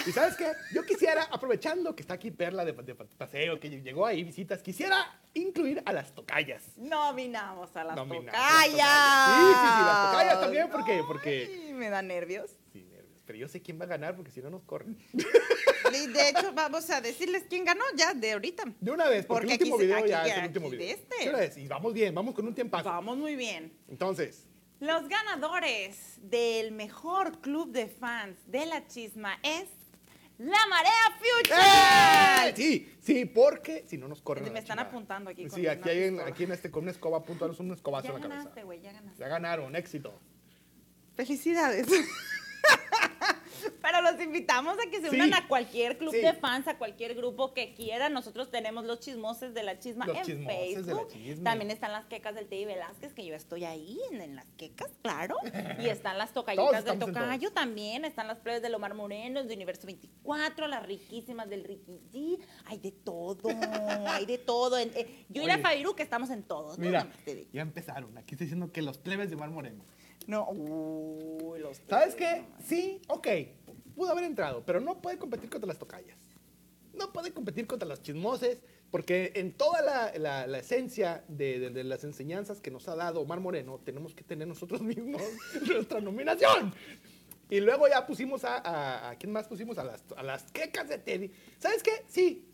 S5: ¿Y sabes qué? Yo quisiera, aprovechando que está aquí Perla de, de paseo, que llegó ahí visitas, quisiera incluir a las tocayas.
S7: Nominamos a las
S5: Nominadas,
S7: tocayas.
S5: las tocayas. Sí, sí, sí, las tocayas también, ¿por qué? Porque...
S7: Ay, me da nervios.
S5: Sí, nervios. Pero yo sé quién va a ganar porque si no nos corren.
S3: Y de hecho, vamos a decirles quién ganó ya de ahorita.
S5: De una vez, porque,
S3: Porque
S5: el último
S3: aquí se-
S5: video
S3: aquí-
S5: ya es
S3: aquí
S5: el último
S3: de
S5: video.
S3: este.
S5: De una vez, y vamos bien, vamos con un tiempazo.
S3: Vamos muy bien.
S5: Entonces,
S3: Los ganadores del mejor club de fans de la chisma es la Marea Future.
S5: ¡eh! sí, sí, porque si no nos corren. a la
S3: Me están
S5: chingada.
S3: apuntando aquí con
S5: Sí, aquí,
S3: una
S5: hay en-
S3: pistola.
S5: aquí en este, con una escoba, apúntanos un escobazo
S3: Ya
S5: en la cabeza.
S3: ganaste, güey, ya ganaste.
S5: Ya ganaron, éxito.
S3: Felicidades.
S7: Pero los invitamos a que se
S5: Sí.
S7: unan a cualquier club
S5: Sí.
S7: de fans, a cualquier grupo que quieran. Nosotros tenemos los chismoses de la chisma
S5: Los
S7: en
S5: chismoses de la
S7: Facebook.
S5: chisma.
S7: También están las quecas del Teddy Velázquez, que yo estoy ahí en, en las quecas, claro. Y están las tocayitas
S5: Todos
S7: del
S5: estamos en
S7: tocayo también. Están las plebes de Lomar Moreno, de Universo 24, las riquísimas del Ricky G. Hay de todo, hay de todo. En- eh, yo y la
S5: Oye.
S7: Fabiru que estamos en todos. ¿no?
S5: Mira,
S7: Nada más te digo.
S5: ya empezaron. Aquí estoy diciendo que los plebes de Mar Moreno.
S3: No, uy, los
S5: ¿Sabes qué? Sí, ok, pudo haber entrado, pero no puede competir contra las tocayas. No puede competir contra los chismoses, porque en toda la, la- la esencia de, de- de las enseñanzas que nos ha dado Omar Moreno, tenemos que tener nosotros mismos nuestra nominación. Y luego ya pusimos a, a, a- ¿quién más pusimos? A las, a las quecas de Teddy. ¿Sabes qué? Sí,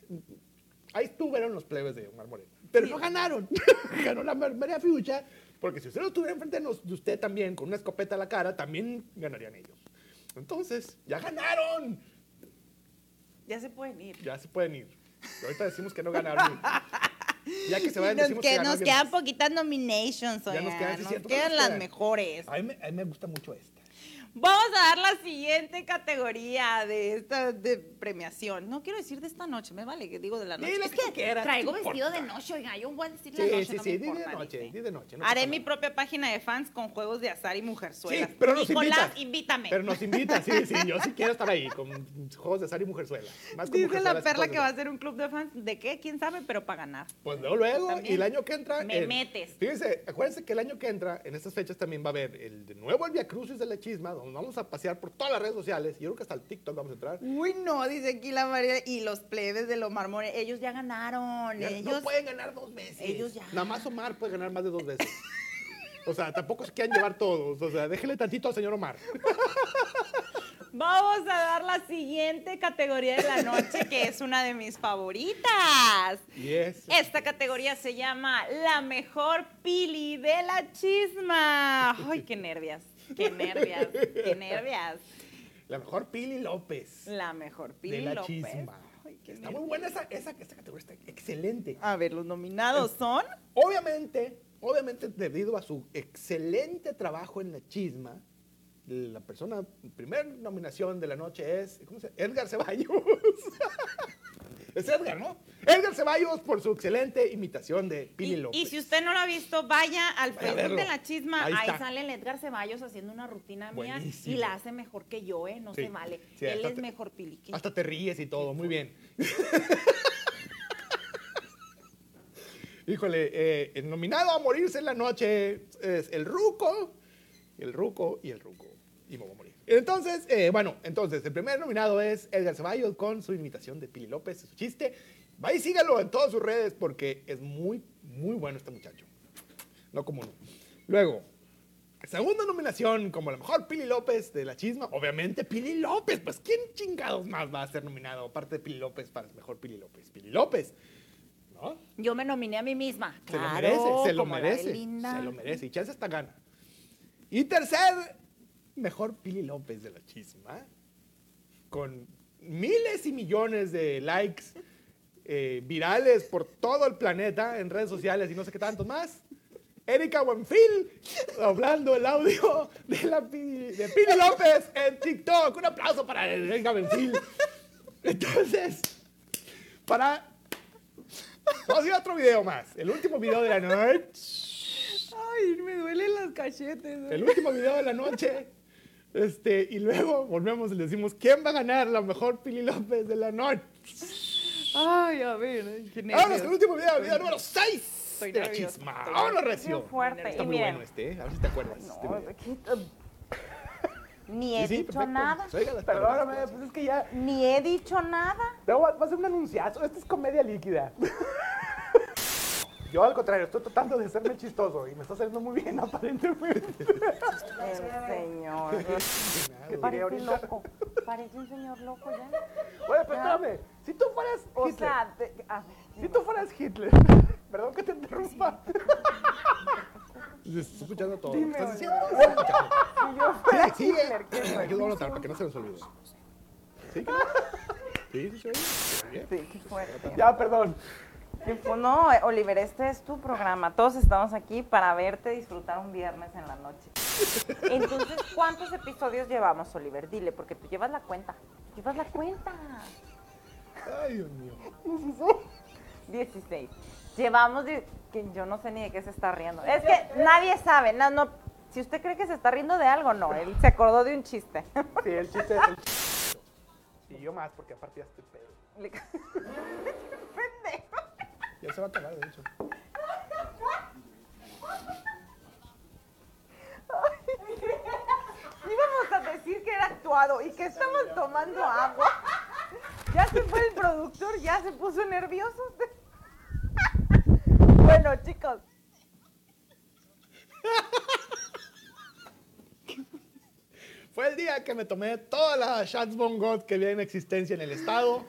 S5: ahí estuvieron los plebes de Omar Moreno, pero no ganaron. Ganó la Mar- María Fiucha, porque si usted lo estuviera enfrente de nos- de usted también, con una escopeta a la cara, también ganarían ellos. Entonces, ya ganaron.
S3: ya se pueden ir.
S5: Ya se pueden ir. Y ahorita decimos que no ganaron. Ya que se vayan,
S3: Nos,
S5: decimos que
S3: que
S5: ganó
S3: nos
S5: alguien
S3: quedan
S5: más.
S3: poquitas nominations,
S5: Ya
S3: oigan.
S5: nos
S3: Nos
S5: quedan,
S3: quedan,
S5: sí, cierto, nos
S3: las
S5: quedan.
S3: mejores.
S5: A mí, me- a mí me gusta mucho esta.
S3: Vamos a dar la siguiente categoría de esta de premiación. No quiero decir de esta noche, me vale que digo de la noche.
S5: Dile
S3: Es
S5: que quieras.
S7: Traigo
S5: ¿qué
S7: vestido de
S5: importa?
S7: noche, oiga, yo voy a decir la
S5: Sí,
S7: noche,
S5: sí,
S7: no
S5: sí,
S7: me
S5: di
S7: importa,
S5: de noche,
S7: ¿viste?
S5: di de noche. no
S3: Haré
S5: pasa
S3: mi
S5: nada.
S3: propia página de fans con juegos de azar y mujerzuelas.
S5: Sí, pero nos
S3: Nicolás,
S5: invitas.
S3: invítame.
S5: Pero nos invita, sí, sí, yo sí quiero estar ahí con juegos de azar y mujerzuela. Más con
S3: Dice la
S5: mujerzuelas y
S3: perla
S5: cosas
S3: que va a ser un club de fans. ¿De qué? ¿Quién sabe? Pero para ganar.
S5: Pues luego, luego,
S3: También.
S5: y el año que entra...
S7: Me
S5: el-
S7: metes.
S5: Fíjense, acuérdense que el año que entra, en estas fechas también va a haber el de nuevo el Via Crucis de la Chisma, donde vamos a pasear por todas las redes sociales, y yo creo que hasta el TikTok vamos a entrar.
S3: Uy, no, dice aquí la María. Y los plebes de los marmones, ellos ya ganaron.
S5: Ya
S3: ellos.
S5: no pueden ganar dos veces.
S3: ellos ya.
S5: Nada más Omar puede ganar más de dos veces. O sea, tampoco se quieran llevar todos. O sea, déjele tantito al señor Omar.
S7: Vamos a dar la siguiente categoría de la noche, que es una de mis favoritas.
S5: Y es...
S7: Esta categoría se llama La mejor pili de la chisma. Ay, qué nervias, qué nervias, qué nervias.
S5: La mejor Pili López.
S7: La mejor pili
S5: de la
S7: López.
S5: Chisma.
S6: Ay, qué
S5: Está
S6: nervio.
S5: muy buena esa, esa, esa categoría, está excelente.
S6: A ver, los nominados son.
S5: Obviamente, obviamente debido a su excelente trabajo en la chisma, la persona, primer nominación de la noche es, ¿cómo se llama? Edgar Ceballos. es Edgar, ¿no? Edgar Ceballos por su excelente imitación de Pili
S3: Y,
S5: López.
S3: y si usted no lo ha visto, vaya al
S5: Vaya a
S3: Facebook de
S5: verlo.
S3: la chisma.
S5: Ahí
S3: Ahí,
S5: está.
S3: sale el Edgar Ceballos haciendo una rutina mía
S5: Buenísimo.
S3: y la hace mejor que yo, ¿eh? No
S5: Sí,
S3: se vale.
S5: sí,
S3: Él
S5: hasta
S3: es
S5: te-
S3: mejor pili que yo.
S5: Hasta te ríes y todo, muy bien. Híjole, eh, el nominado a morirse en la noche es el Ruco, el Ruco y el Ruco. Y me voy a morir. Entonces, eh, bueno, entonces, el primer nominado es Edgar Ceballos con su imitación de Pili López, su chiste. Va y sígalo en todas sus redes porque es muy, muy bueno este muchacho. No como uno. Luego, Segunda nominación como la mejor Pili López de la chisma. Obviamente Pili López, pues ¿quién chingados más va a ser nominado aparte de Pili López para el mejor Pili López? Pili López, ¿no?
S3: Yo me nominé a mí misma.
S5: Se
S3: Claro,
S5: lo merece, se lo
S3: como la de
S5: merece.
S3: Linda.
S5: Se lo merece y chance hasta gana. Y tercer mejor Pili López de la chisma con miles y millones de likes eh, virales por todo el planeta en redes sociales y no sé qué tanto más. Erika Buenfil doblando el audio de, la, Pi- de Pili López en TikTok. Un aplauso para Erika Buenfil. Entonces, para... Vamos a ir a otro video más. El último video de la noche.
S6: Ay, me duelen las cachetes.
S5: El último video de la noche. Este, y luego volvemos y le decimos, ¿quién va a ganar la mejor Pili López de la noche?
S6: Ay, a ver. ay, qué
S5: Vámonos
S6: nervios.
S5: con el último video, video número 6
S6: Estoy
S5: de la
S6: nerviosa,
S5: chisma.
S6: estoy
S5: Vámonos,
S7: Bien
S5: recio.
S7: fuerte.
S5: Está
S7: y
S5: muy
S7: miren,
S5: bueno este, ¿eh? a ver si te acuerdas. este
S7: no,
S5: video.
S7: aquí- ni he
S5: este. Sí, sí,
S7: dicho
S5: perfecto.
S7: nada.
S5: Pues, oiga las palabras.
S1: Perdóname, pues es que ya.
S7: Ni he dicho nada.
S1: Luego va va a ser un anunciazo. Esto es comedia líquida. Yo, al contrario, estoy tratando de hacerme chistoso y me está saliendo muy bien, aparentemente.
S7: El señor.
S1: Que tiré
S7: Parece
S1: ahorita.
S7: loco. Parece un señor loco ya.
S1: Oye, pero espérame. Si tú fueras
S7: O
S1: Hitler,
S7: sea, de- a ver.
S1: si tú fueras Hitler, perdón que te interrumpa.
S5: Estoy escuchando todo.
S1: Dime,
S5: lo que estás
S1: oye.
S5: diciendo? Estoy escuchando.
S7: Yo fuera
S5: Sí, sigue.
S7: Hitler, ¿qué soy?
S5: Aquí lo voy a anotar para que no se nos olvide. ¿Sí? ¿Sí? ¿Sí? ¿Sí? ¿Sí? ¿Sí?
S7: Sí, qué fuerte.
S1: Ya, perdón.
S7: Pues no, eh, Oliver, este es tu programa. Todos estamos aquí para verte disfrutar un viernes en la noche. Entonces, ¿cuántos episodios llevamos, Oliver? Dile, porque tú llevas la cuenta. Llevas la cuenta.
S5: Ay, Dios mío.
S7: 16. Llevamos, die- que yo no sé ni de qué se está riendo. Es que nadie sabe. na- no, si usted cree que se está riendo de algo, no. Él se acordó de un chiste.
S1: Sí, el chiste es el chiste. Y yo más, porque aparte ya estoy pedo.
S7: Pendejo.
S5: Ya se va a acabar, de hecho.
S7: Íbamos a decir que era actuado y que estamos tomando agua. Ya se fue el productor, ya se puso nervioso. Bueno, chicos.
S5: Fue el día que me tomé todas las shots Bon God que había en existencia en el estado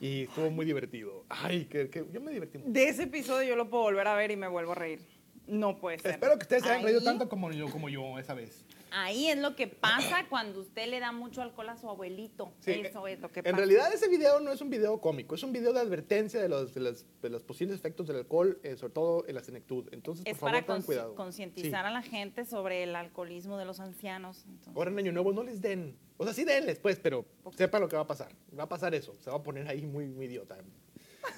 S5: y estuvo muy divertido. Ay, que, que yo me divertí mucho.
S6: De ese episodio yo lo puedo volver a ver y me vuelvo a reír. No puede ser.
S5: Espero que ustedes se hayan reído
S3: Ahí.
S5: tanto como yo, como yo esa vez.
S3: Ahí es lo que pasa cuando usted le da mucho alcohol a su abuelito.
S5: Sí,
S3: Eso es lo que pasa.
S5: En realidad ese video no es un video cómico, es un video de advertencia de los, de los, de los posibles efectos del alcohol, eh, sobre todo en la senectud. Entonces,
S3: es
S5: por favor,
S3: para
S5: tengan
S3: consci-
S5: cuidado.
S3: concientizar
S5: Sí.
S3: a la gente sobre el alcoholismo de los ancianos. entonces.
S5: Ahora en Año Nuevo no les den. O sea, sí denles, pues, pero sepa lo que va a pasar. Va a pasar eso. Se va a poner ahí muy, muy idiota.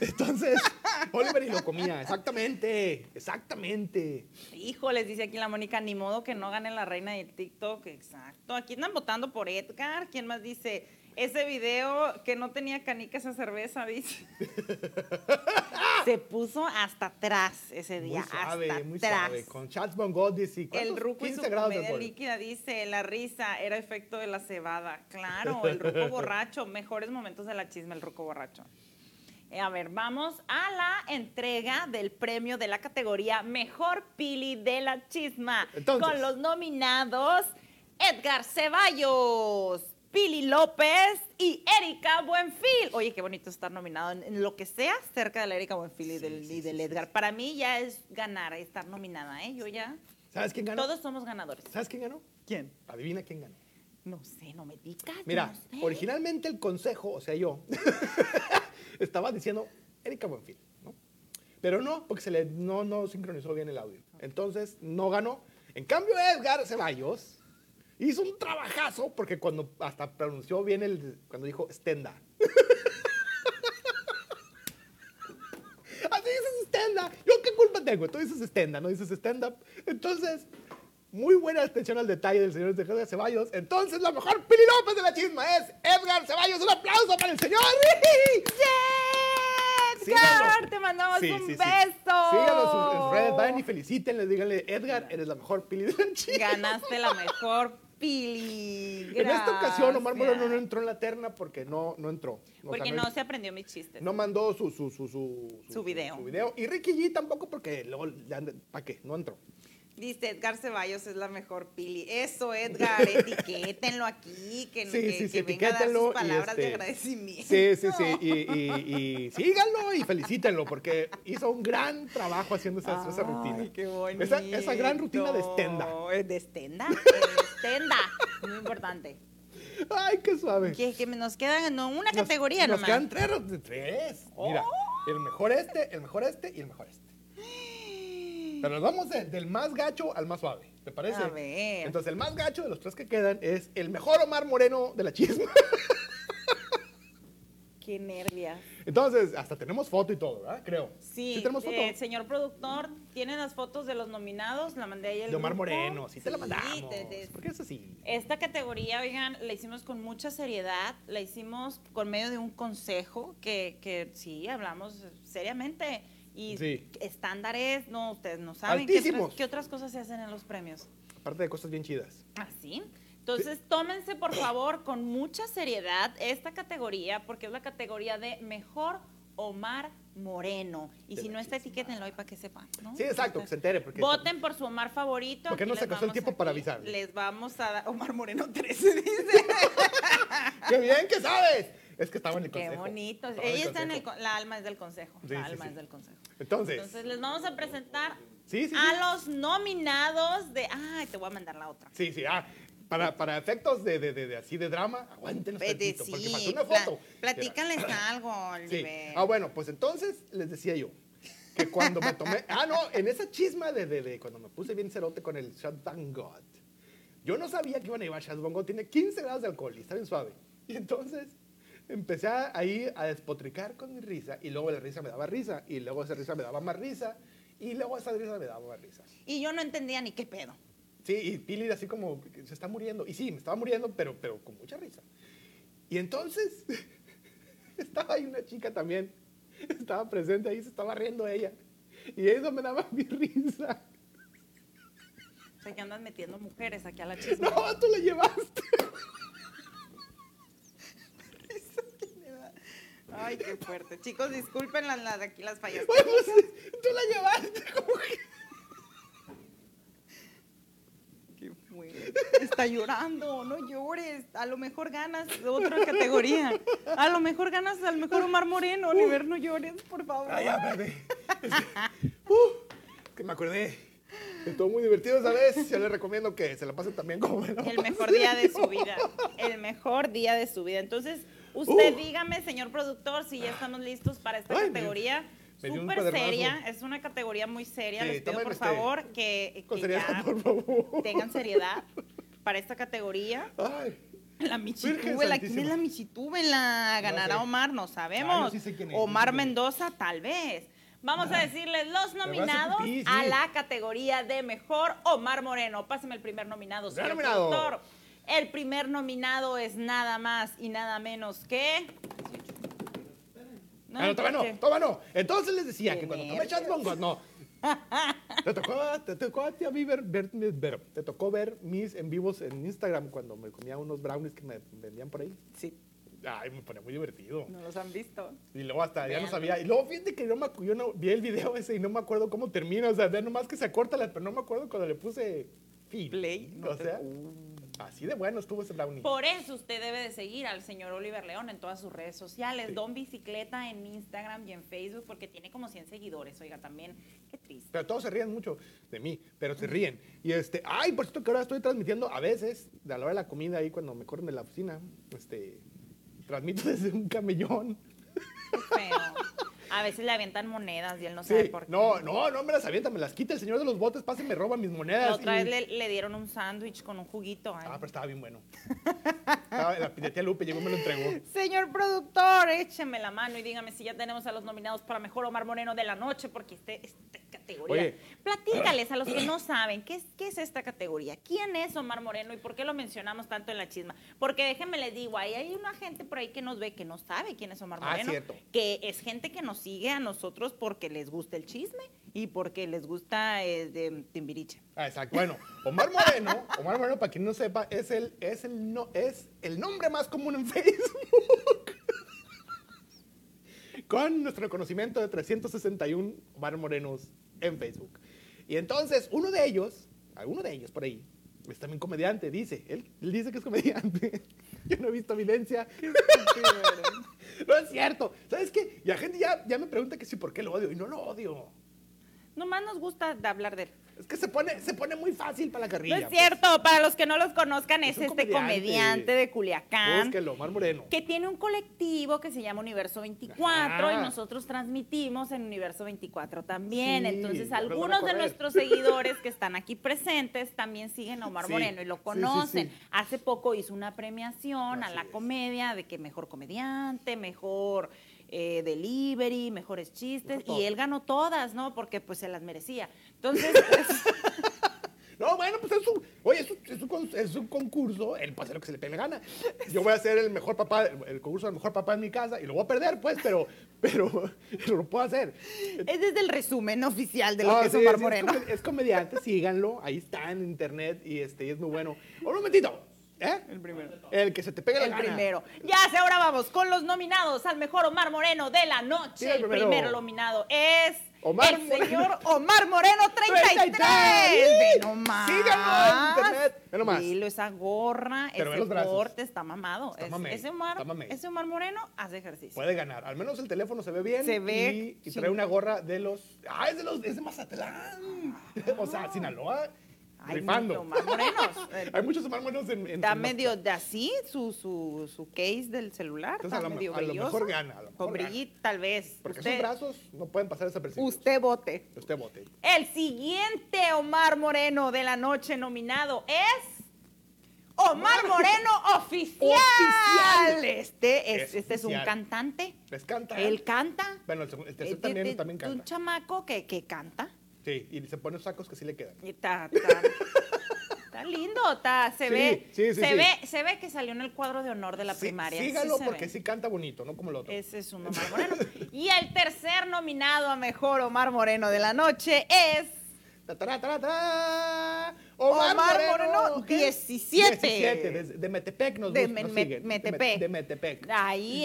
S5: Entonces, Oliver y lo comía. Exactamente. Exactamente.
S3: Híjoles, dice aquí la Mónica, ni modo que no gane la reina del TikTok. Exacto. Aquí están votando por Edgar. ¿Quién más dice? Ese video que no tenía canica esa cerveza, dice. Se puso hasta atrás ese
S5: Muy
S3: día.
S5: suave,
S3: hasta
S5: muy
S3: atrás.
S5: suave. Con Chats Bon Godis y
S3: El
S5: ¿cuántos?
S3: ruco y su
S5: 15 grados de
S3: comedia
S5: alcohol.
S3: líquida dice, la risa era efecto de la cebada. Claro, el ruco borracho, mejores momentos de la chisma, el ruco borracho. Eh, a ver, vamos a la entrega del premio de la categoría Mejor Pili de la Chisma.
S5: Entonces.
S3: Con los nominados Edgar Ceballos, Pili López y Erika Buenfil. Oye, qué bonito estar nominado en, en lo que sea cerca de la Erika Buenfil y del, y del Edgar. Para mí ya es ganar estar nominada, ¿eh? Yo ya...
S5: ¿Sabes quién ganó?
S3: Todos somos ganadores.
S5: ¿Sabes quién ganó?
S6: ¿Quién?
S5: Adivina quién ganó.
S3: No sé, no me digas.
S5: Mira,
S3: no sé.
S5: originalmente el consejo, o sea, yo, estaba diciendo Erika Buenfil, ¿no? Pero no, porque se le, no, no sincronizó bien el audio. Entonces, no ganó. En cambio, Edgar Ceballos hizo un trabajazo porque cuando hasta pronunció bien el, cuando dijo Stenda. Así dices Stenda. Yo qué culpa tengo. Tú dices Stenda, no dices stand-up. Entonces, muy buena atención al detalle del señor Edgar Ceballos. Entonces, la mejor Pili López de la chisma es Edgar Ceballos. Un aplauso para el señor.
S6: Edgar, te mandamos
S5: Sí,
S6: un
S5: sí, sí.
S6: beso.
S5: Síganlo en sus redes, vayan y felicítenle, díganle, Edgar, eres la mejor pili de la chisma.
S3: Ganaste la mejor pili.
S5: En esta ocasión, Omar Moreno no
S3: gracias.
S5: entró en la terna porque no, no entró. O
S7: Porque
S5: sea,
S7: no se aprendió mis chistes.
S5: no mandó su, su, su, su,
S7: Su video.
S5: su video. Y Ricky G tampoco porque luego, ¿para qué? No entró.
S3: Dice Edgar Ceballos es la mejor pili. Eso, Edgar, etiquétenlo aquí, que,
S5: Sí,
S3: que-
S5: sí, sí,
S3: que venga a dar
S5: etiquétenlo y,
S3: sus palabras de
S5: este,
S3: agradecimiento.
S5: Sí, sí, sí. Y, y- y síganlo y felicítenlo porque hizo un gran trabajo haciendo esa, esa rutina. Esa, esa gran rutina de stenda.
S3: Eh, De estenda, de estenda. Muy importante.
S5: Ay, qué suave.
S3: Que, que nos queda no, una
S5: Nos-
S3: categoría
S5: nos,
S3: nomás.
S5: quedan tres, ro- tres. Mira,
S7: Oh.
S5: el mejor este, el mejor este y el mejor este. Pero nos vamos de- del más gacho al más suave, ¿te parece?
S3: A ver.
S5: Entonces, el más gacho de los tres que quedan es el mejor Omar Moreno de la chisma.
S3: Qué nervias.
S5: Entonces, hasta tenemos foto y todo, ¿verdad? Creo.
S7: Sí,
S5: tenemos foto.
S7: eh, señor productor, ¿tiene las fotos de los nominados? La mandé ayer. al
S5: de Omar
S7: grupo.
S5: Moreno, sí te la
S7: Sí,
S5: mandamos.
S7: te- te-
S5: ¿Por qué es así?
S7: Esta categoría, oigan, la hicimos con mucha seriedad, la hicimos con medio de un consejo que, que sí, hablamos seriamente. Y
S5: Sí.
S7: estándares, no, ustedes no saben qué otras-
S5: Altísimos.
S7: qué otras cosas se hacen en los premios.
S5: Aparte de cosas bien chidas.
S7: Así. Entonces, tómense por favor con mucha seriedad esta categoría, porque es la categoría de mejor Omar Moreno. Y
S5: De
S7: si
S5: la
S7: no está, etiquétenlo ahí para que sepan. ¿no?
S5: Sí, exacto, que se entere. Porque
S7: Ah, Voten por su Omar favorito.
S5: Porque
S7: aquí
S5: no se
S7: les
S5: alcanzó el
S7: vamos
S5: tiempo
S7: aquí,
S5: para avisar.
S7: Les vamos a dar. Omar Moreno 13 dice.
S5: ¡Qué bien que sabes! Es que estaba en el
S7: Qué
S5: consejo.
S7: bonito.
S5: Estaba en
S7: Ella está en el,
S5: consejo.
S7: con- la alma es del consejo.
S5: Sí,
S7: la
S5: sí,
S7: alma
S5: sí.
S7: es del consejo.
S5: Entonces,
S7: Entonces, les vamos a presentar
S5: sí, sí, sí.
S7: a los nominados de. Ay, te voy a mandar la otra.
S5: Sí, sí, ah, para, para efectos de, de, de, de así de drama, aguántenos
S3: Vete,
S5: tantito, porque pasó
S3: sí.
S5: una
S3: pla-
S5: foto.
S3: platícales algo,
S5: Sí.
S3: Oliver.
S5: Ah, bueno, pues entonces les decía yo que cuando me tomé, ah, no, en esa chisma de, de, de cuando me puse bien cerote con el Shot Van God, yo no sabía que iban a llevar Shot Van God, tiene 15 grados de alcohol y está bien suave. Y entonces empecé a- ahí a despotricar con mi risa y luego la risa me daba risa y luego esa risa me daba más risa y luego esa risa me daba más risa.
S3: Y yo no entendía ni qué pedo.
S5: Sí, y Pili así como que se está muriendo. Y sí, me estaba muriendo, pero, pero con mucha risa. Y entonces estaba ahí una chica también. Estaba presente ahí, se estaba riendo ella. Y eso me daba mi risa.
S7: O sea, que andas metiendo mujeres aquí a la chisma.
S5: No, tú la llevaste.
S3: Ay, qué fuerte. Chicos, disculpen las, las- aquí las fallas.
S5: Bueno, sí, tú la llevaste. Como que...
S3: Qué fuerte. Está llorando, no llores. A lo mejor ganas otra categoría. A lo mejor ganas al mejor Omar Moreno, Oliver, no llores, por favor.
S5: Ay, ya, espérate. Uh, que me acordé. Estuvo muy divertido esa vez. Yo les recomiendo que se la pasen también como me la
S7: El mejor
S5: pasé
S7: día de
S5: yo.
S7: su vida. El mejor día de su vida. Entonces, usted
S5: Uh.
S7: dígame, señor productor, si ya estamos listos para esta
S5: Ay, me-
S7: categoría.
S5: me dio un
S7: Súper
S5: cuadernazo.
S7: seria, es una categoría muy seria.
S5: Sí,
S7: Les pido
S5: tomen,
S7: por
S5: este,
S7: favor que,
S5: Con
S7: que
S5: seriedad,
S7: ya
S5: por favor.
S7: tengan seriedad para esta categoría.
S5: Ay.
S3: La
S5: Virgen
S3: Michitúbela, ¿quién es
S5: Santísima.
S3: la Michitúbela? ¿Ganará
S5: No sé.
S3: Omar? No
S5: Ah,
S3: sabemos.
S5: yo sí sé quién es, yo
S3: Omar
S5: sé quién es.
S3: Mendoza, tal vez.
S7: Vamos a decirles los
S5: hacer
S7: nominados
S5: pipí, sí.
S7: a la categoría de mejor Omar Moreno. Pásame el primer nominado, señor
S5: nominado.
S7: productor. El primer nominado es nada más y nada menos que.
S5: Ah, no, todavía
S7: ¿qué?
S5: no, todavía no. Entonces les decía
S7: Qué
S5: que cuando tomé
S7: nervios.
S5: shots bongos, no. Te tocó, te tocó a ti a mí ver, ver- ver- te tocó ver mis en vivos en Instagram cuando me comía unos brownies que me vendían por ahí.
S3: Sí,
S5: Ay, me ponía muy divertido.
S3: no los han visto.
S5: Y luego hasta ya no sabía. Y luego fíjate que yo, me acu- yo no, vi el video ese y no me acuerdo cómo termina. O sea, ve nomás que se acorta, la- pero no me acuerdo cuando le puse fin.
S3: Play,
S5: o sea, así de bueno estuvo ese brownie.
S7: Por eso usted debe de seguir al señor Oliver León en todas sus redes sociales,
S5: Sí.
S7: Don Bicicleta en Instagram y en Facebook, porque tiene como 100 seguidores, oiga, también, qué triste.
S5: Pero todos se ríen mucho de mí, pero se ríen. Y este, ay, por cierto que ahora estoy transmitiendo a veces, a la hora de la comida ahí cuando me corren de la oficina, este, transmito desde un camellón.
S7: qué feo. A veces le avientan monedas y él no
S5: Sí,
S7: sabe por qué.
S5: no, no, no me las avienta, me las quita el señor de los botes, pasa y me roba mis monedas.
S7: La otra
S5: y-
S7: vez le, le dieron un sándwich con un juguito. ¿eh? ay.
S5: Ah, pero estaba bien bueno. Estaba- la de tía Lupe llegó y me lo entregó.
S7: Señor productor, écheme la mano y dígame si ya tenemos a los nominados para Mejor Omar Moreno de la Noche, porque este, esta categoría...
S5: Oye.
S7: Platícales a los que no saben, ¿qué es, ¿qué es esta categoría? ¿Quién es Omar Moreno y por qué lo mencionamos tanto en la chisma? Porque déjenme les digo, ahí hay una gente por ahí que nos ve que no sabe quién es Omar
S5: Ah,
S7: Moreno,
S5: cierto.
S7: que es gente que nos sigue a nosotros porque les gusta el chisme y porque les gusta eh, de Timbiriche.
S5: Ah, exacto. Bueno, Omar Moreno, Omar Moreno, para quien no sepa, es el, es el, no, es el nombre más común en Facebook. Con nuestro reconocimiento de 361 Omar Morenos en Facebook. Y entonces, uno de ellos, alguno de ellos por ahí, es también comediante, dice. Él, él dice que es comediante. Yo no he visto evidencia. no es cierto. ¿Sabes qué? Y la gente ya, ya me pregunta que sí, ¿por qué lo odio? Y no lo odio.
S7: Nomás nos gusta de hablar de él.
S5: Es que se pone, se pone muy fácil para la
S7: No
S5: carrilla.
S7: es
S5: pues.
S7: cierto, para los que no los conozcan,
S5: Es
S7: es,
S5: un
S7: este
S5: comediante.
S7: comediante, de Culiacán.
S5: Búsquelo, Omar Moreno.
S7: que tiene un colectivo que se llama Universo 24
S5: Ajá.
S7: y nosotros transmitimos en Universo 24 también.
S5: Sí,
S7: Entonces,
S5: ya los van a
S7: algunos de
S5: correr.
S7: nuestros seguidores que están aquí presentes también siguen a Omar
S5: Sí,
S7: Moreno y lo
S5: sí, sí,
S7: conocen.
S5: sí.
S7: Hace poco hizo una premiación
S5: Así
S7: a la
S5: es.
S7: comedia de que mejor comediante, mejor eh, delivery, mejores chistes
S5: Mejor todo.
S7: y él ganó todas, ¿no? Porque pues se las merecía. Entonces,
S5: Pues No, bueno, pues es un, oye, es un, es un con- es un concurso, él puede hacer lo que se le pegue la gana. Yo voy a hacer el mejor papá, el concurso del mejor papá en mi casa y lo voy a perder, pues, pero, pero, pero lo puedo hacer.
S7: ese es el resumen oficial de lo
S5: Ah,
S7: que es
S5: sí,
S7: Omar
S5: sí,
S7: Moreno.
S5: com- es comediante, síganlo, ahí está en internet y este y es muy bueno. Un momentito, ¿eh? El primero. El que se te pegue la
S7: El
S5: gana.
S7: primero. Ya, sí, ahora vamos con los nominados al mejor Omar Moreno de la noche.
S5: Sí, el
S7: el
S5: primero.
S7: primero. nominado es
S5: Omar
S7: el
S5: Moreno.
S7: señor Omar Moreno 33.
S5: 33.
S7: Ve nomás.
S5: Síganlo en internet. Ve nomás.
S7: Dilo, esa gorra,
S5: Pero ve
S7: ese
S5: los brazos.
S7: corte está mamado.
S5: Está
S7: Es-
S5: mamey,
S7: ese, Omar,
S5: está mamey.
S7: ese Omar Moreno hace ejercicio.
S5: Puede ganar. Al menos el teléfono se ve bien.
S7: Se ve,
S5: Y, y
S7: sí.
S5: trae una gorra de los. ¡Ah, es de los. Es de Mazatlán! o sea, Sinaloa.
S7: Hay
S5: rifando.
S7: mucho Omar Morenos. El-
S5: Hay muchos Omar Morenos en. en-
S7: Está
S5: en
S7: medio de así su, su, su case del celular.
S5: Entonces,
S7: está
S5: a lo me-
S7: medio
S5: a lo
S7: brilloso.
S5: mejor gana, a lo mejor
S7: Con brillito, tal vez.
S5: Porque
S7: Usted-
S5: sus brazos no pueden pasar desapercibidos.
S7: usted vote.
S5: Usted vote.
S7: El siguiente Omar Moreno de la noche nominado es Omar Moreno Oficial.
S5: Oficial.
S7: Este es,
S5: Es
S7: este es un
S5: oficial.
S7: cantante.
S5: Les canta.
S7: Él canta.
S5: Bueno, el, segu- el tercer
S7: Eh,
S5: también,
S7: de-
S5: también
S7: de Un
S5: canta.
S7: chamaco que, que canta.
S5: Sí, y se pone sacos que sí le quedan.
S7: Y Está, está- está lindo, está- se
S5: Sí,
S7: ve,
S5: sí, sí,
S7: se
S5: sí.
S7: ve, se ve que salió en el cuadro de honor de la
S5: Sí,
S7: primaria. sí
S5: Sígalo
S7: se
S5: porque
S7: ve.
S5: sí canta bonito, no como el otro.
S7: Ese es un Omar Moreno. Y el tercer nominado a mejor Omar Moreno de la noche es
S5: Ta, ta, ra, ta, ra, ta.
S7: Omar Moreno,
S5: ¿qué?
S7: 17.
S5: 17, de, de Metepec nos,
S7: De
S5: bus-
S7: Me-
S5: nos
S7: Me-
S5: sigue. De
S7: Metepec.
S5: Met- De Metepec.
S7: Ahí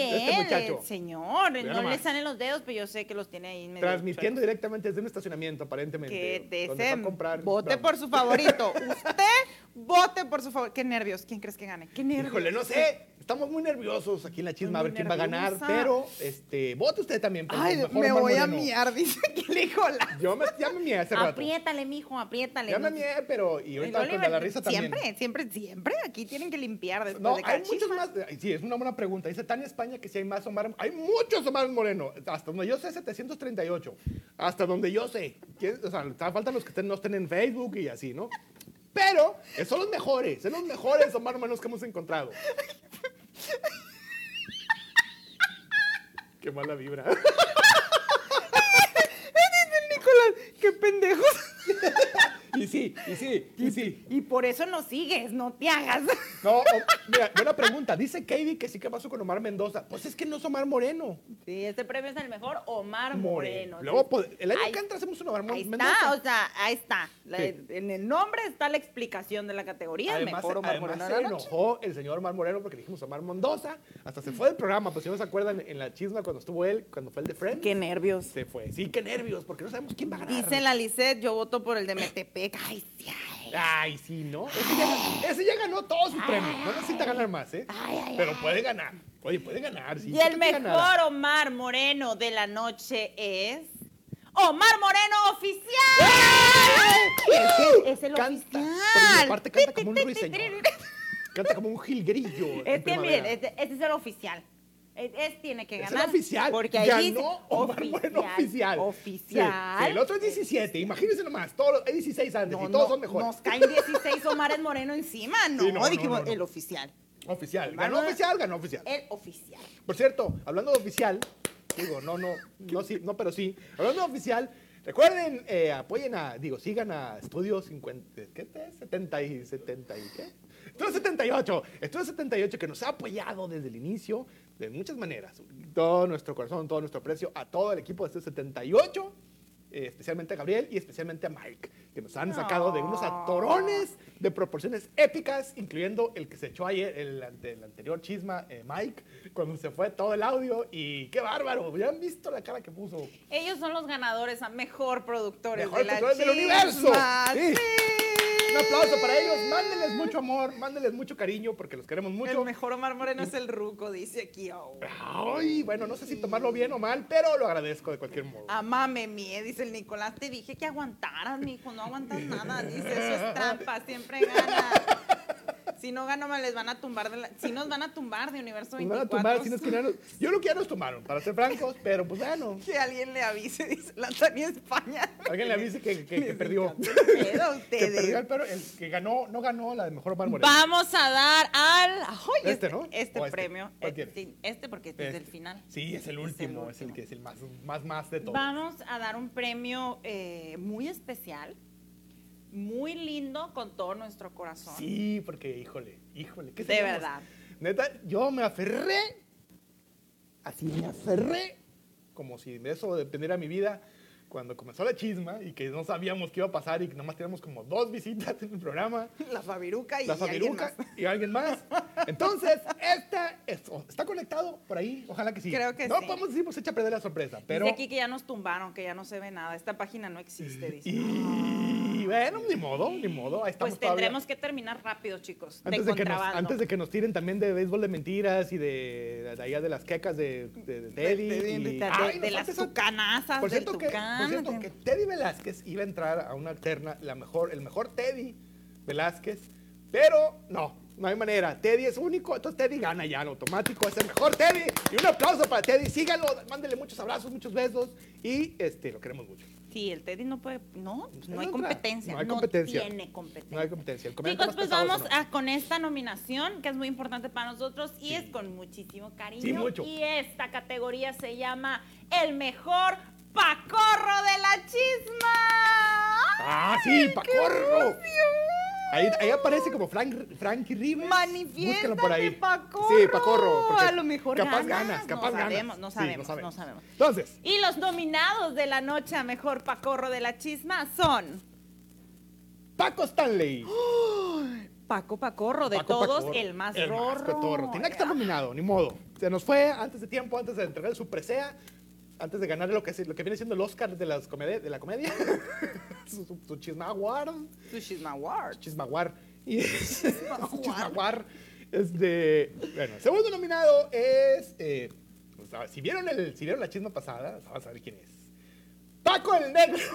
S5: Este
S7: él,
S5: muchacho.
S7: el señor.
S5: Mira
S7: no le
S5: nomás.
S7: salen los dedos, pero yo sé que los tiene ahí medio
S5: Transmitiendo
S7: chuecos.
S5: directamente desde un estacionamiento, aparentemente.
S7: Que te
S5: donde va a
S7: sem-
S5: comprar.
S7: Vote
S5: no.
S7: por su favorito. Usted vote por su favorito. Qué nervios. ¿Quién crees que gane? Qué nervios.
S5: Híjole, no sé. Estamos muy nerviosos aquí en la chisma a ver
S7: Estoy muy
S5: quién va a ganar,
S7: nerviosa.
S5: pero este, vote usted también. por
S7: Ay,
S5: mejor
S7: me
S5: Omar
S7: voy a
S5: Moreno.
S7: miar, dice que le dijo la.
S5: Yo me, ya me mié hace rato.
S7: Apriétale, mijo, apriétale.
S5: Ya me
S7: No-
S5: mié, pero. Y ahorita
S7: El
S5: con la, la
S7: Oliver,
S5: risa también.
S7: Siempre, siempre, siempre. Aquí tienen que limpiar después
S5: No,
S7: de cada
S5: hay muchos
S7: chisma.
S5: más. ay, Sí, es una buena pregunta. Dice Tania España que si hay más Omar. Hay muchos Omar Moreno. Hasta donde yo sé, 738. Hasta donde yo sé. ¿Quién- O sea, ta- faltan los que estén- no estén en Facebook y así, ¿no? Pero eh, son los mejores. Son los mejores Omar Morenos que hemos encontrado. Qué mala vibra.
S7: Nicolás, qué pendejos.
S5: Y sí, y sí, y sí.
S7: Y por eso nos sigues, no te hagas.
S5: No, o- mira, buena pregunta. Dice Katie que sí que pasó con Omar Mendoza. Pues es que no es Omar Moreno.
S7: Sí, este premio es el mejor Omar Moreno.
S5: Luego, pues, el año
S7: Ay,
S5: que entra hacemos un Omar Mo-
S7: Ahí está,
S5: Mendoza.
S7: o sea, ahí está. La-
S5: Sí.
S7: En el nombre está la explicación de la categoría. el
S5: Además,
S7: mejor Omar
S5: además
S7: Moreno de
S5: se
S7: la noche.
S5: enojó el señor Omar Moreno porque dijimos Omar Mendoza. Hasta se fue del programa, pues si no se acuerdan, en la chisma cuando estuvo él, cuando fue el de Friends.
S7: Qué nervios.
S5: Se fue. Sí, qué nervios, porque no sabemos quién va a ganar.
S7: Dice la Lisette, yo voto por el de Metepec. Ay, sí, ay.
S5: Ay, sí, ¿no? Ese ya, ese ya ganó todo su premio. No necesita ganar más, ¿eh? Pero puede ganar. Oye, puede ganar, sí.
S7: Y
S5: Yo
S7: el
S5: creo que ganará.
S7: mejor Omar Moreno de la noche es... Omar Moreno oficial.
S5: ¡Ay!
S7: Es el
S5: Canta.
S7: oficial.
S5: Y aparte canta como un ruiseñor. Canta como un jilgrillo. en
S7: Este, miren,
S5: primavera.
S7: este, este es el oficial.
S6: Es, es- tiene que
S5: Es el
S6: ganar.
S5: oficial.
S6: Porque ahí
S5: Ganó
S6: dice,
S5: Omar Bueno, oficial. Sí, sí,
S6: Oficial.
S5: el otro es 17, imagínense nomás, todos los- hay 16 antes y todos son mejores.
S6: Nos caen 16 Omares Moreno encima, ¿no?
S5: Sí, no, no,
S6: dijimos,
S5: no, no.
S6: el oficial.
S5: Oficial, ganó
S6: Manuel-
S5: oficial, ganó oficial.
S6: El oficial.
S5: Por cierto, hablando de oficial, digo, no, no, no, sí, no, pero sí. Hablando de oficial, recuerden, eh, apoyen a, digo, sigan a Estudio 50, ¿qué te? 70 y 70 y qué? Estudio 78, Estudio 78 que nos ha apoyado desde el inicio de muchas maneras. Todo nuestro corazón, todo nuestro aprecio a todo el equipo de Estudio 78. eh, especialmente a Gabriel y especialmente a Mike, que nos han sacado de unos atorones de proporciones épicas, incluyendo el que se echó ayer, el, ante- el anterior chisma, eh, Mike, cuando se fue todo el audio. Y qué bárbaro, ya han visto la cara que puso.
S7: Ellos son los ganadores a mejor productores
S5: Mejor
S7: de la
S5: productores del
S7: chisma.
S5: universo. Sí. Un aplauso para ellos, mándenles mucho amor, mándenles mucho cariño, porque los queremos mucho.
S3: El mejor Omar Moreno es el ruco, dice aquí. oh.
S5: Ay, bueno, no sé si tomarlo bien o mal, pero lo agradezco de cualquier modo.
S3: Amame mía, dice el Nicolás. Te dije que aguantaras, mijo. No aguantas nada. Dice, eso es trampa. Siempre gana. Si no gano, me les van a tumbar. De la- Si nos van a tumbar de Universo
S5: Nos van
S3: 24.
S5: a tomar, si no es que ya nos- yo lo que ya nos tomaron, para ser francos, pero pues bueno.
S3: Que alguien le avise, dice la Tania España.
S5: Alguien le avise que, que- que perdió.
S3: pedo a
S5: que perdió
S3: ustedes.
S5: el perro, el que ganó, no ganó la de mejor Omar Moreno.
S7: Vamos a dar al. ay,
S5: Este,
S7: este,
S5: ¿no?
S7: este
S5: O este.
S7: premio.
S5: ¿Cuál
S7: Eh,
S5: quieres?
S7: sí, Este porque este es
S5: Este.
S7: del final.
S5: Sí, es el último, es el,
S7: último.
S5: que es el más, más, más de todo.
S7: Vamos a dar un premio eh, muy especial, muy lindo con todo nuestro corazón.
S5: Sí, porque híjole, híjole. ¿qué
S7: De
S5: seríamos?
S7: verdad.
S5: Neta, yo me aferré, así me aferré, como si de eso dependiera mi vida, cuando comenzó la chisma y que no sabíamos qué iba a pasar y que nomás teníamos como dos visitas en el programa.
S3: La Fabiruca y
S5: la
S3: alguien
S5: Fabiruca
S3: más.
S5: y alguien más. Entonces, esta es- o- está conectado por ahí, ojalá que sí.
S3: Creo que
S5: no
S3: sí.
S5: podemos decir, pues echa a perder la sorpresa, pero...
S7: Dice aquí que ya nos tumbaron, que ya no se ve nada. Esta página no existe, dice. Ah.
S5: Y bueno, ni modo, ni modo, ahí estamos
S7: Pues tendremos que terminar rápido, chicos.
S5: todavía. Antes
S7: de
S5: de, que nos,
S7: contrabando.
S5: antes de que nos tiren también de béisbol de mentiras y de, de, allá de las quecas de, de- de Teddy.
S3: de-
S5: y-
S3: de-
S5: Ay,
S7: de
S5: nos
S7: las
S5: falta esa-
S7: tucanazas,
S5: Por
S7: del
S5: cierto, que, por
S7: tucán.
S5: cierto que Teddy Velázquez iba a entrar a una terna, la mejor, el mejor Teddy Velázquez, pero no, no hay manera. Teddy es único, entonces Teddy gana ya en automático, es el mejor Teddy. Y un aplauso para Teddy, síganlo, mándele muchos abrazos, muchos besos y este, lo queremos mucho.
S7: Sí, el Teddy no puede. No,
S5: Usted
S7: no hay
S5: entra.
S7: competencia.
S5: Pues No hay competencia.
S7: tiene competencia.
S5: No hay competencia. El comediante
S7: Chicos,
S5: más
S7: pues
S5: pesado
S7: vamos
S5: ganó.
S7: a, con esta nominación que es muy importante para nosotros y es con muchísimo cariño.
S5: Sí, mucho.
S7: Y esta categoría se llama El mejor pacorro de la chisma.
S5: ¡Ah, sí, Pacorro! Ahí, ahí aparece como Frank, Frankie Rivers. Búscalo por ahí.
S7: Pacorro.
S5: Sí, Pacorro. porque
S7: A lo mejor
S5: capaz
S7: ganas,
S5: ganas,
S7: no
S5: capaz ganas.
S7: sabemos, no
S5: Sí,
S7: sabemos, no sabemos.
S5: Entonces,
S7: Y los nominados de la noche a mejor pacorro de la chisma son
S5: Paco Stanley.
S7: Paco Pacorro, de
S5: Paco
S7: todos
S5: Pacorro,
S7: el más
S5: el
S7: rorro. Ah.
S5: cotorro. Tenía que estar nominado, ni modo. Se nos fue antes de tiempo, antes de entregar su presea, antes de ganar lo que, se- lo que viene siendo el Oscar de, las comedi- de la comedia. su, su, ah, su chismaguar.
S3: Su Chisma Award.
S5: Chismaguar. Y su chismaguar. Este, bueno, el segundo nominado es... eh, pues, ah, si, vieron el, si vieron la chisma pasada, van a saber quién es. Paco el Negro.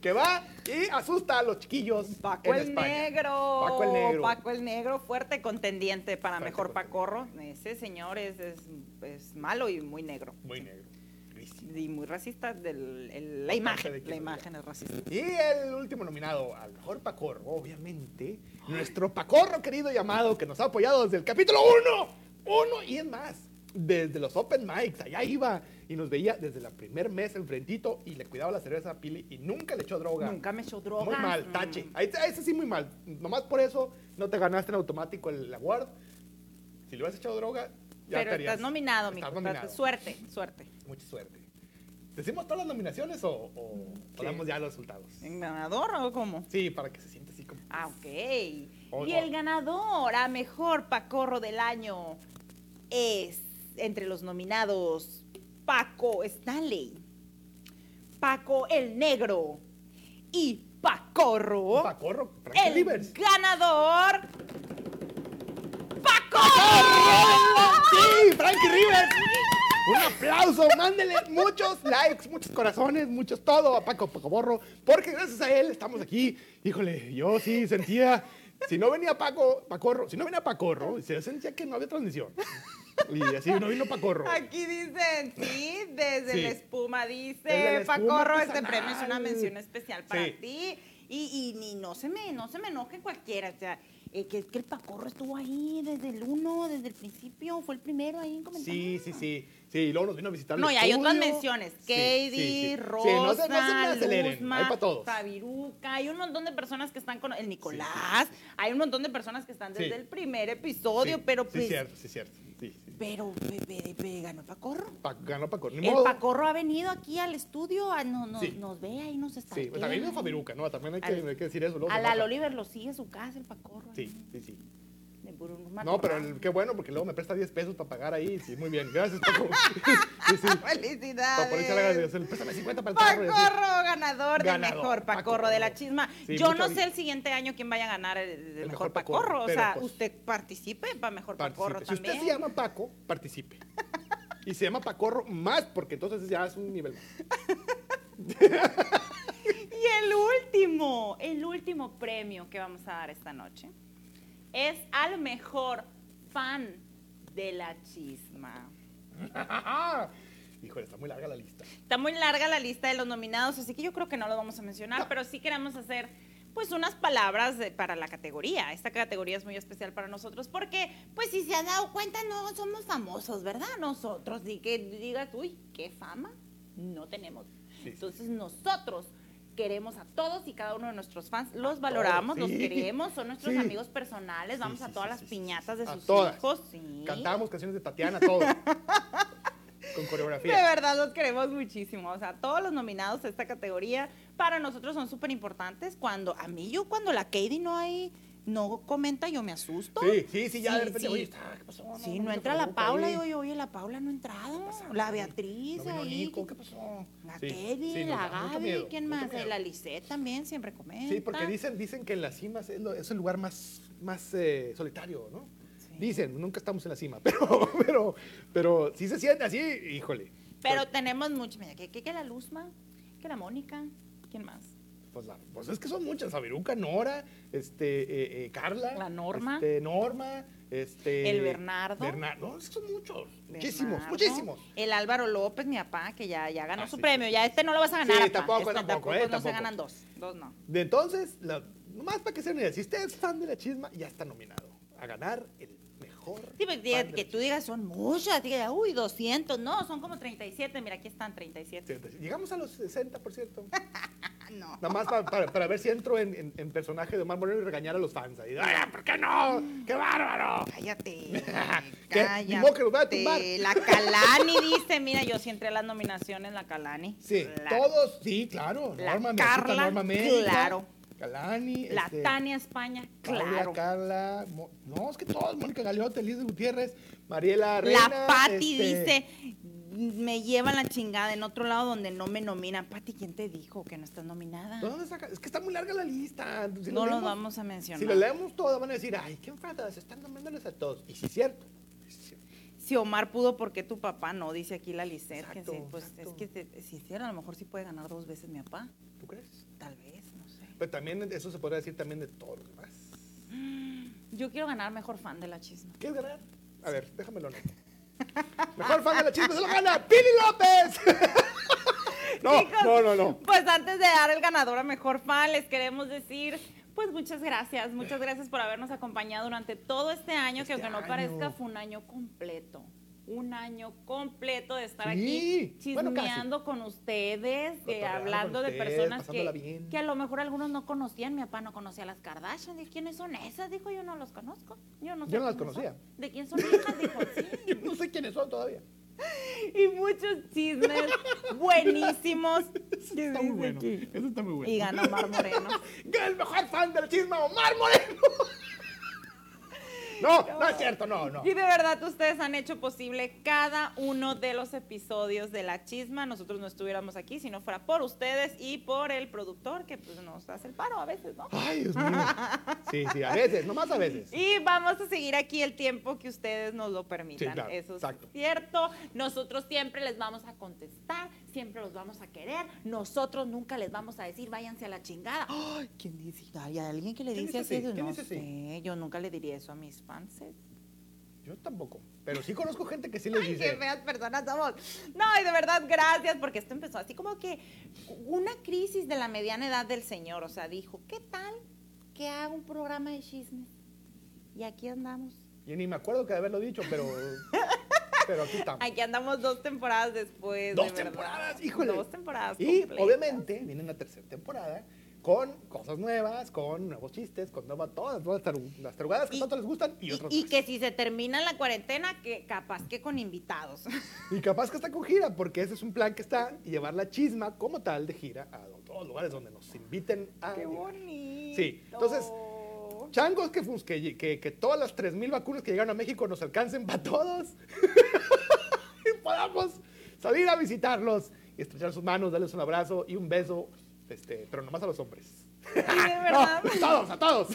S5: que va y asusta a los chiquillos
S3: Paco
S5: en
S3: el
S5: España.
S7: Negro.
S5: Paco el Negro.
S7: Paco el Negro, fuerte contendiente para
S5: Fuerte
S7: mejor
S5: contendiente.
S7: pacorro. Ese señor es, es- es malo y muy negro.
S5: Muy negro. Gris.
S7: Y muy racista. del- el- la
S5: Parte de
S7: imagen,
S5: quién
S7: la
S5: es
S7: imagen es racista.
S5: Y el último nominado al mejor Pacorro, obviamente, nuestro Pacorro querido y amado que nos ha apoyado desde el capítulo 1, 1 y es más, desde los Open Mics, allá iba y nos veía desde la primer mes enfrentito y le cuidaba la cerveza a Pili y nunca le echó droga.
S7: Nunca me echó droga. Mm.
S5: Muy mal, tache. Ahí te- Ese sí muy mal. Nomás por eso no te ganaste en automático el award. Si le hubieras echado droga, ya
S7: Pero
S5: estarías-
S7: estás nominado,
S5: estás
S7: mijo. estás-
S5: nominado.
S7: Suerte, suerte.
S5: Mucha suerte. ¿Decimos todas las nominaciones o, o- o damos ya los resultados?
S7: ¿En ganador o cómo?
S5: Sí, para que se siente así como.
S7: Ah, ok.
S5: Oh,
S7: y
S5: no.
S7: el ganador a mejor pacorro del año es, entre los nominados, Paco Stanley, Paco el Negro y
S3: ¿Oh?
S7: Pacorro.
S5: Pacorro, Frankie
S7: el
S5: Rivers.
S7: ganador, Paco.
S3: ¡Ah!
S5: ¡Sí! ¡Frankie Rivers! Un aplauso, mándenle muchos likes, muchos corazones, muchos todo a Paco Pacoborro, porque gracias a él estamos aquí. Híjole, yo sí sentía, si no venía Paco, Pacorro, si no venía Pacorro, se sentía que no había transmisión. Y así no vino Pacorro.
S3: Aquí dicen, sí, desde
S5: Sí.
S3: la espuma, dice
S5: Desde la
S3: Pacorro,
S5: espuma
S3: este
S5: artesanal.
S3: premio es una mención especial para
S5: Sí.
S3: ti. Y, y ni no se me, no se me enoje cualquiera, o sea, eh, que, que el Pacorro estuvo ahí desde el uno, desde el principio, fue el primero ahí en comentar.
S5: Sí, sí, sí. Sí, y luego nos vino a visitar. al
S3: No, y hay otras
S5: estudio.
S3: menciones.
S5: Sí,
S3: Katie,
S5: sí, sí.
S3: Rosa,
S5: Sí, no se- no se me aceleren,
S3: Luzma,
S5: Hay para todos.
S3: Fabiruca, hay un montón de personas que están con el Nicolás, hay un montón de personas que están desde
S5: Sí.
S3: el primer episodio,
S5: Sí,
S3: pero
S5: sí,
S3: pues,
S5: cierto, sí, cierto. Sí, sí.
S3: pero pe- pe- pe- ganó Pacorro.
S5: Pa- ganó Pacorro. Ni
S3: El
S5: modo.
S3: Pacorro ha venido aquí al estudio, a no- no-
S5: Sí.
S3: nos ve ahí, nos está.
S5: Sí, pues también vino Fabiruca, ¿no? También hay que,
S3: Al-
S5: hay que decir eso. luego
S3: A
S5: se
S3: la
S5: enoja.
S3: Oliver lo sigue a su casa, el Pacorro.
S5: Sí,
S3: ahí,
S5: sí, sí.
S3: de por un
S5: No, pero
S3: matorral.
S5: el- qué bueno, porque luego me presta 10 pesos para pagar ahí. Sí, muy bien. Gracias, Paco. Sí, sí. Para poner echar
S3: ¡Felicidades!
S5: ganas, préstame 50 para el carro. y así.
S3: Pacorro, ganador de
S5: Ganador,
S3: mejor Pacorro
S5: Pacorro.
S3: de la chisma.
S5: Sí,
S3: Yo
S5: mucho
S3: no
S5: vi-
S3: sé el siguiente año quién vaya a ganar el, el
S5: El
S3: mejor
S5: mejor
S3: Pacorro.
S5: Pacorro,
S3: o sea,
S5: pero, pues,
S3: usted participe para mejor Pacorro
S5: Participe. Si
S3: también.
S5: usted se llama Paco, participe. Y se llama Pacorro más, porque entonces ya es un nivel más.
S7: Y el último, el último premio que vamos a dar esta noche es al mejor fan de la chisma.
S5: Híjole, está muy larga la lista.
S7: Está muy larga la lista de los nominados, así que yo creo que no lo vamos a mencionar, pero sí queremos hacer pues unas palabras de- para la categoría. Esta categoría es muy especial para nosotros porque
S3: Pues si se han dado cuenta, no somos famosos, ¿verdad? Nosotros. Y que digas, uy, qué fama.
S7: no tenemos.
S5: Sí.
S7: Entonces nosotros queremos a todos y cada uno de nuestros fans, los valoramos,
S5: todos,
S7: los
S5: sí.
S7: queremos, son nuestros
S5: Sí.
S7: amigos personales, vamos
S5: sí,
S7: a todas
S5: sí,
S7: las
S5: sí, sí,
S7: piñatas de
S5: A
S7: sus
S5: todas.
S7: hijos. sí.
S5: Cantábamos canciones de Tatiana, todo. Con
S7: De
S5: coreografía.
S7: verdad los queremos muchísimo. O sea, todos los nominados a esta categoría para nosotros son súper importantes. Cuando a mí yo cuando la Katie no hay no comenta yo me asusto.
S5: Sí, sí, sí, ya
S7: Sí,
S5: de repente,
S7: sí.
S5: oye, está, ¿qué pasó?
S3: Si
S5: vino
S3: no entra la
S5: Fabiruca
S3: Paula,
S5: ahí.
S3: digo yo, oye, la Paula no ha entrado. La Beatriz
S5: No vino
S3: ahí.
S5: Nico, ¿qué pasó?
S3: La
S5: Sí,
S3: Kevin,
S5: sí, nos
S3: la
S5: da mucho
S3: Gaby,
S5: miedo,
S3: ¿quién
S5: mucho
S3: más?
S5: miedo.
S3: La Lisette también siempre comenta.
S5: Sí, porque dicen, dicen que en la cima es, lo- es el lugar más, más eh, solitario, ¿no? Dicen, nunca estamos en la cima, pero, pero, pero sí se siente así, híjole.
S7: Pero tenemos mucho. Mira, que, que, que la Luzma, que la Mónica, ¿quién más?
S5: Pues, la- pues es que son muchas, Fabiruca, Nora, este, eh, eh, Carla.
S7: La Norma.
S5: Este, Norma, este...
S7: El Bernardo.
S5: Bernardo, no, es que son muchos, muchísimos,
S7: Bernardo,
S5: muchísimos.
S7: El Álvaro López, mi papá, que ya, ya ganó
S5: Ah,
S7: su
S5: sí,
S7: premio.
S5: sí,
S7: Ya este no lo vas a ganar.
S5: Sí,
S7: apá.
S5: tampoco,
S7: Este
S5: tampoco, eh,
S7: no se
S5: tampoco.
S7: ganan dos. Dos no.
S5: De entonces, la, nomás para que se una idea, si usted es fan de la chisma, ya está nominado a ganar el mejor.
S3: Sí, pues, diga-
S5: fan de
S3: que
S5: la
S3: tú digas, son muchas. Diga, uy, 200, no, son
S7: Son como 37, mira, aquí están 37.
S5: chisma. Llegamos a los 60%. no. Nada más pa- para, para ver si entro en, en- en personaje de Omar Moreno y regañar a los fans. Ahí, ¡Ay, ¿Por qué no? ¡Qué bárbaro!
S3: Cállate.
S5: ¿Qué? Ni modo que los voy a tumbar.
S3: cállate. La
S7: Calani dice, mira, yo sí entré a las nominaciones, la Calani.
S5: Sí,
S7: La-
S5: todos, sí, claro.
S7: la
S5: Norma Mejita,
S7: Carla,
S5: Norma Mérida,
S7: claro.
S5: Calani,
S7: La
S5: este,
S7: Tania España,
S5: Claudia,
S7: claro.
S5: Carla, Mo- no, es que todos, Mónica Galeote, Liz Gutiérrez, Mariela Reina.
S7: la
S5: este,
S7: Patti dice, me llevan la chingada en otro lado donde no me nominan. Patti, ¿quién te dijo que no estás nominada?
S5: ¿Dónde saca? Es que está muy larga la lista. Si
S7: Ah. no
S5: lo
S7: los
S5: leemos-
S7: vamos a mencionar.
S5: Si lo leemos todo, van a decir, ay, qué enfadadas, se están nombrándoles a todos. Y sí es cierto. sí es cierto.
S7: Si Omar pudo, ¿por qué tu papá no? Dice aquí la Lisette. que
S5: Exacto,
S7: sí, pues
S5: exacto.
S7: es que te- si hiciera, a lo mejor sí puede ganar dos veces mi papá.
S5: ¿Tú crees?
S7: Tal vez, no sé.
S5: Pero también eso se podría decir también de todos los demás.
S7: Yo quiero ganar mejor fan de la chisma.
S5: ¿Quieres ganar? A ver, déjamelo. anoto. Mejor fan de la chispa se lo gana Pili López. no, no, no, no.
S7: Pues antes de dar el ganador a mejor fan, les queremos decir. Pues muchas gracias, muchas gracias por habernos acompañado durante todo este año,
S5: Este
S7: que aunque no
S5: año.
S7: parezca, fue un año completo. Un año completo de estar
S5: Sí,
S7: aquí
S5: bueno, casi.
S7: chismeando con ustedes, eh,
S5: Cotorreando
S7: hablando
S5: con
S7: de
S5: ustedes,
S7: personas
S5: pasándola
S7: que,
S5: bien.
S7: que a lo mejor algunos no conocían. Mi papá no conocía a las Kardashian. Dijo, ¿quiénes son esas? Dijo, yo no los conozco. Yo no, sé
S5: Yo no las
S7: quiénes son.
S5: conocía.
S7: ¿De quién son hijas? Dijo, sí
S5: Yo no sé quiénes son todavía.
S7: y muchos chismes buenísimos.
S5: Está muy bueno. Eso está muy bueno.
S7: Y gana Omar Moreno.
S5: ¡Gana el mejor fan de la chisma, Omar Moreno! no, no, es cierto, no, no.
S7: Y de verdad ustedes han hecho posible cada uno de los episodios de La Chisma. Nosotros no estuviéramos aquí si no fuera por ustedes y por el productor que pues nos hace el paro a veces, ¿no?
S5: Ay, Dios mío. Sí, sí, a veces, nomás a veces.
S7: Y vamos a seguir aquí el tiempo que ustedes nos lo permitan.
S5: Sí, claro,
S7: Eso es
S5: exacto.
S7: cierto. Nosotros siempre les vamos a contestar, siempre los vamos a querer. Nosotros nunca les vamos a decir váyanse a la chingada.
S3: Ay, ¿Quién dice? Hay alguien que le
S5: ¿Quién
S3: dice
S5: dice
S3: así.
S5: así?
S3: Yo
S5: ¿Quién
S3: No
S5: dice así?
S3: sé, yo nunca le diría eso a mis fans.
S5: Yo tampoco. Pero sí conozco gente que sí les
S7: Ay, qué
S5: dice.
S7: feas personas somos. No, y de verdad, gracias, porque esto empezó así como que una crisis de la mediana edad del señor. O sea, dijo, ¿qué tal que haga un programa de chismes? Y aquí andamos.
S5: Y ni me acuerdo que de haberlo dicho, pero. Pero aquí estamos.
S7: Aquí andamos dos temporadas después.
S5: Dos
S7: de verdad.
S5: temporadas, híjole.
S7: Dos temporadas.
S5: Y
S7: completas.
S5: obviamente viene una tercera temporada con cosas nuevas, con nuevos chistes, con nuevas, todas las taru- las tarugadas que
S7: Y-
S5: tanto les gustan y,
S7: Y,
S5: otras
S7: y
S5: más.
S7: que si se termina la cuarentena, que capaz que con invitados.
S5: Y capaz que está con gira, porque ese es un plan que está, y llevar la chisma como tal de gira a do- todos los lugares donde nos inviten a...
S7: Qué
S5: llegar.
S7: bonito.
S5: Sí, entonces, Changos que, fus- que, que, que todas las 3.000 vacunas que llegaron a México nos alcancen para todos. y podamos salir a visitarlos y estrechar sus manos, darles un abrazo y un beso, este, pero nomás a los hombres.
S7: Y de
S5: No, pues, a todos,
S7: verdad,
S5: a todos.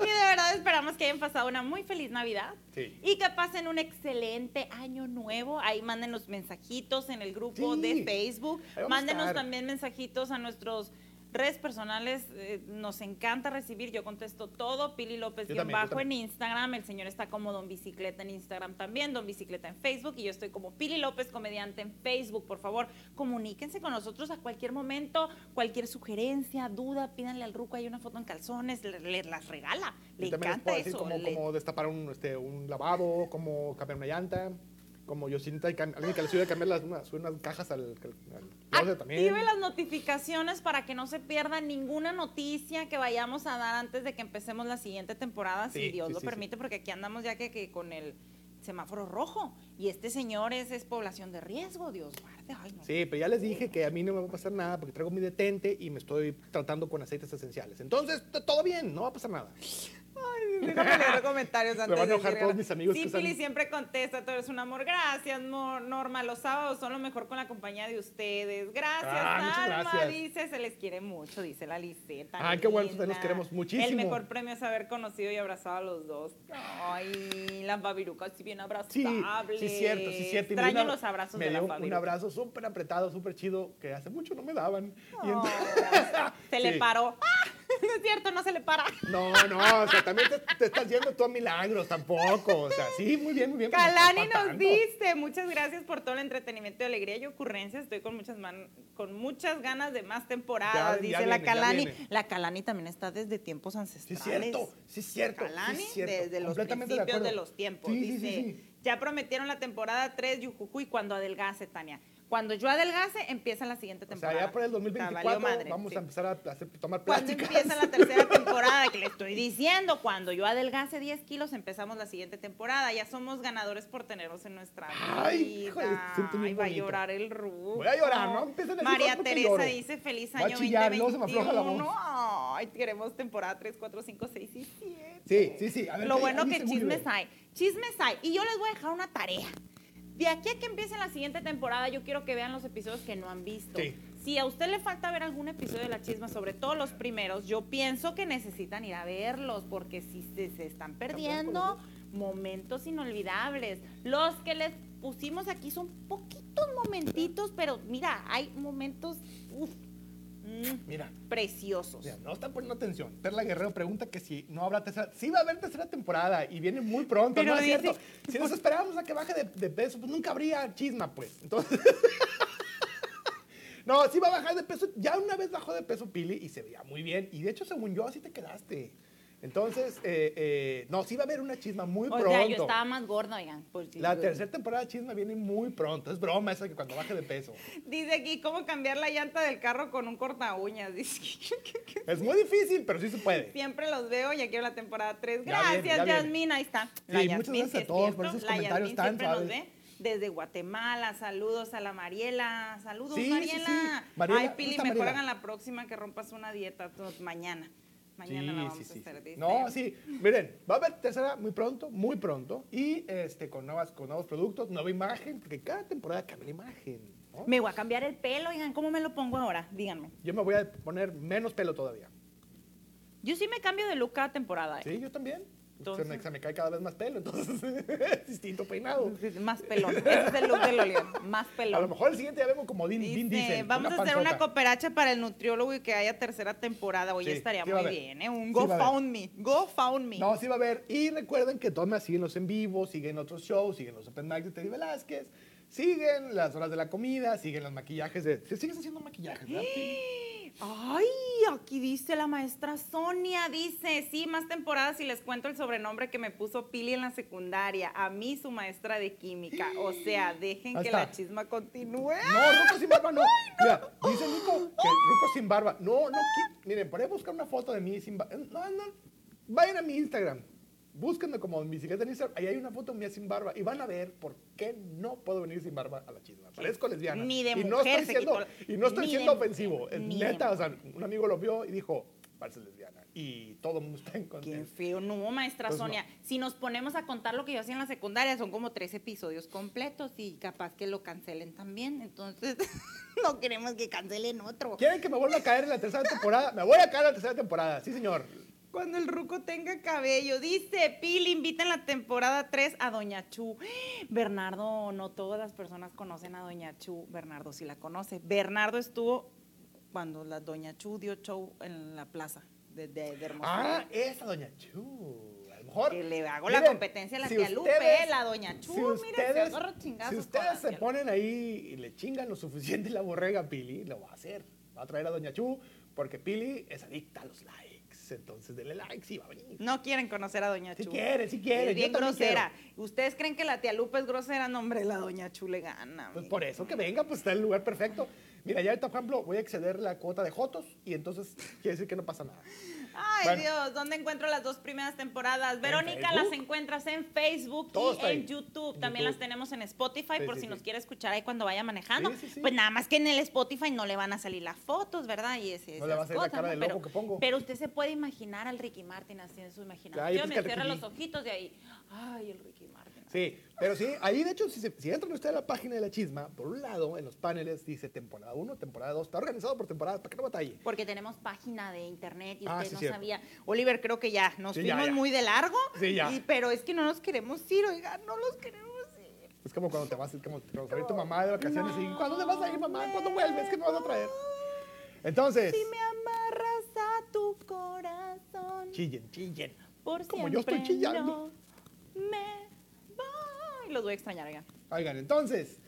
S7: y de verdad esperamos que hayan pasado una muy feliz Navidad.
S5: Sí.
S7: Y que pasen un excelente año nuevo. Ahí mándenos mensajitos en el grupo
S5: Sí.
S7: de Facebook.
S5: Ahí vamos a
S7: Mándenos
S5: estar.
S7: también mensajitos a nuestros redes personales. Eh, nos encanta recibir. Yo contesto todo. Pili López
S5: Yo
S7: guión
S5: también, yo
S7: bajo en
S5: también.
S7: Instagram. El señor está como Don Bicicleta en Instagram también. Don Bicicleta en Facebook. Y yo estoy como Pili López Comediante en Facebook. Por favor, comuníquense con nosotros a cualquier momento. Cualquier sugerencia, duda, pídanle al Ruco. Hay una foto en calzones. Le, le- las regala. Le
S5: Y también les
S7: encanta
S5: puedo decir
S7: eso.
S5: Como,
S7: le-
S5: como destapar un, este, un lavabo, como cambiar una llanta, como Yosinta y cam- alguien que les ayude a cambiar las, unas, unas cajas al, al- al closet también.
S7: Active las notificaciones para que no se pierda ninguna noticia que vayamos a dar antes de que empecemos la siguiente temporada, si
S5: Sí,
S7: Dios
S5: sí,
S7: lo
S5: sí,
S7: permite, porque aquí andamos ya que, que con el semáforo rojo. Y este señor es, es población de riesgo, Dios guarde. Ay, no.
S5: Sí, pero ya les dije que a mí no me va a pasar nada porque traigo mi detente y me estoy tratando con aceites esenciales. Entonces, t- todo bien, no va a pasar nada.
S7: Déjame leer comentarios antes
S5: van a
S7: de
S5: enojar
S7: decir-
S5: todos mis amigos
S7: Sí,
S5: que
S7: Pili
S5: están-
S7: siempre contesta, todo es un amor. Gracias, Mo- Norma. Los sábados son lo mejor con la compañía de ustedes. Gracias,
S5: Ah, muchas
S7: Alma.
S5: gracias.
S7: Dice, se les quiere mucho, dice la Liseta.
S5: Ah, qué bueno, ustedes los queremos muchísimo.
S7: El mejor premio es haber conocido y abrazado a los dos. Ay, las babirucas, sí, bien
S5: Sí,
S7: abrazables.
S5: sí, cierto, sí, cierto. Y me dio
S7: Extraño
S5: una-
S7: los abrazos
S5: me
S7: de
S5: dio
S7: la
S5: un
S7: babiruca.
S5: abrazo súper apretado, súper chido, que hace mucho no me daban. Y
S7: Oh,
S5: entonces-
S7: se le
S5: Sí.
S7: paró. ¡Ah! No es cierto, no se le para.
S5: No, no, o sea, también te, te estás yendo tú a milagros tampoco. O sea, sí, muy bien, muy bien. pero no está
S7: Calani
S5: pa'
S7: nos
S5: tanto.
S7: dice, muchas gracias por todo el entretenimiento y alegría y ocurrencia. Estoy con muchas man- con muchas ganas de más temporadas,
S5: Ya- ya
S7: dice
S5: viene,
S7: la
S5: ya
S7: Calani.
S5: viene.
S7: La Calani también está desde tiempos
S5: Sí,
S7: ancestrales.
S5: es cierto, sí, es cierto.
S7: Calani,
S5: sí, es cierto.
S7: desde los
S5: Completamente
S7: principios de,
S5: acuerdo.
S7: los tiempos.
S5: Sí, sí,
S7: dice,
S5: sí, sí.
S7: ya prometieron la temporada 3, Yujujuy, cuando adelgace, Tania. Cuando yo adelgace, empieza la siguiente
S5: O sea,
S7: temporada.
S5: ya por el
S7: Ya
S5: 2024
S7: valió madre,
S5: vamos
S7: sí.
S5: a empezar a hacer, tomar
S7: Cuando
S5: pláticas.
S7: empieza la tercera temporada, que le estoy diciendo, cuando yo adelgace 10 kilos, empezamos la siguiente temporada. Ya somos ganadores por teneros en nuestra
S5: Ay,
S7: vida.
S5: híjole, siento muy
S7: Ay, va a
S5: bonito.
S7: llorar el rubo.
S5: Voy a llorar, ¿no? Empiecen a decir
S7: María
S5: cosas que
S7: Teresa
S5: lloro.
S7: dice, feliz
S5: Voy a
S7: año
S5: chillar, luego se me afloja la
S7: 2021.
S5: voz.
S7: Ay, queremos temporada 3, 4, 5, 6 y 7.
S5: Sí, sí, sí. A ver,
S7: Lo
S5: ¿qué-
S7: bueno
S5: qué
S7: que
S5: dice Julio?
S7: chismes hay. Chismes hay. Y yo les voy a dejar una tarea. De aquí a que empiece la siguiente temporada, yo quiero que vean los episodios que no han visto.
S5: Sí.
S7: Si a usted le falta ver algún episodio de La Chisma, sobre todo los primeros, yo pienso que necesitan ir a verlos, porque si se, se están perdiendo momentos inolvidables. Los que les pusimos aquí son poquitos momentitos, pero mira, hay momentos uf, mm,
S5: Mira,
S7: preciosos.
S5: mira, no están poniendo atención. Perla Guerrero pregunta que si no habrá tercera. Sí va a haber tercera temporada y viene muy pronto,
S7: Pero
S5: ¿no es
S7: dice-
S5: cierto? Si nos esperábamos a que baje de, de peso, pues nunca habría chisma, pues. Entonces... No, sí va a bajar de peso. Ya una vez bajó de peso Pili y se veía muy bien. Y de hecho, según yo, así te quedaste. Entonces, eh, eh, no, sí va a haber una chisma muy
S7: O
S5: pronto.
S7: sea, yo estaba más gorda, oigan. pues,
S5: La
S7: yo-
S5: tercera temporada de chisma viene muy pronto. Es broma esa que cuando baje de peso.
S7: Dice aquí, ¿cómo cambiar la llanta del carro con un corta uñas? Dice,
S5: Es muy difícil, pero sí se puede.
S7: siempre los veo, ya quiero la temporada 3.
S5: Ya viene, ya
S7: Gracias,
S5: viene.
S7: Yasmín, ahí está. La
S5: Sí, muchas
S7: Yasmín,
S5: gracias a
S7: sí es
S5: todos por
S7: cierto,
S5: esos
S7: la
S5: comentarios
S7: Yasmín
S5: tan
S7: siempre nos
S5: suaves.
S7: ve desde Guatemala. Saludos a la Mariela. Saludos,
S5: Sí, sí, sí.
S7: Mariela.
S5: Mariela,
S7: Ay,
S5: ¿dónde
S7: Pili,
S5: está
S7: mejor
S5: Mariela?
S7: hagan la próxima que rompas una dieta tú, mañana. Mañana la vamos a hacer, dice.
S5: No, sí. Miren, va a haber tercera muy pronto, muy pronto. Y este, con, nuevas, con nuevos productos, nueva imagen, porque cada temporada cambia la imagen. ¿no?
S7: Me voy a cambiar el pelo, oigan, ¿cómo me lo pongo ahora? Díganme.
S5: Yo me voy a poner menos pelo todavía.
S7: Yo sí me cambio de look cada temporada. ¿eh?
S5: Sí, yo también.
S11: Entonces-
S5: se, me, se me cae cada vez más pelo, entonces es distinto peinado.
S11: Más pelón. Ese es el look de Lolión. Más
S5: A lo
S11: pelón.
S5: mejor el siguiente ya vengo como Din, Din
S7: Dice,
S5: Diesel.
S7: vamos a hacer una
S5: panzota.
S7: cooperacha para el nutriólogo y que haya tercera temporada. Oye,
S5: Sí,
S7: estaría
S5: sí va a
S7: muy
S5: haber.
S7: bien, ¿eh? Un
S5: Sí va a haber.
S7: GoFundMe. GoFundMe.
S5: No, sí va a haber. Y recuerden que todavía siguen los en vivo, siguen otros shows, siguen los open mics de Teddy Velázquez, siguen las horas de la comida, siguen los maquillajes de... Te sigues haciendo maquillajes, ¿verdad? Sí.
S7: Ay, aquí dice la maestra Sonia, dice, sí, más temporadas y les cuento el sobrenombre que me puso Pili en la secundaria, a mí su maestra de química, o sea, dejen
S5: Ahí
S7: que
S5: está.
S7: la chisma continúe.
S5: No, Ruco sin barba no. Mira, dice Nico que Ruco sin barba. No, no, qui- miren, por ahí buscar una foto de mí sin barba. No, no, vayan a mi Instagram. Búsquenme como en bicicleta en Instagram. Ahí hay una foto mía sin barba. Y van a ver por qué no puedo venir sin barba a la chisma. Parezco lesbiana.
S7: Ni de
S5: y no
S7: mujer
S5: estoy
S7: se
S5: siendo,
S7: quitó-
S5: Y no estoy
S7: ni de
S5: siendo
S7: mujer,
S5: ofensivo. Es
S7: ni de
S5: neta, o sea, un amigo lo vio y dijo, pareces lesbiana. Y todo el mundo está en contra.
S7: Qué feo, no, maestra
S5: Pues no.
S7: Sonia, si nos ponemos a contar lo que yo hacía en la secundaria, son como tres episodios completos y capaz que lo cancelen también, entonces no queremos que cancelen otro.
S5: ¿Quieren que me vuelva a caer en la tercera temporada? Me voy a caer en la tercera temporada. Sí, señor.
S7: Cuando el ruco tenga cabello. Dice, Pili, invita en la temporada 3 a Doña Chu. Bernardo, no todas las personas conocen a Doña Chu. Bernardo sí la conoce. Bernardo estuvo cuando la Doña Chu dio show en la plaza de, de, de Hermosillo.
S5: Ah, esa doña Chu. A lo mejor.
S7: Que le hago la competencia a la tía Lupe, eh, la doña Chu, mira, se agarra chingazos
S5: Si
S7: con la
S5: ustedes se
S7: tía Lupe.
S5: ponen ahí y le chingan lo suficiente la borrega a Pili, lo va a hacer. Va a traer a doña Chu porque Pili es adicta a los likes. Entonces, dele likes y va a venir.
S7: No quieren conocer a Doña
S5: Si
S7: Chu.
S5: quiere, si quiere,
S7: Es
S5: yo
S7: bien
S5: también
S7: grosera. ¿Ustedes creen que la tía Lupe es grosera? No, hombre, la Doña Chu le gana.
S5: Pues
S7: amigo.
S5: por eso que venga, pues está el lugar perfecto. Mira, ya ahorita, por ejemplo, voy a exceder la cuota de Jotos y entonces quiere decir que no pasa nada.
S7: Ay,
S5: Bueno.
S7: Dios, ¿dónde encuentro las dos primeras temporadas? Verónica,
S5: Facebook.
S7: las encuentras en Facebook
S5: Todo
S7: y
S5: está
S7: en
S5: ahí.
S7: YouTube.
S5: En
S7: También
S5: YouTube.
S7: las tenemos en Spotify
S5: Sí,
S7: por
S5: sí,
S7: si
S5: sí.
S7: nos quiere escuchar ahí cuando vaya manejando.
S5: Sí, sí, sí.
S7: Pues nada más que en el Spotify no le van a salir las fotos, ¿verdad? Y ese,
S5: No le va a
S7: esas
S5: salir la
S7: cosas,
S5: cara
S7: ¿no?
S5: de
S7: pero,
S5: loco que pongo.
S7: pero usted se puede imaginar al Ricky Martin haciendo su
S5: Ay, pues
S7: imaginación.
S5: que
S7: Me
S5: el
S7: cierra
S5: Ricky.
S7: los ojitos de ahí. Ay, el Ricky Martin.
S5: Sí, pero sí, ahí de hecho, si, se- si entran ustedes a la página de la chisma, por un lado, en los paneles dice temporada 1, temporada 2, está organizado por temporada, para que no batalle.
S7: Porque tenemos página de internet y usted
S5: Ah, sí,
S7: no
S5: cierto.
S7: sabía. Oliver, creo que ya nos
S5: Sí, ya,
S7: fuimos
S5: ya.
S7: muy de largo.
S5: Sí, ya.
S7: y- pero es que no nos queremos ir, oiga, no los queremos ir.
S5: Es como cuando te vas, es como cuando se va a ir tu mamá de vacaciones y ¿cuándo te vas a ir, mamá? ¿Cuándo vuelves? ¿Qué me vas a traer? Pues Entonces,
S7: Si me amarras a tu corazón,
S5: chillen, chillen.
S7: por
S5: como
S7: siempre
S5: yo estoy chillando.
S7: no me voy. Los voy a extrañar, oigan.
S5: Oigan, entonces,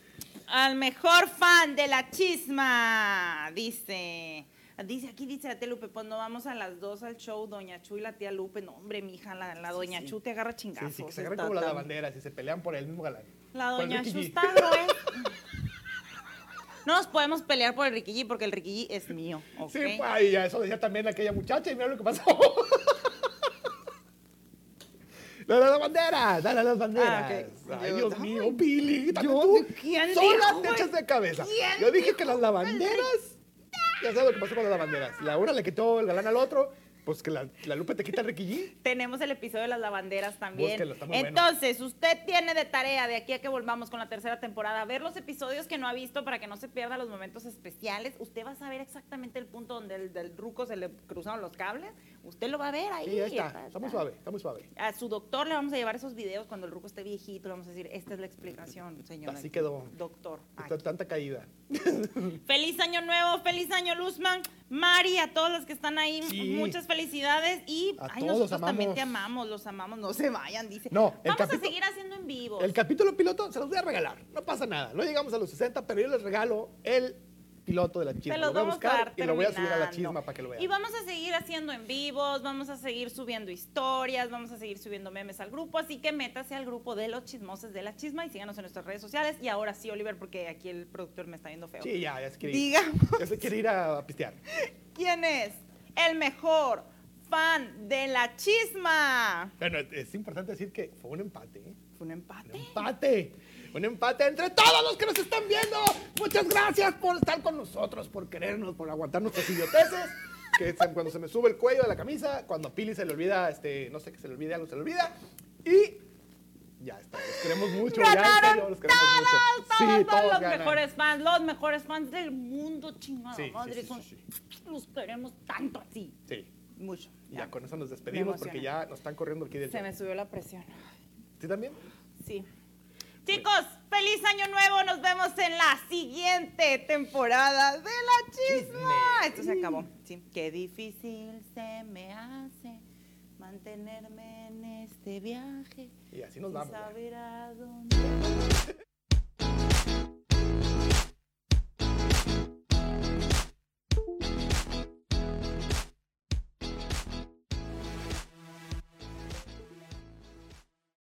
S7: Al mejor fan de la chisma, dice. Dice, aquí dice la tía Lupe, pues no vamos a las dos al show, Doña Chu y la tía Lupe. No, hombre, mija, la, la Doña Chu te agarra
S5: sí,
S7: chingazos.
S5: sí, que se agarren
S7: está
S5: como las
S7: tan-
S5: lavanderas y se pelean por el mismo galán.
S7: La
S5: Por el
S7: Doña
S5: Ricky
S7: Chu
S5: G.
S7: está gruesa. No nos podemos pelear por el Ricky G, porque el Ricky G es mío, ¿ok?
S5: Sí, pues, ay, ya, eso decía también aquella muchacha y mira lo que pasó. La de las banderas, dale a las banderas.
S7: Ah, ok.
S5: Ay,
S7: Yo-
S5: Dios
S7: ay,
S5: mío, Billy, también
S7: yo-
S5: tú.
S7: ¿quién
S5: Sola
S7: dijo,
S5: te
S7: güey?
S5: echas de cabeza.
S7: ¿Quién
S5: Yo dije que las lavanderas. Ya sabes lo que pasó con las lavanderas. La una le quitó el galán al otro, pues que la, la Lupe te quita el riquillí.
S7: Tenemos el episodio de las lavanderas también.
S5: Búsquelo, está muy bueno.
S7: Entonces, usted tiene de tarea de aquí a que volvamos con la tercera temporada, ver los episodios que no ha visto para que no se pierda los momentos especiales. Usted va a saber exactamente el punto donde el, del ruco se le cruzaron los cables. Usted lo va a ver ahí.
S5: Y ya está,
S7: Está-
S5: está muy
S7: está.
S5: suave, está muy suave.
S7: A su doctor le vamos a llevar esos videos cuando el ruco esté viejito. Le vamos a decir, esta es la explicación, señor.
S5: Así quedó.
S7: Doctor.
S5: Está tanta caída.
S7: Feliz año nuevo, feliz año Luzman, Mari, a todos los que están ahí,
S5: Sí.
S7: muchas felicidades y
S5: A
S7: ay,
S5: todos
S7: nosotros
S5: los
S7: también
S5: amamos.
S7: te amamos, los amamos, no se vayan, dice.
S5: No, el
S7: Vamos a
S5: capítulo-
S7: seguir haciendo en vivo.
S5: El capítulo piloto se los voy a regalar. No pasa nada. No llegamos a los 60, pero yo les regalo el piloto de la chisma.
S7: Te los
S5: lo voy a
S7: vamos a,
S5: buscar
S7: dar
S5: y lo voy a subir a la
S7: terminando.
S5: chisma para que lo vean.
S7: Y vamos a seguir haciendo en vivos, vamos a seguir subiendo historias, vamos a seguir subiendo memes al grupo, así que métase al grupo de los chismoses de la chisma y síganos en nuestras redes sociales. Y ahora sí, Oliver, porque aquí el productor me está viendo feo.
S5: Sí, ya, ya se quiere ir.
S7: Digamos.
S5: Ya se quiere ir a, a pistear.
S7: ¿Quién es el mejor fan de la chisma?
S5: Bueno, es importante decir que fue un empate. ¿eh?
S7: ¿Fue un empate?
S5: Un empate. Un empate entre todos los que nos están viendo. Muchas gracias por estar con nosotros, por querernos, por aguantar nuestras idioteces. Que se- cuando se me sube el cuello de la camisa, cuando a Pili se le olvida, este, no sé, que se le olvide algo, se le olvida. Y ya está. Los queremos mucho. ya, en serio,
S7: Ganaron
S5: los queremos
S7: todos,
S5: mucho.
S7: todos,
S5: Sí,
S7: todos los
S5: ganan.
S7: mejores fans, los mejores fans del mundo, chingada
S5: Sí, sí,
S7: madre.
S5: sí,
S7: son-
S5: sí,
S7: Los queremos tanto así.
S5: Sí.
S3: Mucho.
S5: Ya,
S3: Ya.
S5: con eso nos
S3: Me
S5: despedimos
S3: emociona.
S5: porque ya nos están corriendo aquí del
S3: Se
S5: show.
S3: me subió la presión.
S5: ¿Sí también?
S3: Sí.
S7: Chicos, feliz año nuevo. Nos vemos en la siguiente temporada de la
S3: Ah, esto se acabó. Sí. Qué difícil se me hace mantenerme en este viaje.
S5: Y así nos vamos. ya.
S3: Saber a dónde.